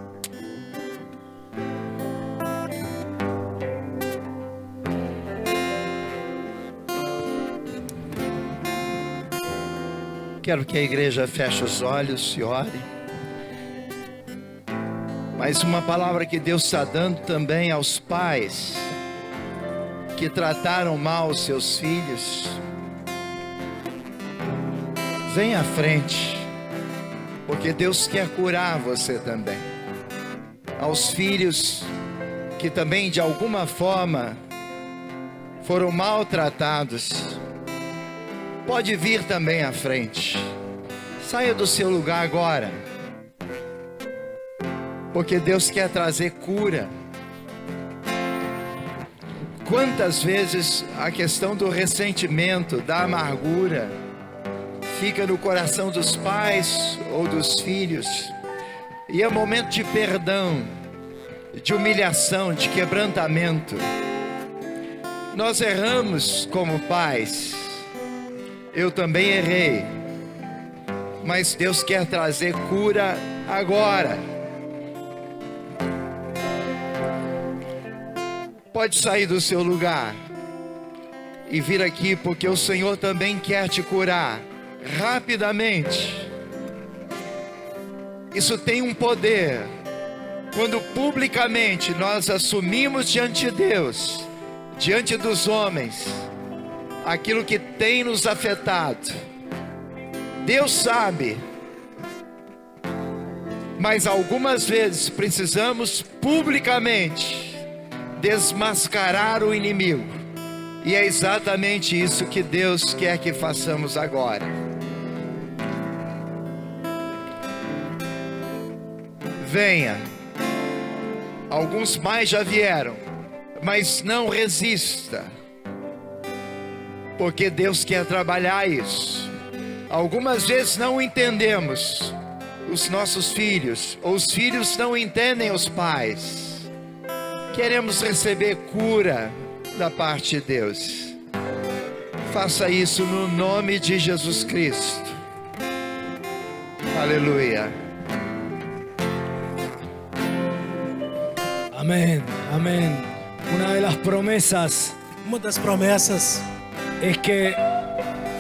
Speaker 2: Quero que a igreja feche os olhos e ore. Mas uma palavra que Deus está dando também aos pais que trataram mal os seus filhos. Vem à frente, porque Deus quer curar você também. Aos filhos que também de alguma forma foram maltratados pode vir também à frente. Saia do seu lugar agora. Porque Deus quer trazer cura. Quantas vezes a questão do ressentimento, da amargura, fica no coração dos pais ou dos filhos, e é momento de perdão, de humilhação, de quebrantamento. Nós erramos como pais, eu também errei. Mas Deus quer trazer cura agora. Pode sair do seu lugar e vir aqui, porque o Senhor também quer te curar rapidamente. Isso tem um poder. Quando publicamente nós assumimos diante de Deus, diante dos homens, aquilo que tem nos afetado. Deus sabe. Mas algumas vezes precisamos publicamente desmascarar o inimigo. E é exatamente isso que Deus quer que façamos agora. Venha. Alguns mais já vieram, mas não resista porque Deus quer trabalhar isso. Algumas vezes não entendemos os nossos filhos, ou os filhos não entendem os pais. Queremos receber cura da parte de Deus. Faça isso no nome de Jesus Cristo. Aleluia.
Speaker 4: Amén, amén. Una de las promesas
Speaker 5: Uma das promessas
Speaker 4: es que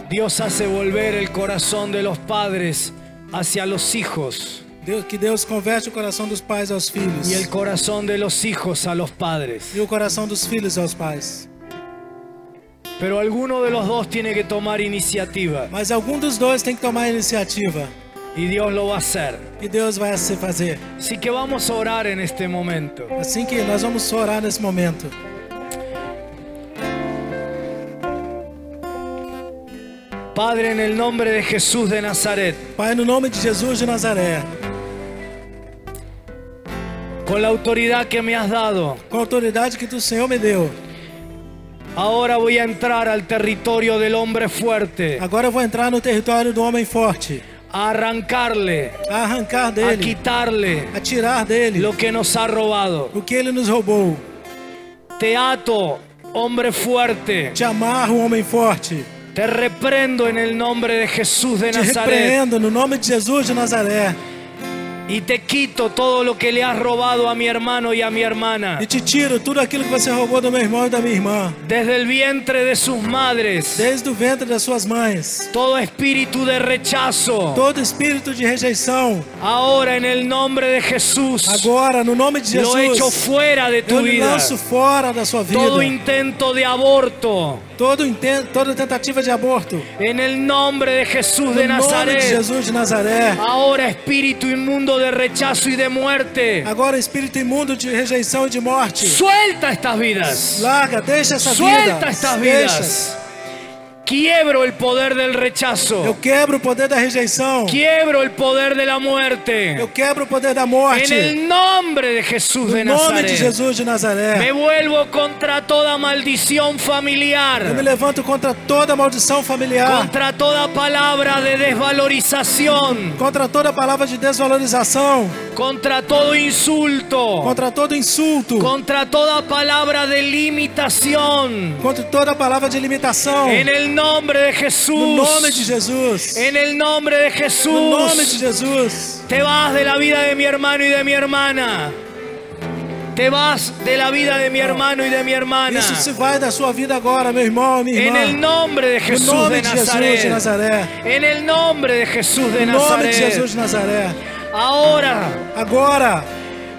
Speaker 4: Dios hace volver el corazón de los padres hacia los hijos
Speaker 5: Deus- que Deus converte o coração dos pais aos filhos
Speaker 4: y el corazón de los hijos a los padres.
Speaker 5: e o coração dos filhos aos pais.
Speaker 4: Pero alguno de los dos tiene que tomar iniciativa
Speaker 5: Mas algum dos dois tem que tomar a iniciativa
Speaker 4: y Dios lo va a hacer.
Speaker 5: e Deus vai se fazer.
Speaker 4: Así que vamos a orar en este momento.
Speaker 5: Assim que nós vamos orar nesse momento.
Speaker 4: Padre, en el nombre de Jesús de Nazaret,
Speaker 5: Pai, no nome de Jesus de Nazaré,
Speaker 4: con la autoridad que me has dado,
Speaker 5: com a autoridade que tu Senhor me deu,
Speaker 4: ahora voy a entrar al territorio del hombre fuerte,
Speaker 5: agora eu vou entrar no território do homem forte,
Speaker 4: a arrancarle,
Speaker 5: a arrancar
Speaker 4: a
Speaker 5: dele,
Speaker 4: quitarle
Speaker 5: a tirar dele
Speaker 4: lo que nos ha robado.
Speaker 5: o que ele nos roubou.
Speaker 4: Te ato, hombre fuerte.
Speaker 5: Te amarro, homem forte.
Speaker 4: Te reprendo en el nombre de Jesús de
Speaker 5: Te
Speaker 4: Nazaret.
Speaker 5: repreendo no nome de Jesus de Nazaré
Speaker 4: Y te quito todo lo que le has robado a mi hermano y a mi hermana.
Speaker 5: e te tiro tudo aquilo que você roubou do meu irmão e da minha irmã.
Speaker 4: Desde el vientre de sus madres.
Speaker 5: Desde o ventre das suas mães,
Speaker 4: Todo espíritu de rechazo.
Speaker 5: todo espírito de rejeição,
Speaker 4: Ahora en el nombre de Jesús.
Speaker 5: agora no nome de
Speaker 4: Lo echo
Speaker 5: Jesus,
Speaker 4: fuera de tu
Speaker 5: eu me
Speaker 4: vida.
Speaker 5: lanço fora da sua vida.
Speaker 4: Todo intento de aborto.
Speaker 5: Todo intento, toda tentativa de aborto.
Speaker 4: En el nombre de Jesús de
Speaker 5: No nome de
Speaker 4: Nazaret.
Speaker 5: Jesus de Nazaré.
Speaker 4: Ahora espíritu inmundo de rechazo y de muerte.
Speaker 5: Agora, espírito imundo de rejeição e de morte,
Speaker 4: Suelta estas vidas.
Speaker 5: larga, deixa essa
Speaker 4: Suelta
Speaker 5: vida.
Speaker 4: estas
Speaker 5: Deixa.
Speaker 4: vidas. Quiebro el poder del
Speaker 5: Eu
Speaker 4: rechazo.
Speaker 5: quebro o poder da rejeição.
Speaker 4: Quiebro el poder de la muerte.
Speaker 5: Eu quebro o poder da morte.
Speaker 4: En el nombre de Jesús de
Speaker 5: No nome de
Speaker 4: Nazaret.
Speaker 5: Jesus de
Speaker 4: Me
Speaker 5: Nazaré.
Speaker 4: vuelvo contra toda maldición
Speaker 5: Eu me
Speaker 4: familiar.
Speaker 5: levanto contra toda maldição familiar.
Speaker 4: Contra toda palabra de desvalorização.
Speaker 5: Contra toda palavra de desvalorização.
Speaker 4: Contra todo insulto.
Speaker 5: Contra todo insulto.
Speaker 4: Contra toda palabra de limitación.
Speaker 5: Contra toda palavra de limitação.
Speaker 4: En el nombre de
Speaker 5: No nome de
Speaker 4: Jesús.
Speaker 5: Jesus.
Speaker 4: En el nombre de
Speaker 5: No nome
Speaker 4: Jesús.
Speaker 5: de Jesus.
Speaker 4: Te vas de la vida de mi hermano y de mi hermana. Te vas de la vida de mi hermano y de mi hermana.
Speaker 5: Isso se vai da sua vida agora, meu irmão, minha
Speaker 4: En el
Speaker 5: irmã.
Speaker 4: nombre de
Speaker 5: No
Speaker 4: Jesús
Speaker 5: nome
Speaker 4: de
Speaker 5: de Jesus
Speaker 4: Nazaret.
Speaker 5: de Nazaré.
Speaker 4: En el nombre de Jesús de
Speaker 5: No nome de Jesus
Speaker 4: Nazaret.
Speaker 5: de Nazaré.
Speaker 4: Ahora
Speaker 5: Agora,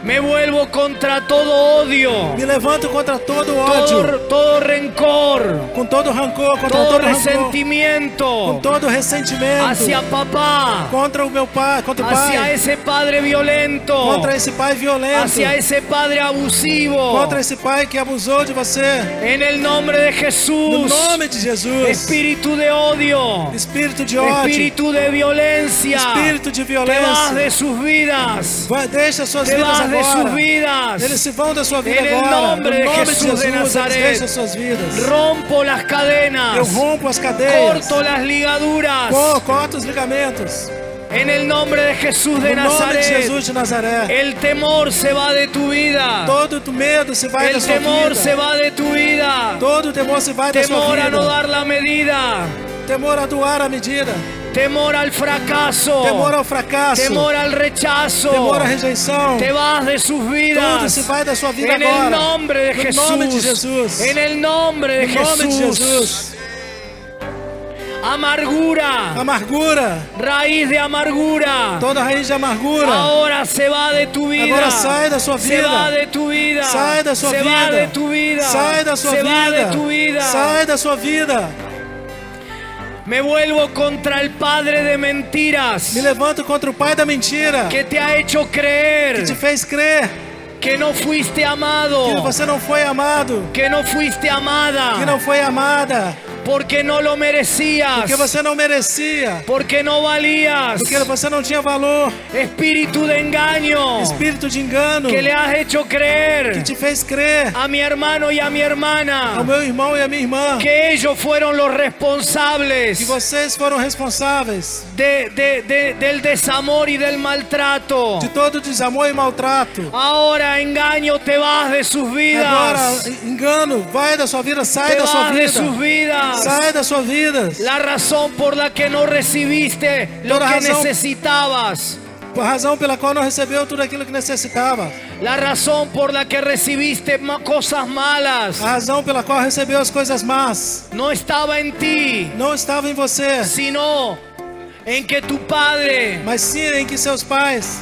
Speaker 4: me vuelvo contra todo odio,
Speaker 5: me levanto contra todo ódio.
Speaker 4: todo, todo rencor,
Speaker 5: Com todo rancor, contra
Speaker 4: todo
Speaker 5: todo rancor. Com
Speaker 4: resentimiento
Speaker 5: todo ressentimento.
Speaker 4: hacia papá,
Speaker 5: Contra o meu pai, contra o
Speaker 4: hacia
Speaker 5: pai.
Speaker 4: esse padre violento,
Speaker 5: Contra esse pai violento.
Speaker 4: hacia esse padre abusivo.
Speaker 5: Contra esse pai que abusou de você.
Speaker 4: En el nombre de
Speaker 5: No
Speaker 4: Jesús.
Speaker 5: nome de Jesus.
Speaker 4: Espíritu de odio.
Speaker 5: Espírito de ódio.
Speaker 4: Espíritu de violencia.
Speaker 5: Espírito de
Speaker 4: Te vas
Speaker 5: violência.
Speaker 4: de sus vidas.
Speaker 5: Vai, deixa suas
Speaker 4: Te
Speaker 5: vidas
Speaker 4: vas de sus
Speaker 5: agora. Eles
Speaker 4: vidas.
Speaker 5: se vão da sua vida
Speaker 4: Em
Speaker 5: agora.
Speaker 4: nome de Jesus de Nazaré.
Speaker 5: eles deixam suas vidas.
Speaker 4: Rompo las
Speaker 5: Eu
Speaker 4: cadenas.
Speaker 5: rompo as cadeias.
Speaker 4: Corto las ligaduras.
Speaker 5: Co- Corto os ligamentos.
Speaker 4: En el nombre de Jesús de
Speaker 5: No nome de
Speaker 4: Nazaret.
Speaker 5: Jesus de Nazaré.
Speaker 4: El temor se va de tu vida.
Speaker 5: Todo o medo se vai da
Speaker 4: El
Speaker 5: sua
Speaker 4: temor se
Speaker 5: vida.
Speaker 4: va de tu vida.
Speaker 5: Todo o temor se vai da sua
Speaker 4: Temor a no
Speaker 5: vida.
Speaker 4: dar la medida.
Speaker 5: Temor a doar a medida.
Speaker 4: Temor al fracaso.
Speaker 5: Temor ao fracasso.
Speaker 4: Temor al rechazo.
Speaker 5: Temor à rejeição.
Speaker 4: Te vas de sus
Speaker 5: Tudo se
Speaker 4: vidas.
Speaker 5: vai da sua vida
Speaker 4: En el
Speaker 5: agora.
Speaker 4: nombre de
Speaker 5: No nome de
Speaker 4: Jesús.
Speaker 5: Jesus.
Speaker 4: En el nombre de
Speaker 5: No nome de
Speaker 4: Jesús.
Speaker 5: Jesus.
Speaker 4: Amargura.
Speaker 5: Amargura.
Speaker 4: Raíz de amargura.
Speaker 5: Toda raiz de amargura.
Speaker 4: Ahora se va de tu vida.
Speaker 5: Agora sai da sua
Speaker 4: Se
Speaker 5: vida.
Speaker 4: va de tu vida.
Speaker 5: Sai da sua
Speaker 4: se
Speaker 5: vida.
Speaker 4: va de tu vida.
Speaker 5: Sai da sua
Speaker 4: se va de
Speaker 5: vida.
Speaker 4: tu vida.
Speaker 5: Sai da sua vida.
Speaker 4: Me vuelvo contra el padre de mentiras
Speaker 5: Me levanto contra o pai da mentira
Speaker 4: que te ha hecho
Speaker 5: que te
Speaker 4: creer
Speaker 5: fez crer
Speaker 4: que no fuiste
Speaker 5: que
Speaker 4: amado.
Speaker 5: você não foi amado,
Speaker 4: que no fuiste
Speaker 5: que não
Speaker 4: amada
Speaker 5: foi amada,
Speaker 4: porque no lo merecías,
Speaker 5: que você não merecia,
Speaker 4: porque no valías.
Speaker 5: porque você não tinha valor.
Speaker 4: Espíritu de engaño
Speaker 5: Espírito de engano
Speaker 4: que é le has hecho creer
Speaker 5: que te fez crer
Speaker 4: a mi hermano y a mi
Speaker 5: ao
Speaker 4: hermana
Speaker 5: meu irmão e à minha irmã
Speaker 4: Ah. que ellos fueron los responsables
Speaker 5: que vocês foram responsáveis
Speaker 4: de- de- de- del desamor y del maltrato.
Speaker 5: de todo o desamor e maltrato.
Speaker 4: Ahora engaño te vas de sus
Speaker 5: Agora,
Speaker 4: vidas.
Speaker 5: engano, vai da sua vida, sai
Speaker 4: Te
Speaker 5: da sua
Speaker 4: vas de sus
Speaker 5: vida.
Speaker 4: vidas.
Speaker 5: Sai da sua vida.
Speaker 4: La razón por la que no recibiste lo
Speaker 5: Toda
Speaker 4: que
Speaker 5: razón.
Speaker 4: necesitabas
Speaker 5: a razão pela qual não recebeu tudo aquilo que necessitava,
Speaker 4: La razón por la que recibiste ma- cosas malas
Speaker 5: a razão pela qual recebeu as coisas más,
Speaker 4: no estaba en ti,
Speaker 5: não estava em você,
Speaker 4: sino en que tu padre
Speaker 5: mas sim em que seus pais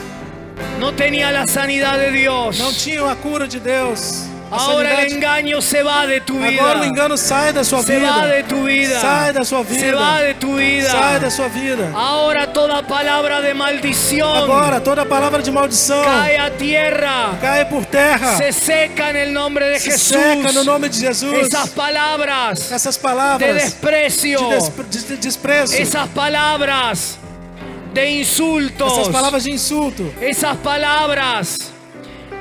Speaker 4: no tenía la sanidad de
Speaker 5: não
Speaker 4: Dios.
Speaker 5: tinham a cura de Deus. A
Speaker 4: Ahora el
Speaker 5: sanidade-
Speaker 4: engaño se va de tu
Speaker 5: Agora o
Speaker 4: vida.
Speaker 5: engano sai da sua
Speaker 4: Se va de
Speaker 5: vida.
Speaker 4: tu vida.
Speaker 5: Sai da sua
Speaker 4: Se
Speaker 5: vida.
Speaker 4: va de tu
Speaker 5: Sai da
Speaker 4: vida.
Speaker 5: sua vida.
Speaker 4: Ahora toda palabra de maldición
Speaker 5: Agora toda palavra de maldição
Speaker 4: cae a tierra.
Speaker 5: cai por terra.
Speaker 4: Se seca en el nombre de
Speaker 5: Se seca no
Speaker 4: Jesús.
Speaker 5: nome de Jesus.
Speaker 4: Esas palabras
Speaker 5: Essas
Speaker 4: de
Speaker 5: palavras
Speaker 4: desprecio.
Speaker 5: de, despre- de- de desprezo.
Speaker 4: Esas palabras de
Speaker 5: Essas
Speaker 4: insultos.
Speaker 5: palavras de insulto.
Speaker 4: Esas palabras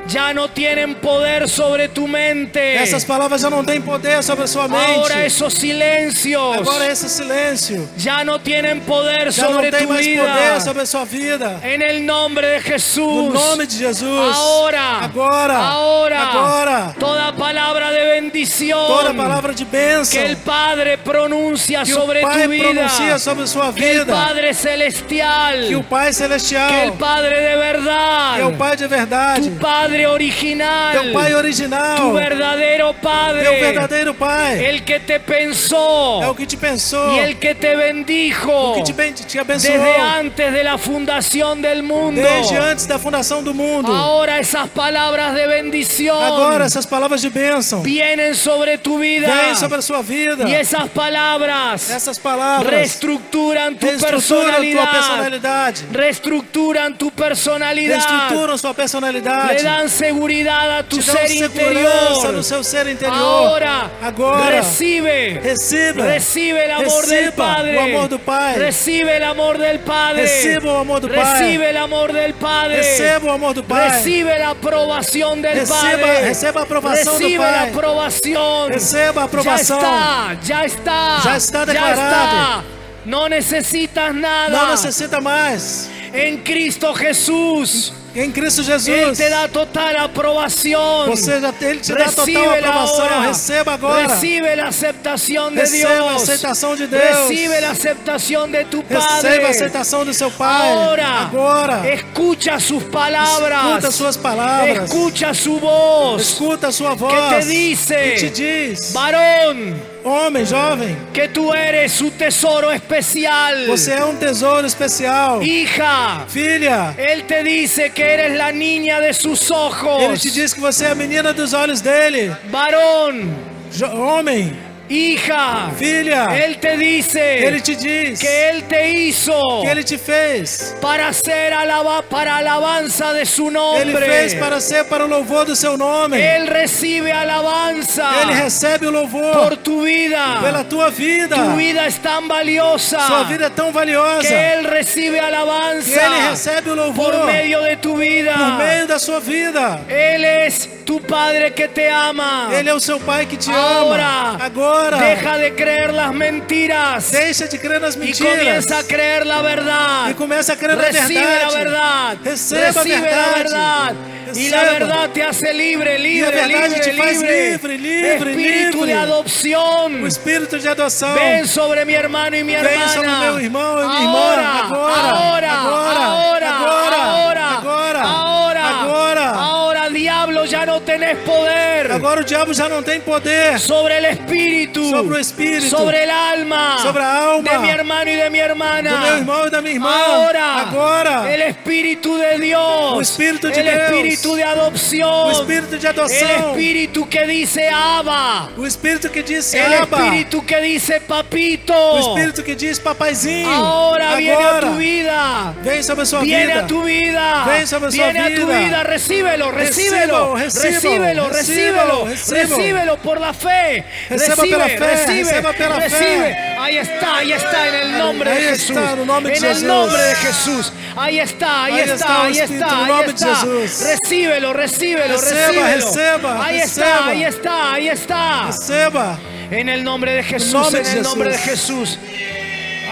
Speaker 4: ya no tienen poder sobre tu mente.
Speaker 5: Essas palavras já não têm poder sobre a sua
Speaker 4: Eh. Ahora
Speaker 5: mente.
Speaker 4: esos silencios
Speaker 5: Agora esse silêncio
Speaker 4: ya no tienen poder
Speaker 5: já não
Speaker 4: sobre
Speaker 5: tem
Speaker 4: tu
Speaker 5: mais
Speaker 4: vida. É
Speaker 5: poder sobre a sua vida.
Speaker 4: En el nombre de Jesús.
Speaker 5: No nome de Jesus.
Speaker 4: Ahora,
Speaker 5: Agora.
Speaker 4: ahora,
Speaker 5: Agora.
Speaker 4: toda palabra de bendición
Speaker 5: Toda palavra de bênção
Speaker 4: que el Padre pronuncia
Speaker 5: que
Speaker 4: sobre
Speaker 5: o Pai
Speaker 4: tu vida,
Speaker 5: pronuncia sobre a sua
Speaker 4: que el
Speaker 5: vida.
Speaker 4: Padre celestial,
Speaker 5: Que o Pai celestial,
Speaker 4: que el Padre de verdad,
Speaker 5: que é o Pai de verdade,
Speaker 4: tu Padre original,
Speaker 5: teu Pai original,
Speaker 4: tu verdadero Padre,
Speaker 5: é o verdadeiro Pai,
Speaker 4: el que te pensó
Speaker 5: é o que te pensou,
Speaker 4: y el que te bendijo
Speaker 5: que te, ben- te abençoou
Speaker 4: desde antes de la fundación del mundo.
Speaker 5: desde antes da fundação do mundo.
Speaker 4: Ahora esas palabras de bendición
Speaker 5: Agora essas palavras de bênção
Speaker 4: vienen sobre tu vida.
Speaker 5: vêm sobre a sua vida.
Speaker 4: Y esas palabras
Speaker 5: Essas palavras
Speaker 4: reestructuran tu
Speaker 5: reestruturam
Speaker 4: personalidad.
Speaker 5: tua personalidade,
Speaker 4: Reestructuran tu personalidad.
Speaker 5: reestruturam sua
Speaker 4: Le
Speaker 5: personalidade,
Speaker 4: dan seguridad a tu
Speaker 5: te dão
Speaker 4: ser
Speaker 5: segurança
Speaker 4: interior.
Speaker 5: no seu ser interior.
Speaker 4: Ahora,
Speaker 5: Agora,
Speaker 4: recibe.
Speaker 5: receba,
Speaker 4: Recibe el amor
Speaker 5: Reciba
Speaker 4: del Padre.
Speaker 5: o amor do Pai.
Speaker 4: Recibe el amor del Padre.
Speaker 5: Receba o amor do Pai.
Speaker 4: Recibe el amor del Padre.
Speaker 5: receba o amor do Pai.
Speaker 4: Recibe la aprobación del
Speaker 5: Receba-
Speaker 4: Padre.
Speaker 5: receba a aprovação do
Speaker 4: Recibe la
Speaker 5: Pai.
Speaker 4: aprobación.
Speaker 5: Receba a aprovação.
Speaker 4: Ya está, ya está.
Speaker 5: Já está
Speaker 4: ya
Speaker 5: declarado.
Speaker 4: está. No necesitas nada.
Speaker 5: Não necessita mais.
Speaker 4: En Cristo Jesús.
Speaker 5: Em Cristo
Speaker 4: Él
Speaker 5: Jesus,
Speaker 4: te da total aprobación.
Speaker 5: você já ele te dá total
Speaker 4: Recíbela
Speaker 5: aprovação.
Speaker 4: ahora.
Speaker 5: Receba agora.
Speaker 4: Recibe la aceptación de
Speaker 5: Receba
Speaker 4: Dios.
Speaker 5: a aceitação de Deus.
Speaker 4: Recibe la aceptación de tu Padre.
Speaker 5: Receba a aceitação do seu Pai.
Speaker 4: Ahora,
Speaker 5: Agora.
Speaker 4: escucha sus palabras.
Speaker 5: Escuta suas palavras.
Speaker 4: Escucha su voz.
Speaker 5: Escuta a sua voz.
Speaker 4: Que te dice.
Speaker 5: Que te diz.
Speaker 4: Varón,
Speaker 5: Homem, jovem,
Speaker 4: que tú eres su tesoro especial.
Speaker 5: você é um tesouro especial.
Speaker 4: Hija,
Speaker 5: Filha,
Speaker 4: él te dice que eres la niña de sus ojos.
Speaker 5: ele te diz que você é a menina dos olhos dele.
Speaker 4: Varón,
Speaker 5: Jo- homem,
Speaker 4: hija,
Speaker 5: filha,
Speaker 4: él te dice
Speaker 5: ele te diz
Speaker 4: que Él te hizo
Speaker 5: que ele te fez.
Speaker 4: para ser alaba, para alabanza de su nombre.
Speaker 5: Ele fez para ser para o louvor do seu nome.
Speaker 4: Él recibe alabanza
Speaker 5: Ele recebe o louvor
Speaker 4: por tu vida.
Speaker 5: pela tua vida.
Speaker 4: Tu vida es tan valiosa
Speaker 5: Sua vida é tão valiosa.
Speaker 4: que Él recibe
Speaker 5: que
Speaker 4: alabanza
Speaker 5: ele recebe o louvor
Speaker 4: por medio de tu vida.
Speaker 5: por meio da sua vida.
Speaker 4: Él es tu Padre que te ama.
Speaker 5: Ele é o seu pai que te
Speaker 4: Ahora,
Speaker 5: ama. Agora,
Speaker 4: deja de creer las mentiras
Speaker 5: deixa de crer nas
Speaker 4: y
Speaker 5: mentiras.
Speaker 4: comienza a creer la verdad.
Speaker 5: E começa a crer na
Speaker 4: Recibe la
Speaker 5: verdade.
Speaker 4: verdad.
Speaker 5: Receba a
Speaker 4: Recibe la
Speaker 5: verdade.
Speaker 4: verdad. Y la
Speaker 5: Receba.
Speaker 4: verdad te hace libre,
Speaker 5: a
Speaker 4: libre,
Speaker 5: verdade
Speaker 4: libre,
Speaker 5: te faz
Speaker 4: libre. Pues,
Speaker 5: livre, livre,
Speaker 4: Espíritu
Speaker 5: livre.
Speaker 4: de adopción.
Speaker 5: O espírito de adoção.
Speaker 4: Ven sobre mi hermano y mi
Speaker 5: Ven
Speaker 4: hermana.
Speaker 5: sobre meu irmão e minha irmã.
Speaker 4: ahora,
Speaker 5: Agora,
Speaker 4: ahora,
Speaker 5: agora,
Speaker 4: ahora,
Speaker 5: agora,
Speaker 4: ahora,
Speaker 5: agora,
Speaker 4: ahora,
Speaker 5: agora.
Speaker 4: Ahora, diablo, ya no tenés poder
Speaker 5: Agora o diabo já não tem poder.
Speaker 4: sobre el espíritu,
Speaker 5: Sobre o espírito.
Speaker 4: sobre el alma,
Speaker 5: Sobre a alma.
Speaker 4: de mi hermano y de mi hermana.
Speaker 5: Do meu irmão e da minha irmã.
Speaker 4: Ahora,
Speaker 5: Agora.
Speaker 4: el Espíritu de Dios,
Speaker 5: O Espíritu de
Speaker 4: el
Speaker 5: Deus.
Speaker 4: Espíritu de adopción,
Speaker 5: O espírito de
Speaker 4: el
Speaker 5: adoção.
Speaker 4: Espíritu que dice Abba,
Speaker 5: O espírito que diz
Speaker 4: el
Speaker 5: Abba.
Speaker 4: Espíritu que dice Papito.
Speaker 5: O espírito que diz papaizinho.
Speaker 4: Ahora, viene a
Speaker 5: Agora.
Speaker 4: tu vida.
Speaker 5: Vem sobre a sua
Speaker 4: Viene
Speaker 5: vida.
Speaker 4: a tu vida.
Speaker 5: Ven sobre su
Speaker 4: Viene a tu
Speaker 5: vida.
Speaker 4: vida. Recíbelo, recíbelo.
Speaker 5: Recíbelo, recíbelo,
Speaker 4: Recíbelo, recíbelo.
Speaker 5: recíbelo, recíbelo.
Speaker 4: Recíbelo por la fe.
Speaker 5: Receba
Speaker 4: Recibe,
Speaker 5: pela fe,
Speaker 4: recibe,
Speaker 5: receba pela fe.
Speaker 4: recibe. Ahí está, ahí está en el nombre
Speaker 5: Ahí
Speaker 4: de Jesús.
Speaker 5: está, no nombre de
Speaker 4: en el
Speaker 5: Jesús.
Speaker 4: nombre de Jesús. Ahí está, ahí,
Speaker 5: Ahí
Speaker 4: está,
Speaker 5: está,
Speaker 4: ahí
Speaker 5: Espíritu,
Speaker 4: está,
Speaker 5: no
Speaker 4: ahí
Speaker 5: nombre de
Speaker 4: está.
Speaker 5: Jesús.
Speaker 4: Recíbelo, recíbelo,
Speaker 5: Receba,
Speaker 4: recíbelo.
Speaker 5: receba,
Speaker 4: ahí está,
Speaker 5: receba.
Speaker 4: ahí está, ahí está.
Speaker 5: Receba.
Speaker 4: En el nombre de Jesús,
Speaker 5: nombre
Speaker 4: en
Speaker 5: de
Speaker 4: el nombre de
Speaker 5: Jesús.
Speaker 4: Jesús.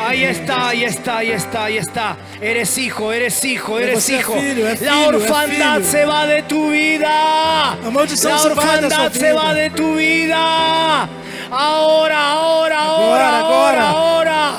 Speaker 4: Ahí está, ahí está, ahí está, ahí está. Eres hijo, eres hijo, eres
Speaker 5: você é
Speaker 4: hijo.
Speaker 5: filho, é
Speaker 4: La
Speaker 5: filho, é
Speaker 4: orfandad
Speaker 5: filho.
Speaker 4: se va de tu vida.
Speaker 5: A maldição
Speaker 4: La
Speaker 5: se vai da sua
Speaker 4: orfandad se
Speaker 5: vida.
Speaker 4: va de tu vida. Ahora, ahora, ahora, ahora,
Speaker 5: Agora, agora.
Speaker 4: ahora.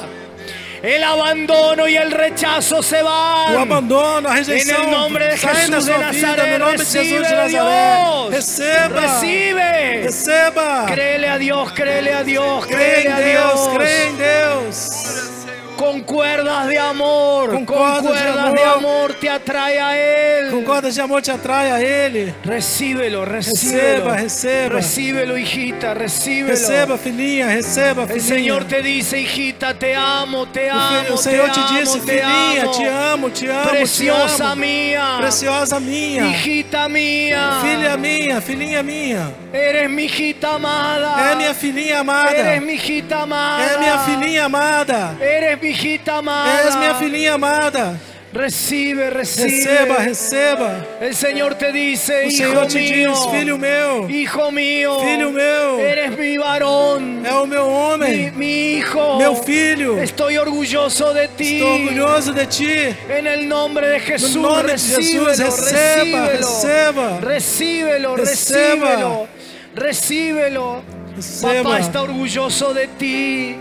Speaker 4: El abandono y el rechazo se
Speaker 5: O
Speaker 4: van.
Speaker 5: abandono, a rejeição.
Speaker 4: En el nombre de
Speaker 5: sai da
Speaker 4: Jesús
Speaker 5: sua
Speaker 4: de
Speaker 5: vida,
Speaker 4: Nazaret,
Speaker 5: no nome de Jesus de
Speaker 4: recibe,
Speaker 5: Nazaré.
Speaker 4: Dios.
Speaker 5: Receba.
Speaker 4: Recibe.
Speaker 5: Receba.
Speaker 4: Créele a Dios, créele a Dios,
Speaker 5: Crê
Speaker 4: créele
Speaker 5: em
Speaker 4: a
Speaker 5: Deus,
Speaker 4: Dios.
Speaker 5: crê em Deus.
Speaker 4: Con cuerdas de amor,
Speaker 5: Con
Speaker 4: con
Speaker 5: cuerdas de
Speaker 4: cuerdas de amor te atrae a Él.
Speaker 5: Com cordas de amor te atrai a Ele.
Speaker 4: Recíbelo, recíbelo.
Speaker 5: Receba, receba.
Speaker 4: Recíbelo, hijita, recíbelo.
Speaker 5: Receba, filhinha, receba,
Speaker 4: El
Speaker 5: filhinha.
Speaker 4: Señor te dice, hijita, te amo, te
Speaker 5: O fi-
Speaker 4: amo,
Speaker 5: o Senhor
Speaker 4: te
Speaker 5: te
Speaker 4: amo,
Speaker 5: disse,
Speaker 4: te
Speaker 5: filhinha,
Speaker 4: amo.
Speaker 5: te amo, te amo, te
Speaker 4: Preciosa
Speaker 5: amo.
Speaker 4: mía,
Speaker 5: Preciosa minha.
Speaker 4: hijita mía,
Speaker 5: Filha minha, filhinha minha.
Speaker 4: eres mi hijita amada,
Speaker 5: É minha filhinha amada.
Speaker 4: eres mi hijita amada,
Speaker 5: É minha filhinha amada.
Speaker 4: eres mi hijita amada,
Speaker 5: És minha filhinha amada.
Speaker 4: recibe, recibe,
Speaker 5: Receba, receba.
Speaker 4: el Señor te dice,
Speaker 5: O
Speaker 4: hijo
Speaker 5: Senhor te
Speaker 4: mío,
Speaker 5: diz, filho meu,
Speaker 4: hijo mío,
Speaker 5: Filho meu.
Speaker 4: eres mi varón,
Speaker 5: é o meu
Speaker 4: mi,
Speaker 5: homem,
Speaker 4: mi hijo,
Speaker 5: meu filho.
Speaker 4: estoy orgulloso de ti,
Speaker 5: Estou orgulhoso de ti.
Speaker 4: En el nombre de Jesús,
Speaker 5: No nombre de
Speaker 4: recíbelo,
Speaker 5: Jesús, receba, receba.
Speaker 4: recíbelo, recíbelo,
Speaker 5: Receba.
Speaker 4: recíbelo, recíbelo.
Speaker 5: Receba.
Speaker 4: Papá está orgulloso de ti.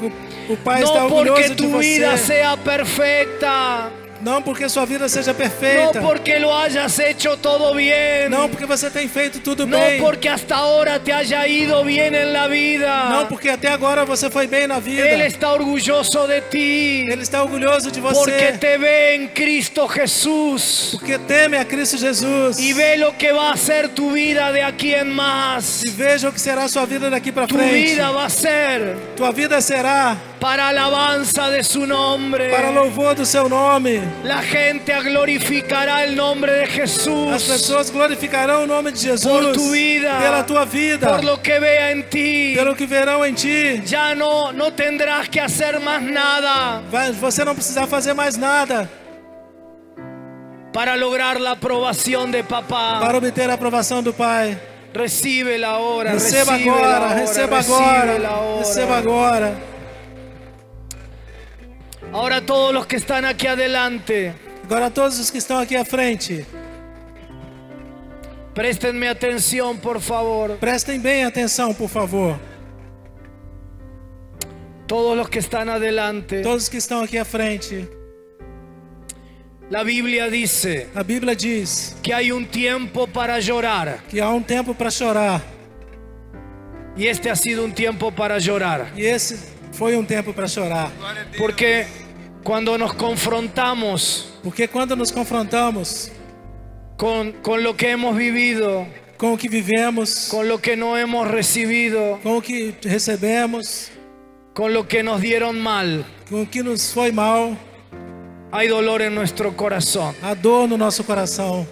Speaker 5: O, o Pai está
Speaker 4: No porque
Speaker 5: orgulhoso de
Speaker 4: tu vida
Speaker 5: você.
Speaker 4: sea perfecta,
Speaker 5: Não porque sua vida seja
Speaker 4: no
Speaker 5: perfeita.
Speaker 4: porque lo hayas hecho todo bien,
Speaker 5: Não porque você tem feito tudo
Speaker 4: no
Speaker 5: bem.
Speaker 4: porque hasta ahora te haya ido bien en la vida.
Speaker 5: Não porque até agora você foi bem na vida.
Speaker 4: Él está orgulloso de ti
Speaker 5: Ele está orgulhoso de
Speaker 4: porque
Speaker 5: você.
Speaker 4: te ve en Cristo Jesús.
Speaker 5: Porque teme a Cristo Jesus.
Speaker 4: Y ve lo que va a ser tu vida de aquí en más.
Speaker 5: E veja o que será a sua vida daqui para
Speaker 4: Tu
Speaker 5: frente.
Speaker 4: vida va a ser
Speaker 5: Tua vida será
Speaker 4: para alabanza de su nombre.
Speaker 5: para louvor do seu nome.
Speaker 4: La gente glorificará el nombre de
Speaker 5: As
Speaker 4: Jesús
Speaker 5: pessoas glorificarão o nome de Jesus
Speaker 4: Por tu vida.
Speaker 5: pela tua vida,
Speaker 4: por lo que vea en ti.
Speaker 5: pelo que verão em ti.
Speaker 4: Ya no, no tendrás que hacer más nada
Speaker 5: Vai- Você não precisar fazer mais nada
Speaker 4: para lograr la aprobación de papá.
Speaker 5: para obter a aprovação do Pai.
Speaker 4: Recibe la hora,
Speaker 5: Receba
Speaker 4: recíbela
Speaker 5: agora,
Speaker 4: ahora,
Speaker 5: receba
Speaker 4: recíbela
Speaker 5: agora,
Speaker 4: ahora.
Speaker 5: receba agora.
Speaker 4: Ahora todos los que están aquí adelante,
Speaker 5: Agora todos os que estão aqui à frente,
Speaker 4: préstenme atención, por favor.
Speaker 5: prestem bem atenção, por favor.
Speaker 4: Todos los que están adelante.
Speaker 5: Todos que estão aqui à frente,
Speaker 4: La Biblia dice
Speaker 5: a Bíblia diz
Speaker 4: que hay un tiempo para llorar.
Speaker 5: que há um tempo para chorar
Speaker 4: Y este ha sido un tiempo para llorar.
Speaker 5: e esse foi um tempo para chorar,
Speaker 4: Porque cuando nos confrontamos
Speaker 5: porque quando nos confrontamos
Speaker 4: con, con lo que hemos vivido,
Speaker 5: com o que vivemos,
Speaker 4: con lo que no hemos recibido,
Speaker 5: com o que recebemos,
Speaker 4: con lo que nos dieron mal,
Speaker 5: com o que nos foi mal,
Speaker 4: hay dolor en nuestro corazón.
Speaker 5: a dor no nosso coração,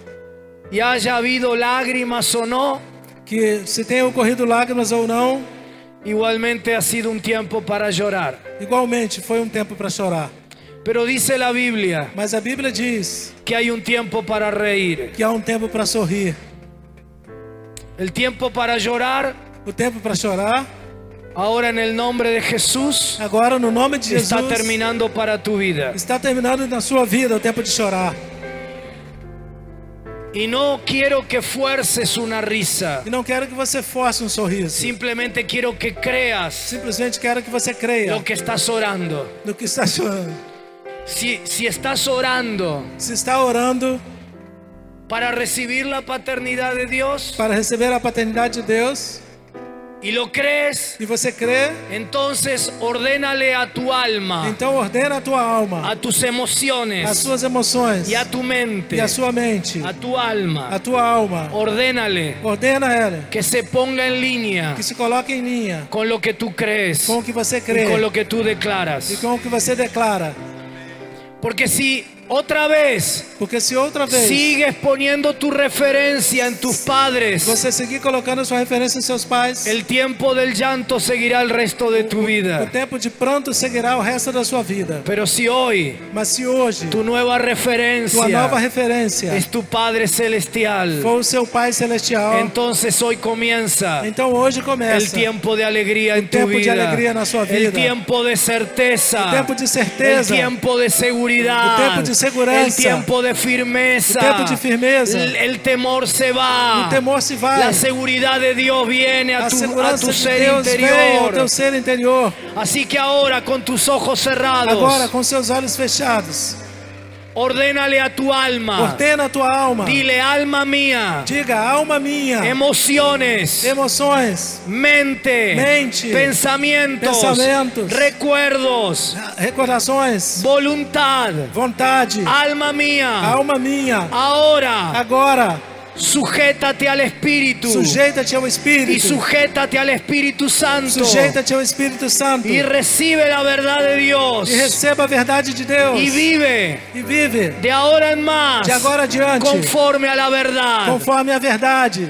Speaker 4: Y haya habido lágrimas o no,
Speaker 5: que se tenham ocorrido lágrimas ou não,
Speaker 4: igualmente ha sido un tiempo para llorar.
Speaker 5: igualmente foi um tempo para chorar.
Speaker 4: Pero dice la Biblia
Speaker 5: Mas a Bíblia diz
Speaker 4: que hay un tiempo para reír.
Speaker 5: que há um tempo para sorrir,
Speaker 4: El tiempo para llorar,
Speaker 5: o um tempo para chorar.
Speaker 4: ahora en el nombre de Jesús,
Speaker 5: Agora, no nome de Jesus,
Speaker 4: está terminando para tu vida.
Speaker 5: está terminando na sua vida o tempo de chorar.
Speaker 4: Y no quiero que fuerces una risa.
Speaker 5: E não quero que você force um sorriso.
Speaker 4: Simplemente quiero que creas
Speaker 5: Simplesmente quero que você creia
Speaker 4: lo que estás orando.
Speaker 5: no que está chorando.
Speaker 4: Si, si estás orando
Speaker 5: Se está orando
Speaker 4: para recibir la paternidad de Dios
Speaker 5: para receber a paternidade de Deus
Speaker 4: y lo crees,
Speaker 5: e você crê,
Speaker 4: entonces ordénale a tu alma,
Speaker 5: então ordena a tua alma,
Speaker 4: Ah. a tus
Speaker 5: as
Speaker 4: emociones
Speaker 5: suas emoções
Speaker 4: y a tu mente,
Speaker 5: e a sua mente,
Speaker 4: a tu
Speaker 5: a
Speaker 4: alma.
Speaker 5: tua alma.
Speaker 4: Ordénale
Speaker 5: Ordena ela
Speaker 4: que se ponga en línea
Speaker 5: que se coloque em linha
Speaker 4: con lo que tú crees
Speaker 5: com o que você
Speaker 4: y
Speaker 5: crê
Speaker 4: con lo que tú
Speaker 5: e
Speaker 4: declaras.
Speaker 5: com o que você declara.
Speaker 4: Porque si otra vez
Speaker 5: Porque se outra vez
Speaker 4: Sigues poniendo tu referencia en tus padres.
Speaker 5: você seguir colocando sua referência em seus pais,
Speaker 4: El tiempo del llanto seguirá el resto de tu
Speaker 5: o
Speaker 4: vida.
Speaker 5: tempo de pranto seguirá o resto da sua vida.
Speaker 4: Pero si hoy
Speaker 5: Mas se hoje
Speaker 4: tu nueva
Speaker 5: tua nova
Speaker 4: referencia
Speaker 5: referência
Speaker 4: es tu Padre Celestial,
Speaker 5: for o seu Pai Celestial,
Speaker 4: entonces hoy comienza
Speaker 5: então hoje
Speaker 4: el
Speaker 5: começa
Speaker 4: tiempo de alegría en tu
Speaker 5: tiempo de
Speaker 4: vida.
Speaker 5: alegría en su vida.
Speaker 4: El tiempo de certeza.
Speaker 5: O tiempo de certeza.
Speaker 4: El tiempo de seguridad.
Speaker 5: O tempo de segurança.
Speaker 4: el tiempo de firmeza,
Speaker 5: El tiempo de firmeza.
Speaker 4: el, el temor se va,
Speaker 5: O temor se vai.
Speaker 4: la seguridad de Dios viene a,
Speaker 5: A
Speaker 4: tu, a
Speaker 5: segurança
Speaker 4: tu
Speaker 5: de
Speaker 4: ser
Speaker 5: Deus vem ao
Speaker 4: interior.
Speaker 5: teu ser interior.
Speaker 4: Así que ahora con tus ojos cerrados,
Speaker 5: Agora, com seus olhos fechados,
Speaker 4: ordénale a tu alma,
Speaker 5: ordena a tua alma.
Speaker 4: Ah. dile alma mía,
Speaker 5: Diga, alma minha,
Speaker 4: emociones,
Speaker 5: emoções,
Speaker 4: mente,
Speaker 5: Mente.
Speaker 4: pensamientos,
Speaker 5: Pensamentos.
Speaker 4: recuerdos,
Speaker 5: recordações,
Speaker 4: voluntad,
Speaker 5: vontade.
Speaker 4: alma mía.
Speaker 5: Alma minha,
Speaker 4: Ahora,
Speaker 5: agora,
Speaker 4: sujétate al Espíritu
Speaker 5: sujeita-te ao
Speaker 4: y
Speaker 5: Espírito.
Speaker 4: sujétate al Espíritu Santo
Speaker 5: Sujeita-te ao Espírito Santo.
Speaker 4: y
Speaker 5: E
Speaker 4: recibe la verdad de Dios
Speaker 5: receba a verdade de Deus.
Speaker 4: y vive
Speaker 5: E vive
Speaker 4: de ahora en más
Speaker 5: de agora adiante,
Speaker 4: conforme a la verdad.
Speaker 5: conforme a verdade.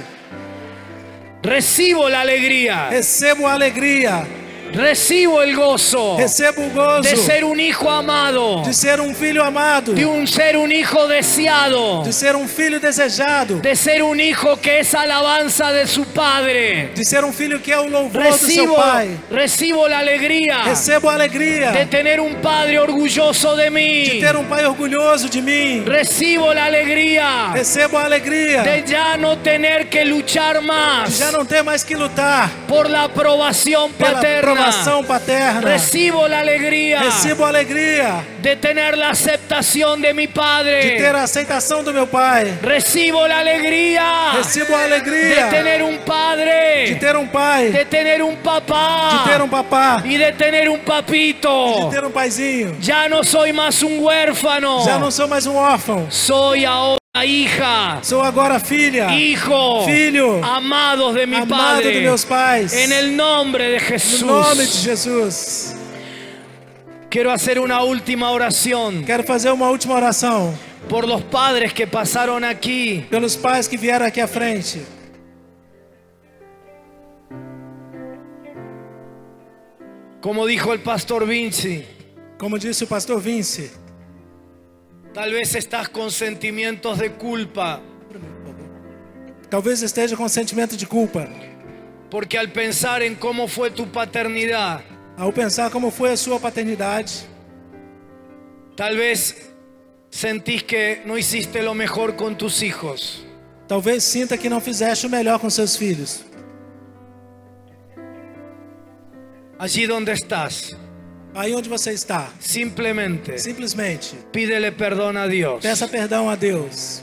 Speaker 4: Recibo la alegría,
Speaker 5: Recebo a alegria,
Speaker 4: recibo el gozo
Speaker 5: recebo o gozo
Speaker 4: de ser un hijo amado,
Speaker 5: de ser um filho amado,
Speaker 4: de un ser un hijo deseado,
Speaker 5: de ser um filho desejado,
Speaker 4: de ser un hijo que es alabanza de su padre.
Speaker 5: de ser um filho que é o louvor do seu
Speaker 4: Recibo,
Speaker 5: Pai.
Speaker 4: recibo la alegría.
Speaker 5: Recebo a alegria
Speaker 4: de tener un padre orgulloso de mí.
Speaker 5: de ter um Pai orgulhoso de mim.
Speaker 4: Recibo la alegría
Speaker 5: Recebo a alegria
Speaker 4: de ya no tener que luchar
Speaker 5: de
Speaker 4: más
Speaker 5: já não ter mais que lutar
Speaker 4: por la aprobación
Speaker 5: pela
Speaker 4: paterna.
Speaker 5: aprovação paterna.
Speaker 4: Recibo la alegría
Speaker 5: Recebo a alegria
Speaker 4: de tener la aceptación de mi
Speaker 5: de ter
Speaker 4: padre.
Speaker 5: a aceitação do meu Pai.
Speaker 4: Recibo la alegría
Speaker 5: Recebo a
Speaker 4: de
Speaker 5: alegria
Speaker 4: tener un
Speaker 5: de
Speaker 4: padre,
Speaker 5: ter um Pai,
Speaker 4: de tener un
Speaker 5: de ter
Speaker 4: papá
Speaker 5: um papá,
Speaker 4: y de tener un
Speaker 5: de
Speaker 4: papito.
Speaker 5: ter um paizinho.
Speaker 4: Ya no soy más un
Speaker 5: Já não
Speaker 4: huérfano.
Speaker 5: sou mais um órfão.
Speaker 4: Soy ahora hija.
Speaker 5: Sou agora filha,
Speaker 4: Hijo,
Speaker 5: Filho.
Speaker 4: amados de mi
Speaker 5: amada dos
Speaker 4: Padre,
Speaker 5: meus pais.
Speaker 4: en el nombre de
Speaker 5: No
Speaker 4: Jesús,
Speaker 5: nome de Jesus.
Speaker 4: quiero hacer una última oración
Speaker 5: Quero fazer uma última oração
Speaker 4: por los padres que pasaron aquí,
Speaker 5: pelos pais que vieram aqui à frente.
Speaker 4: como dijo el pastor Vinci.
Speaker 5: Como disse o pastor Vince,
Speaker 4: Tal vez estás con sentimientos de culpa,
Speaker 5: talvez esteja com um sentimento de culpa
Speaker 4: porque al pensar en cómo fue tu paternidad,
Speaker 5: ao pensar como foi a sua paternidade.
Speaker 4: tal vez sentís que no hiciste lo mejor con tus hijos.
Speaker 5: Talvez sinta que não fizeste o melhor com seus filhos.
Speaker 4: Allí donde estás,
Speaker 5: Aí onde você está,
Speaker 4: simplemente
Speaker 5: simplesmente
Speaker 4: pídele perdón a Dios.
Speaker 5: peça perdão a Deus.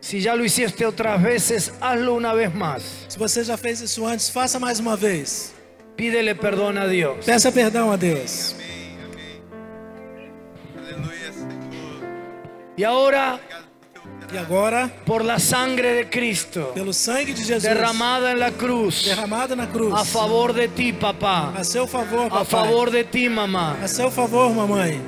Speaker 4: Si ya lo hiciste otras veces, hazlo una vez más.
Speaker 5: Se você já fez isso antes, faça mais uma vez.
Speaker 4: Pídele perdón a Dios.
Speaker 5: Peça perdão a Deus.
Speaker 4: Y ahora,
Speaker 5: E agora,
Speaker 4: por la sangre de Cristo,
Speaker 5: pelo sangue de Jesus
Speaker 4: derramada en la cruz,
Speaker 5: derramado na cruz,
Speaker 4: a favor de ti, papá,
Speaker 5: a seu favor, papai,
Speaker 4: a favor de ti, mamá,
Speaker 5: a seu favor, mamãe,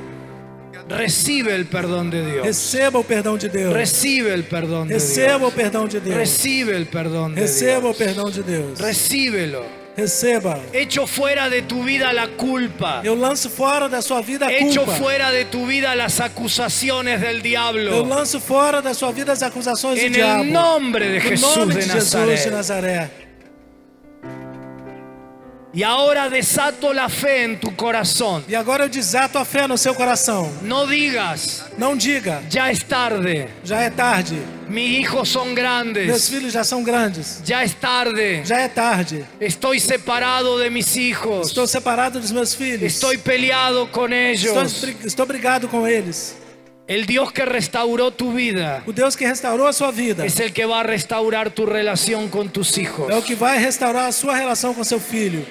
Speaker 4: recibe el perdón de Dios.
Speaker 5: receba o perdão de Deus.
Speaker 4: Recibe el perdón de
Speaker 5: Receba o
Speaker 4: Dios.
Speaker 5: perdão de Deus.
Speaker 4: Recibe el perdón de
Speaker 5: Receba o
Speaker 4: Dios.
Speaker 5: perdão de Deus.
Speaker 4: Recíbelo.
Speaker 5: Receba.
Speaker 4: Hecho fuera de tu vida la culpa.
Speaker 5: Eu lanço fora da sua vida a
Speaker 4: Hecho
Speaker 5: culpa.
Speaker 4: fuera de tu vida las acusaciones del
Speaker 5: Eu
Speaker 4: diablo.
Speaker 5: lanço fora da sua vida as acusações do
Speaker 4: En
Speaker 5: diabo.
Speaker 4: el nombre de
Speaker 5: No
Speaker 4: Jesús
Speaker 5: nome
Speaker 4: de
Speaker 5: de Jesus de
Speaker 4: Nazaret.
Speaker 5: Nazaré.
Speaker 4: Y ahora desato la fe en tu corazón.
Speaker 5: E agora eu desato a fé no seu coração.
Speaker 4: No digas,
Speaker 5: Não diga,
Speaker 4: ya es tarde,
Speaker 5: já é tarde.
Speaker 4: mis hijos son
Speaker 5: Meus
Speaker 4: grandes,
Speaker 5: filhos já são grandes.
Speaker 4: ya es tarde,
Speaker 5: Já é tarde.
Speaker 4: estoy separado de mis hijos,
Speaker 5: Estou separado dos meus filhos.
Speaker 4: estoy peleado con
Speaker 5: Estou,
Speaker 4: ellos.
Speaker 5: bri- estou brigado com eles.
Speaker 4: El Dios que restauró tu vida
Speaker 5: O Deus que restaurou a sua vida
Speaker 4: es el que va a restaurar tu relación con tus
Speaker 5: é o
Speaker 4: hijos.
Speaker 5: que vai restaurar a sua relação com seu filho.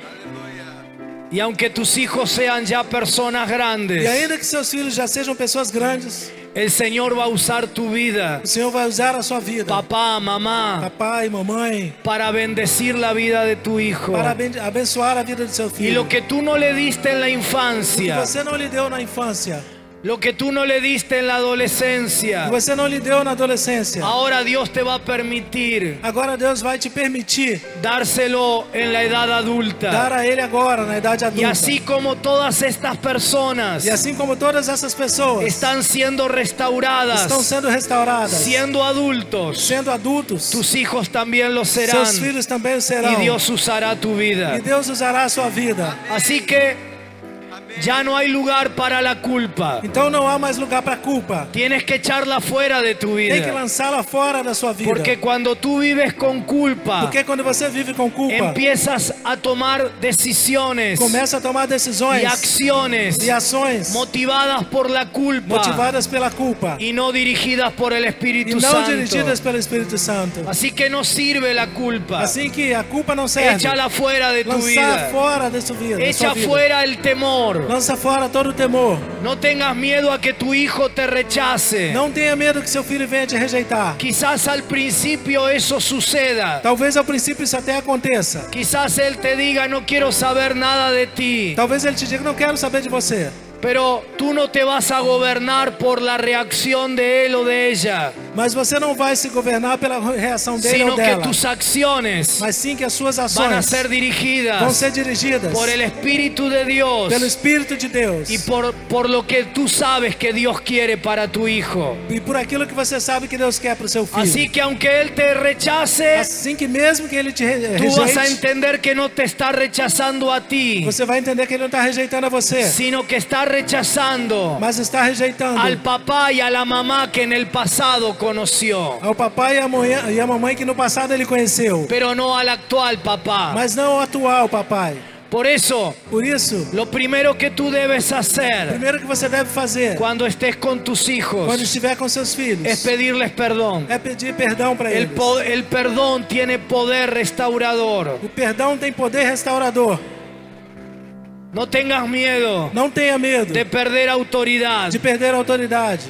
Speaker 4: Y aunque tus hijos sean ya personas
Speaker 5: E
Speaker 4: grandes,
Speaker 5: ainda que seus filhos já sejam pessoas grandes,
Speaker 4: el Señor va a usar tu vida,
Speaker 5: o Senhor vai usar a sua vida,
Speaker 4: Pues, papá, mamá,
Speaker 5: papai, mamãe,
Speaker 4: para bendecir la vida de tu hijo.
Speaker 5: para aben- abençoar a vida do seu
Speaker 4: Y
Speaker 5: filho.
Speaker 4: lo que tú no le diste en la
Speaker 5: O que
Speaker 4: infancia,
Speaker 5: você não lhe deu na infância,
Speaker 4: lo que tú no le diste en la
Speaker 5: o
Speaker 4: adolescencia,
Speaker 5: que você não lhe deu na adolescência,
Speaker 4: ahora Dios te va a permitir
Speaker 5: agora Deus vai te permitir
Speaker 4: dárselo en la edad
Speaker 5: dar
Speaker 4: adulta.
Speaker 5: a ele agora, na idade
Speaker 4: Y
Speaker 5: adulta.
Speaker 4: así como todas estas personas
Speaker 5: E assim como todas essas pessoas
Speaker 4: están siendo
Speaker 5: estão
Speaker 4: restauradas,
Speaker 5: sendo restauradas,
Speaker 4: siendo adultos,
Speaker 5: sendo adultos,
Speaker 4: tus hijos también lo serán.
Speaker 5: seus filhos também o serão.
Speaker 4: Y Deus usará tu vida.
Speaker 5: E Deus usará a sua vida.
Speaker 4: Así que Ya no hay lugar para la culpa.
Speaker 5: Então não há mais lugar para culpa.
Speaker 4: Tienes que echarla fuera de tu
Speaker 5: Tem que
Speaker 4: vida.
Speaker 5: lançá-la fora da sua vida.
Speaker 4: Porque cuando tú vives con culpa,
Speaker 5: Porque quando você vive com culpa,
Speaker 4: empiezas a tomar decisiones
Speaker 5: começa a tomar
Speaker 4: y
Speaker 5: decisões
Speaker 4: acciones
Speaker 5: e ações
Speaker 4: motivadas por la culpa
Speaker 5: motivadas pela culpa
Speaker 4: y no dirigidas por el
Speaker 5: e
Speaker 4: Espíritu
Speaker 5: não
Speaker 4: Santo.
Speaker 5: dirigidas pelo Espírito Santo.
Speaker 4: Así que no sirve la culpa.
Speaker 5: Assim que a culpa não serve.
Speaker 4: Échala fuera de tu
Speaker 5: Lançar
Speaker 4: vida.
Speaker 5: fora da sua vida. da sua
Speaker 4: Echa
Speaker 5: vida.
Speaker 4: fuera el temor.
Speaker 5: Lança fora todo o temor.
Speaker 4: No tengas miedo a que tu hijo te rechace.
Speaker 5: Não tenha medo que seu filho venha te rejeitar.
Speaker 4: Quizás al principio eso suceda.
Speaker 5: Talvez ao princípio isso até aconteça.
Speaker 4: Quizás él te diga no quiero saber nada de ti.
Speaker 5: Talvez ele te diga, não quero saber de você.
Speaker 4: Pero tú no te vas a gobernar por la reacción de él o de ella,
Speaker 5: Mas você não vai se governar pela reação dele
Speaker 4: sino
Speaker 5: ou
Speaker 4: que
Speaker 5: dela.
Speaker 4: tus acciones
Speaker 5: Mas sim que as suas
Speaker 4: van a
Speaker 5: ações
Speaker 4: ser
Speaker 5: vão
Speaker 4: dirigidas
Speaker 5: ser dirigidas
Speaker 4: por el Espíritu de Dios
Speaker 5: pelo Espírito de Deus.
Speaker 4: y por, por lo que tú sabes que Dios quiere para tu hijo.
Speaker 5: E por aquilo que você sabe que Deus quer para o seu filho.
Speaker 4: Así Assim que aunque él te rechace,
Speaker 5: Assim que mesmo que ele te re-
Speaker 4: tú vas a
Speaker 5: rejeite,
Speaker 4: entender que no te está rechazando a ti,
Speaker 5: você vai entender que ele não está rejeitando a você,
Speaker 4: sino que está rechazando
Speaker 5: mas está rejeitando
Speaker 4: al papá y a la mamá que en el pasado conoció,
Speaker 5: ao papai e à, manhã- e à mamãe que no passado ele conheceu,
Speaker 4: pero no al actual papá.
Speaker 5: mas não ao atual papai.
Speaker 4: Por eso,
Speaker 5: Por isso,
Speaker 4: lo primero que tú debes hacer
Speaker 5: primeiro que você deve fazer
Speaker 4: cuando estés con tus
Speaker 5: quando
Speaker 4: hijos
Speaker 5: estiver com seus filhos
Speaker 4: es pedirles perdón.
Speaker 5: é pedir perdão para
Speaker 4: El,
Speaker 5: eles.
Speaker 4: po- el perdón tiene poder restaurador.
Speaker 5: O perdão tem poder restaurador.
Speaker 4: No tengas miedo
Speaker 5: Não tenha medo
Speaker 4: de perder autoridad.
Speaker 5: de perder a autoridade.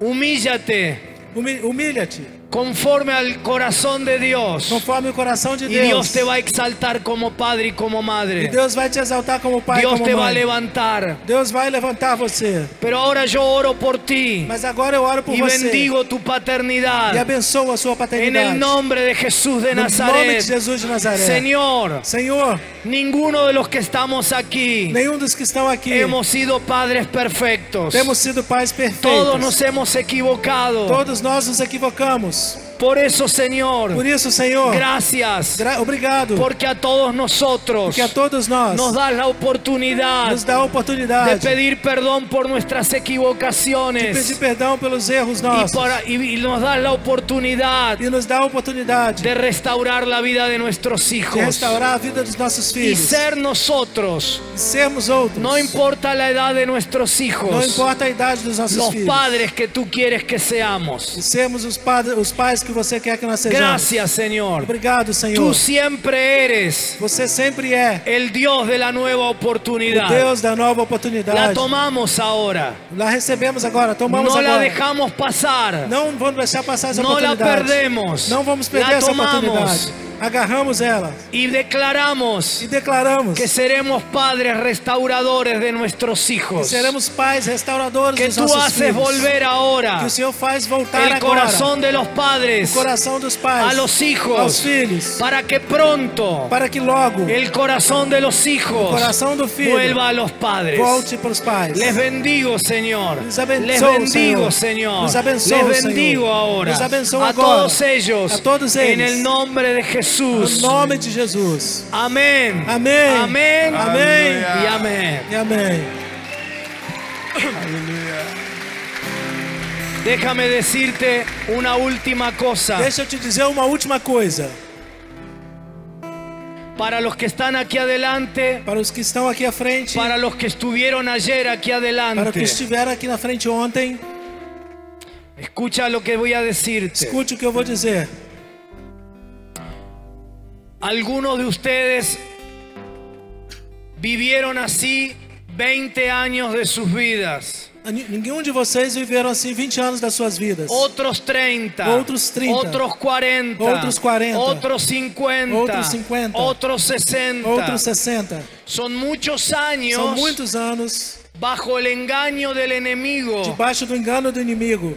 Speaker 4: Humíllate
Speaker 5: Humi- Humilha-te
Speaker 4: conforme al corazón de Dios.
Speaker 5: conforme o coração de
Speaker 4: Y Dios
Speaker 5: Deus.
Speaker 4: te va a exaltar como padre y como
Speaker 5: E
Speaker 4: madre.
Speaker 5: Deus vai te exaltar como pai e
Speaker 4: Dios
Speaker 5: como
Speaker 4: te va a
Speaker 5: mãe.
Speaker 4: levantar.
Speaker 5: Deus vai levantar você.
Speaker 4: Pero ahora yo oro por ti
Speaker 5: Mas agora eu oro por
Speaker 4: y
Speaker 5: você
Speaker 4: bendigo tu
Speaker 5: e
Speaker 4: paternidad
Speaker 5: abençoo a sua
Speaker 4: en
Speaker 5: paternidade.
Speaker 4: el nombre de Jesús de
Speaker 5: no nome de
Speaker 4: Nazaret.
Speaker 5: Jesus de Nazaré.
Speaker 4: Señor,
Speaker 5: Senhor,
Speaker 4: ninguno de los que estamos aquí
Speaker 5: nenhum dos que estão aqui
Speaker 4: hemos sido padres perfectos.
Speaker 5: temos sido pais perfeitos.
Speaker 4: Todos nos hemos equivocado.
Speaker 5: Todos nós nos equivocamos.
Speaker 4: Por eso, Señor,
Speaker 5: Por isso, Senhor,
Speaker 4: gracias,
Speaker 5: gra- obrigado
Speaker 4: porque a todos nosotros
Speaker 5: porque a todos nós
Speaker 4: nos das la oportunidad
Speaker 5: nos dá a
Speaker 4: de
Speaker 5: oportunidade
Speaker 4: pedir perdón por nuestras
Speaker 5: de pedir
Speaker 4: equivocaciones
Speaker 5: perdão pelos erros
Speaker 4: y,
Speaker 5: nossos
Speaker 4: para- y- y nos das la oportunidad
Speaker 5: e nos dá a oportunidade
Speaker 4: de restaurar la vida de nuestros
Speaker 5: de
Speaker 4: hijos
Speaker 5: restaurar a vida dos nossos
Speaker 4: y
Speaker 5: filhos
Speaker 4: ser nosotros,
Speaker 5: e sermos outros.
Speaker 4: no importa la edad de nuestros
Speaker 5: Não
Speaker 4: hijos,
Speaker 5: importa a idade dos nossos
Speaker 4: los
Speaker 5: filhos.
Speaker 4: padres que tú quieres que
Speaker 5: E
Speaker 4: seamos.
Speaker 5: sermos os, padres, os pais que você quer que nós sejamos.
Speaker 4: Gracias, Señor.
Speaker 5: Obrigado,
Speaker 4: Tú
Speaker 5: Senhor.
Speaker 4: siempre eres
Speaker 5: Você sempre é
Speaker 4: el Dios de la nueva
Speaker 5: o
Speaker 4: oportunidad.
Speaker 5: Deus da nova
Speaker 4: La
Speaker 5: oportunidade.
Speaker 4: tomamos ahora.
Speaker 5: La recebemos agora, tomamos
Speaker 4: No la
Speaker 5: agora.
Speaker 4: dejamos pasar.
Speaker 5: Não vamos deixar passar essa
Speaker 4: No la
Speaker 5: oportunidade.
Speaker 4: perdemos.
Speaker 5: Não vamos
Speaker 4: La
Speaker 5: perder essa
Speaker 4: tomamos.
Speaker 5: oportunidade. Agarramos ela
Speaker 4: Y declaramos
Speaker 5: e declaramos
Speaker 4: que
Speaker 5: que
Speaker 4: seremos padres restauradores de nuestros hijos.
Speaker 5: seremos pais restauradores
Speaker 4: Que
Speaker 5: dos
Speaker 4: tú
Speaker 5: nossos
Speaker 4: haces
Speaker 5: filhos.
Speaker 4: volver ahora
Speaker 5: Que o Senhor faz voltar
Speaker 4: el
Speaker 5: agora
Speaker 4: corazón de los
Speaker 5: o
Speaker 4: padres
Speaker 5: coração dos pais
Speaker 4: a los
Speaker 5: aos
Speaker 4: hijos
Speaker 5: filhos
Speaker 4: para que pronto
Speaker 5: para que logo
Speaker 4: el corazón de los
Speaker 5: o
Speaker 4: hijos
Speaker 5: coração do filho
Speaker 4: vuelva a los padres.
Speaker 5: volte para os pais.
Speaker 4: Les bendigo, Señor.
Speaker 5: Nos
Speaker 4: Les
Speaker 5: abençoa,
Speaker 4: bendigo,
Speaker 5: Senhor.
Speaker 4: Señor.
Speaker 5: Nos abençoa,
Speaker 4: Les bendigo
Speaker 5: Senhor.
Speaker 4: ahora.
Speaker 5: Nos abençoa
Speaker 4: a
Speaker 5: agora.
Speaker 4: todos ellos.
Speaker 5: A todos
Speaker 4: En
Speaker 5: eles.
Speaker 4: el nombre de
Speaker 5: No
Speaker 4: Jesús.
Speaker 5: nome de Jesus.
Speaker 4: Amén.
Speaker 5: Amém.
Speaker 4: Amén.
Speaker 5: Amém.
Speaker 4: Y amén.
Speaker 5: E amém.
Speaker 4: Déjame decirte una última cosa.
Speaker 5: Deixa eu te dizer uma última coisa.
Speaker 4: Para los que están aquí adelante,
Speaker 5: Para os que estão aqui à frente, para,
Speaker 4: para los que estuvieron ayer aquí adelante,
Speaker 5: que estiveram aqui na frente ontem,
Speaker 4: escucha lo que voy a decirte.
Speaker 5: escute o que eu vou dizer.
Speaker 4: Algunos de ustedes vivieron así 20 años de sus vidas.
Speaker 5: Ni- Nenhum de vocês viveram assim 20 anos das suas vidas.
Speaker 4: Otros 30.
Speaker 5: Otros 30.
Speaker 4: Otros 40.
Speaker 5: Otros 40.
Speaker 4: Otros 50.
Speaker 5: Otros 50.
Speaker 4: Otros 60.
Speaker 5: Outros 60.
Speaker 4: Son muchos años
Speaker 5: São muitos anos
Speaker 4: bajo el engaño del enemigo.
Speaker 5: debaixo do engano do inimigo.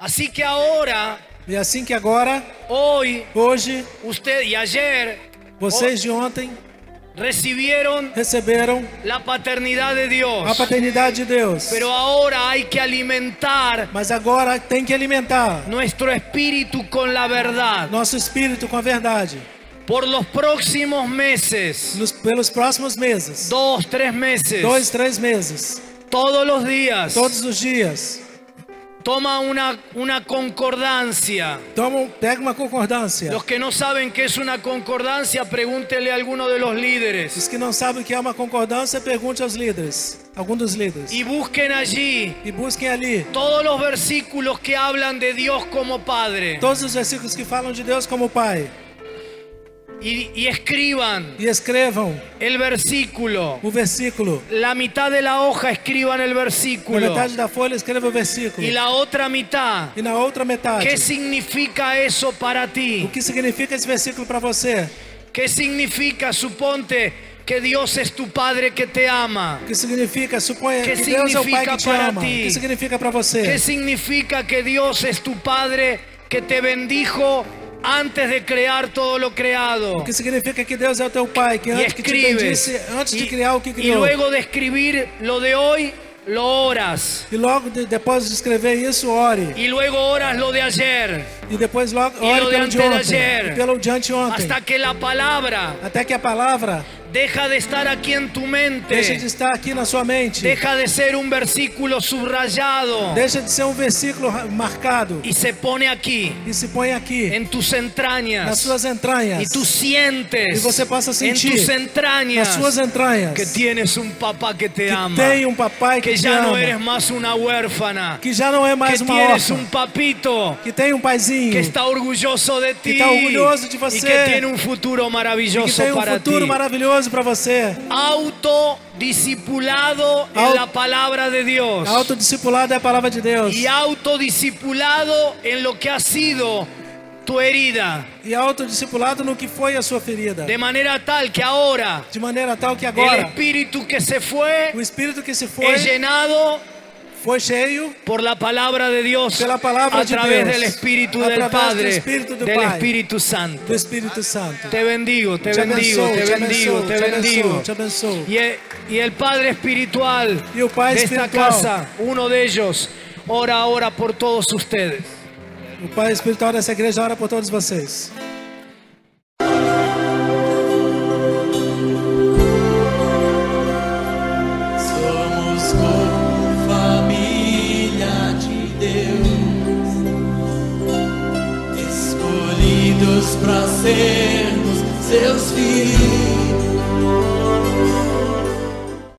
Speaker 4: Así que ahora,
Speaker 5: E assim que agora,
Speaker 4: hoy,
Speaker 5: hoje,
Speaker 4: usted y ayer
Speaker 5: vocês de ontem
Speaker 4: recibieron
Speaker 5: receberam
Speaker 4: la paternidad de
Speaker 5: a
Speaker 4: Dios.
Speaker 5: paternidade de Deus.
Speaker 4: Pero ahora hay que alimentar
Speaker 5: Mas agora tem que alimentar
Speaker 4: nuestro espíritu con la verdad.
Speaker 5: nosso espírito com a verdade.
Speaker 4: por los próximos meses,
Speaker 5: nos- pelos próximos meses.
Speaker 4: dos, tres meses,
Speaker 5: Dois, três meses.
Speaker 4: todos los días,
Speaker 5: Todos os dias.
Speaker 4: toma una, una concordancia.
Speaker 5: Toma, um, pega uma concordância.
Speaker 4: Los que no saben qué es una concordancia, pregúntele a alguno de los líderes
Speaker 5: Os que não sabem o que é uma concordância, pergunte aos líderes. Algum dos líderes.
Speaker 4: y busquen allí
Speaker 5: E busquem ali
Speaker 4: todos los versículos que hablan de Dios como Padre
Speaker 5: todos os versículos que falam de Deus como Pai.
Speaker 4: y, y escriban
Speaker 5: E escrevam
Speaker 4: el versículo.
Speaker 5: o versículo.
Speaker 4: La mitad de la hoja escriban el
Speaker 5: Na
Speaker 4: versículo
Speaker 5: metade da folha, escreva o versículo.
Speaker 4: y la otra mitad.
Speaker 5: E na outra metade.
Speaker 4: ¿Qué significa eso para ti?
Speaker 5: O que significa esse versículo para você?
Speaker 4: ¿Qué significa, suponte, que Dios es tu Padre que te ama?
Speaker 5: O que significa? Suponha
Speaker 4: Que
Speaker 5: que, Deus é o Pai
Speaker 4: significa
Speaker 5: que te
Speaker 4: para
Speaker 5: ama.
Speaker 4: ti?
Speaker 5: O que significa para
Speaker 4: ¿Qué
Speaker 5: você?
Speaker 4: significa que Dios es tu Padre que te bendijo antes de crear todo lo creado?
Speaker 5: O que significa que Deus é o teu Pai, que
Speaker 4: Y
Speaker 5: antes que te
Speaker 4: escribes.
Speaker 5: bendisse, antes de
Speaker 4: Y-
Speaker 5: criar o que
Speaker 4: y
Speaker 5: criou.
Speaker 4: luego de escribir lo de hoy, lo oras.
Speaker 5: E logo de- depois de escrever isso, ore.
Speaker 4: Y luego oras lo de ayer.
Speaker 5: E depois logo
Speaker 4: Y lo
Speaker 5: ore
Speaker 4: de
Speaker 5: pelo
Speaker 4: antes
Speaker 5: de
Speaker 4: de
Speaker 5: ontem.
Speaker 4: ayer.
Speaker 5: E pelo de anteontem.
Speaker 4: Hasta que la palabra
Speaker 5: Até que a palavra
Speaker 4: deja de estar aquí en tu
Speaker 5: deixe
Speaker 4: mente.
Speaker 5: de estar aqui na sua mente.
Speaker 4: Deja de ser un versículo subrayado.
Speaker 5: Deixa de ser um versículo ra- marcado.
Speaker 4: y se pone aquí,
Speaker 5: E se põe aqui,
Speaker 4: en tus
Speaker 5: nas
Speaker 4: entrañas.
Speaker 5: suas entranhas.
Speaker 4: Y tú sientes
Speaker 5: E você possa
Speaker 4: en
Speaker 5: sentir
Speaker 4: tus
Speaker 5: Nas
Speaker 4: entrañas
Speaker 5: suas entranhas.
Speaker 4: que tienes un papá que te
Speaker 5: que
Speaker 4: ama,
Speaker 5: tem um papai que,
Speaker 4: que é
Speaker 5: te
Speaker 4: ya
Speaker 5: ama.
Speaker 4: no eres más una huérfana,
Speaker 5: Que já não é mais
Speaker 4: que
Speaker 5: uma
Speaker 4: tienes
Speaker 5: órfã.
Speaker 4: un papito
Speaker 5: Que tem um paizinho.
Speaker 4: que está orgulloso de ti
Speaker 5: está orgulloso de
Speaker 4: y
Speaker 5: você.
Speaker 4: que tiene un futuro
Speaker 5: que
Speaker 4: maravilloso
Speaker 5: tem um
Speaker 4: para
Speaker 5: futuro
Speaker 4: ti.
Speaker 5: maravilhoso para você.
Speaker 4: Autodiscipulado en
Speaker 5: Au-
Speaker 4: la palabra de Dios
Speaker 5: Autodiscipulado é a palavra de Deus.
Speaker 4: y autodiscipulado en lo que ha sido tu herida,
Speaker 5: E autodiscipulado no que foi a sua ferida.
Speaker 4: de manera tal que ahora
Speaker 5: De maneira tal que
Speaker 4: El
Speaker 5: agora
Speaker 4: espíritu que se fue
Speaker 5: o espírito que se foi
Speaker 4: es llenado
Speaker 5: foi cheio
Speaker 4: por la palabra de Dios
Speaker 5: Pela palavra
Speaker 4: a
Speaker 5: de
Speaker 4: través
Speaker 5: Deus.
Speaker 4: del Espíritu
Speaker 5: A
Speaker 4: del
Speaker 5: través do
Speaker 4: Padre,
Speaker 5: Espírito do
Speaker 4: del
Speaker 5: Pai.
Speaker 4: Espíritu Santo.
Speaker 5: do Espírito Santo.
Speaker 4: Te bendigo, te,
Speaker 5: Te
Speaker 4: bendigo,
Speaker 5: abençoo,
Speaker 4: te
Speaker 5: te
Speaker 4: bendigo,
Speaker 5: abençoo,
Speaker 4: te
Speaker 5: te
Speaker 4: bendigo.
Speaker 5: abençoo, te abençoo.
Speaker 4: Y el, y el Padre Espiritual
Speaker 5: E o Pai
Speaker 4: de esta
Speaker 5: espiritual.
Speaker 4: casa, uno de ellos, ora ahora por todos ustedes.
Speaker 5: O Pai espiritual dessa igreja ora por todos vocês.
Speaker 1: Somos como família de Deus, escolhidos para sermos seus filhos.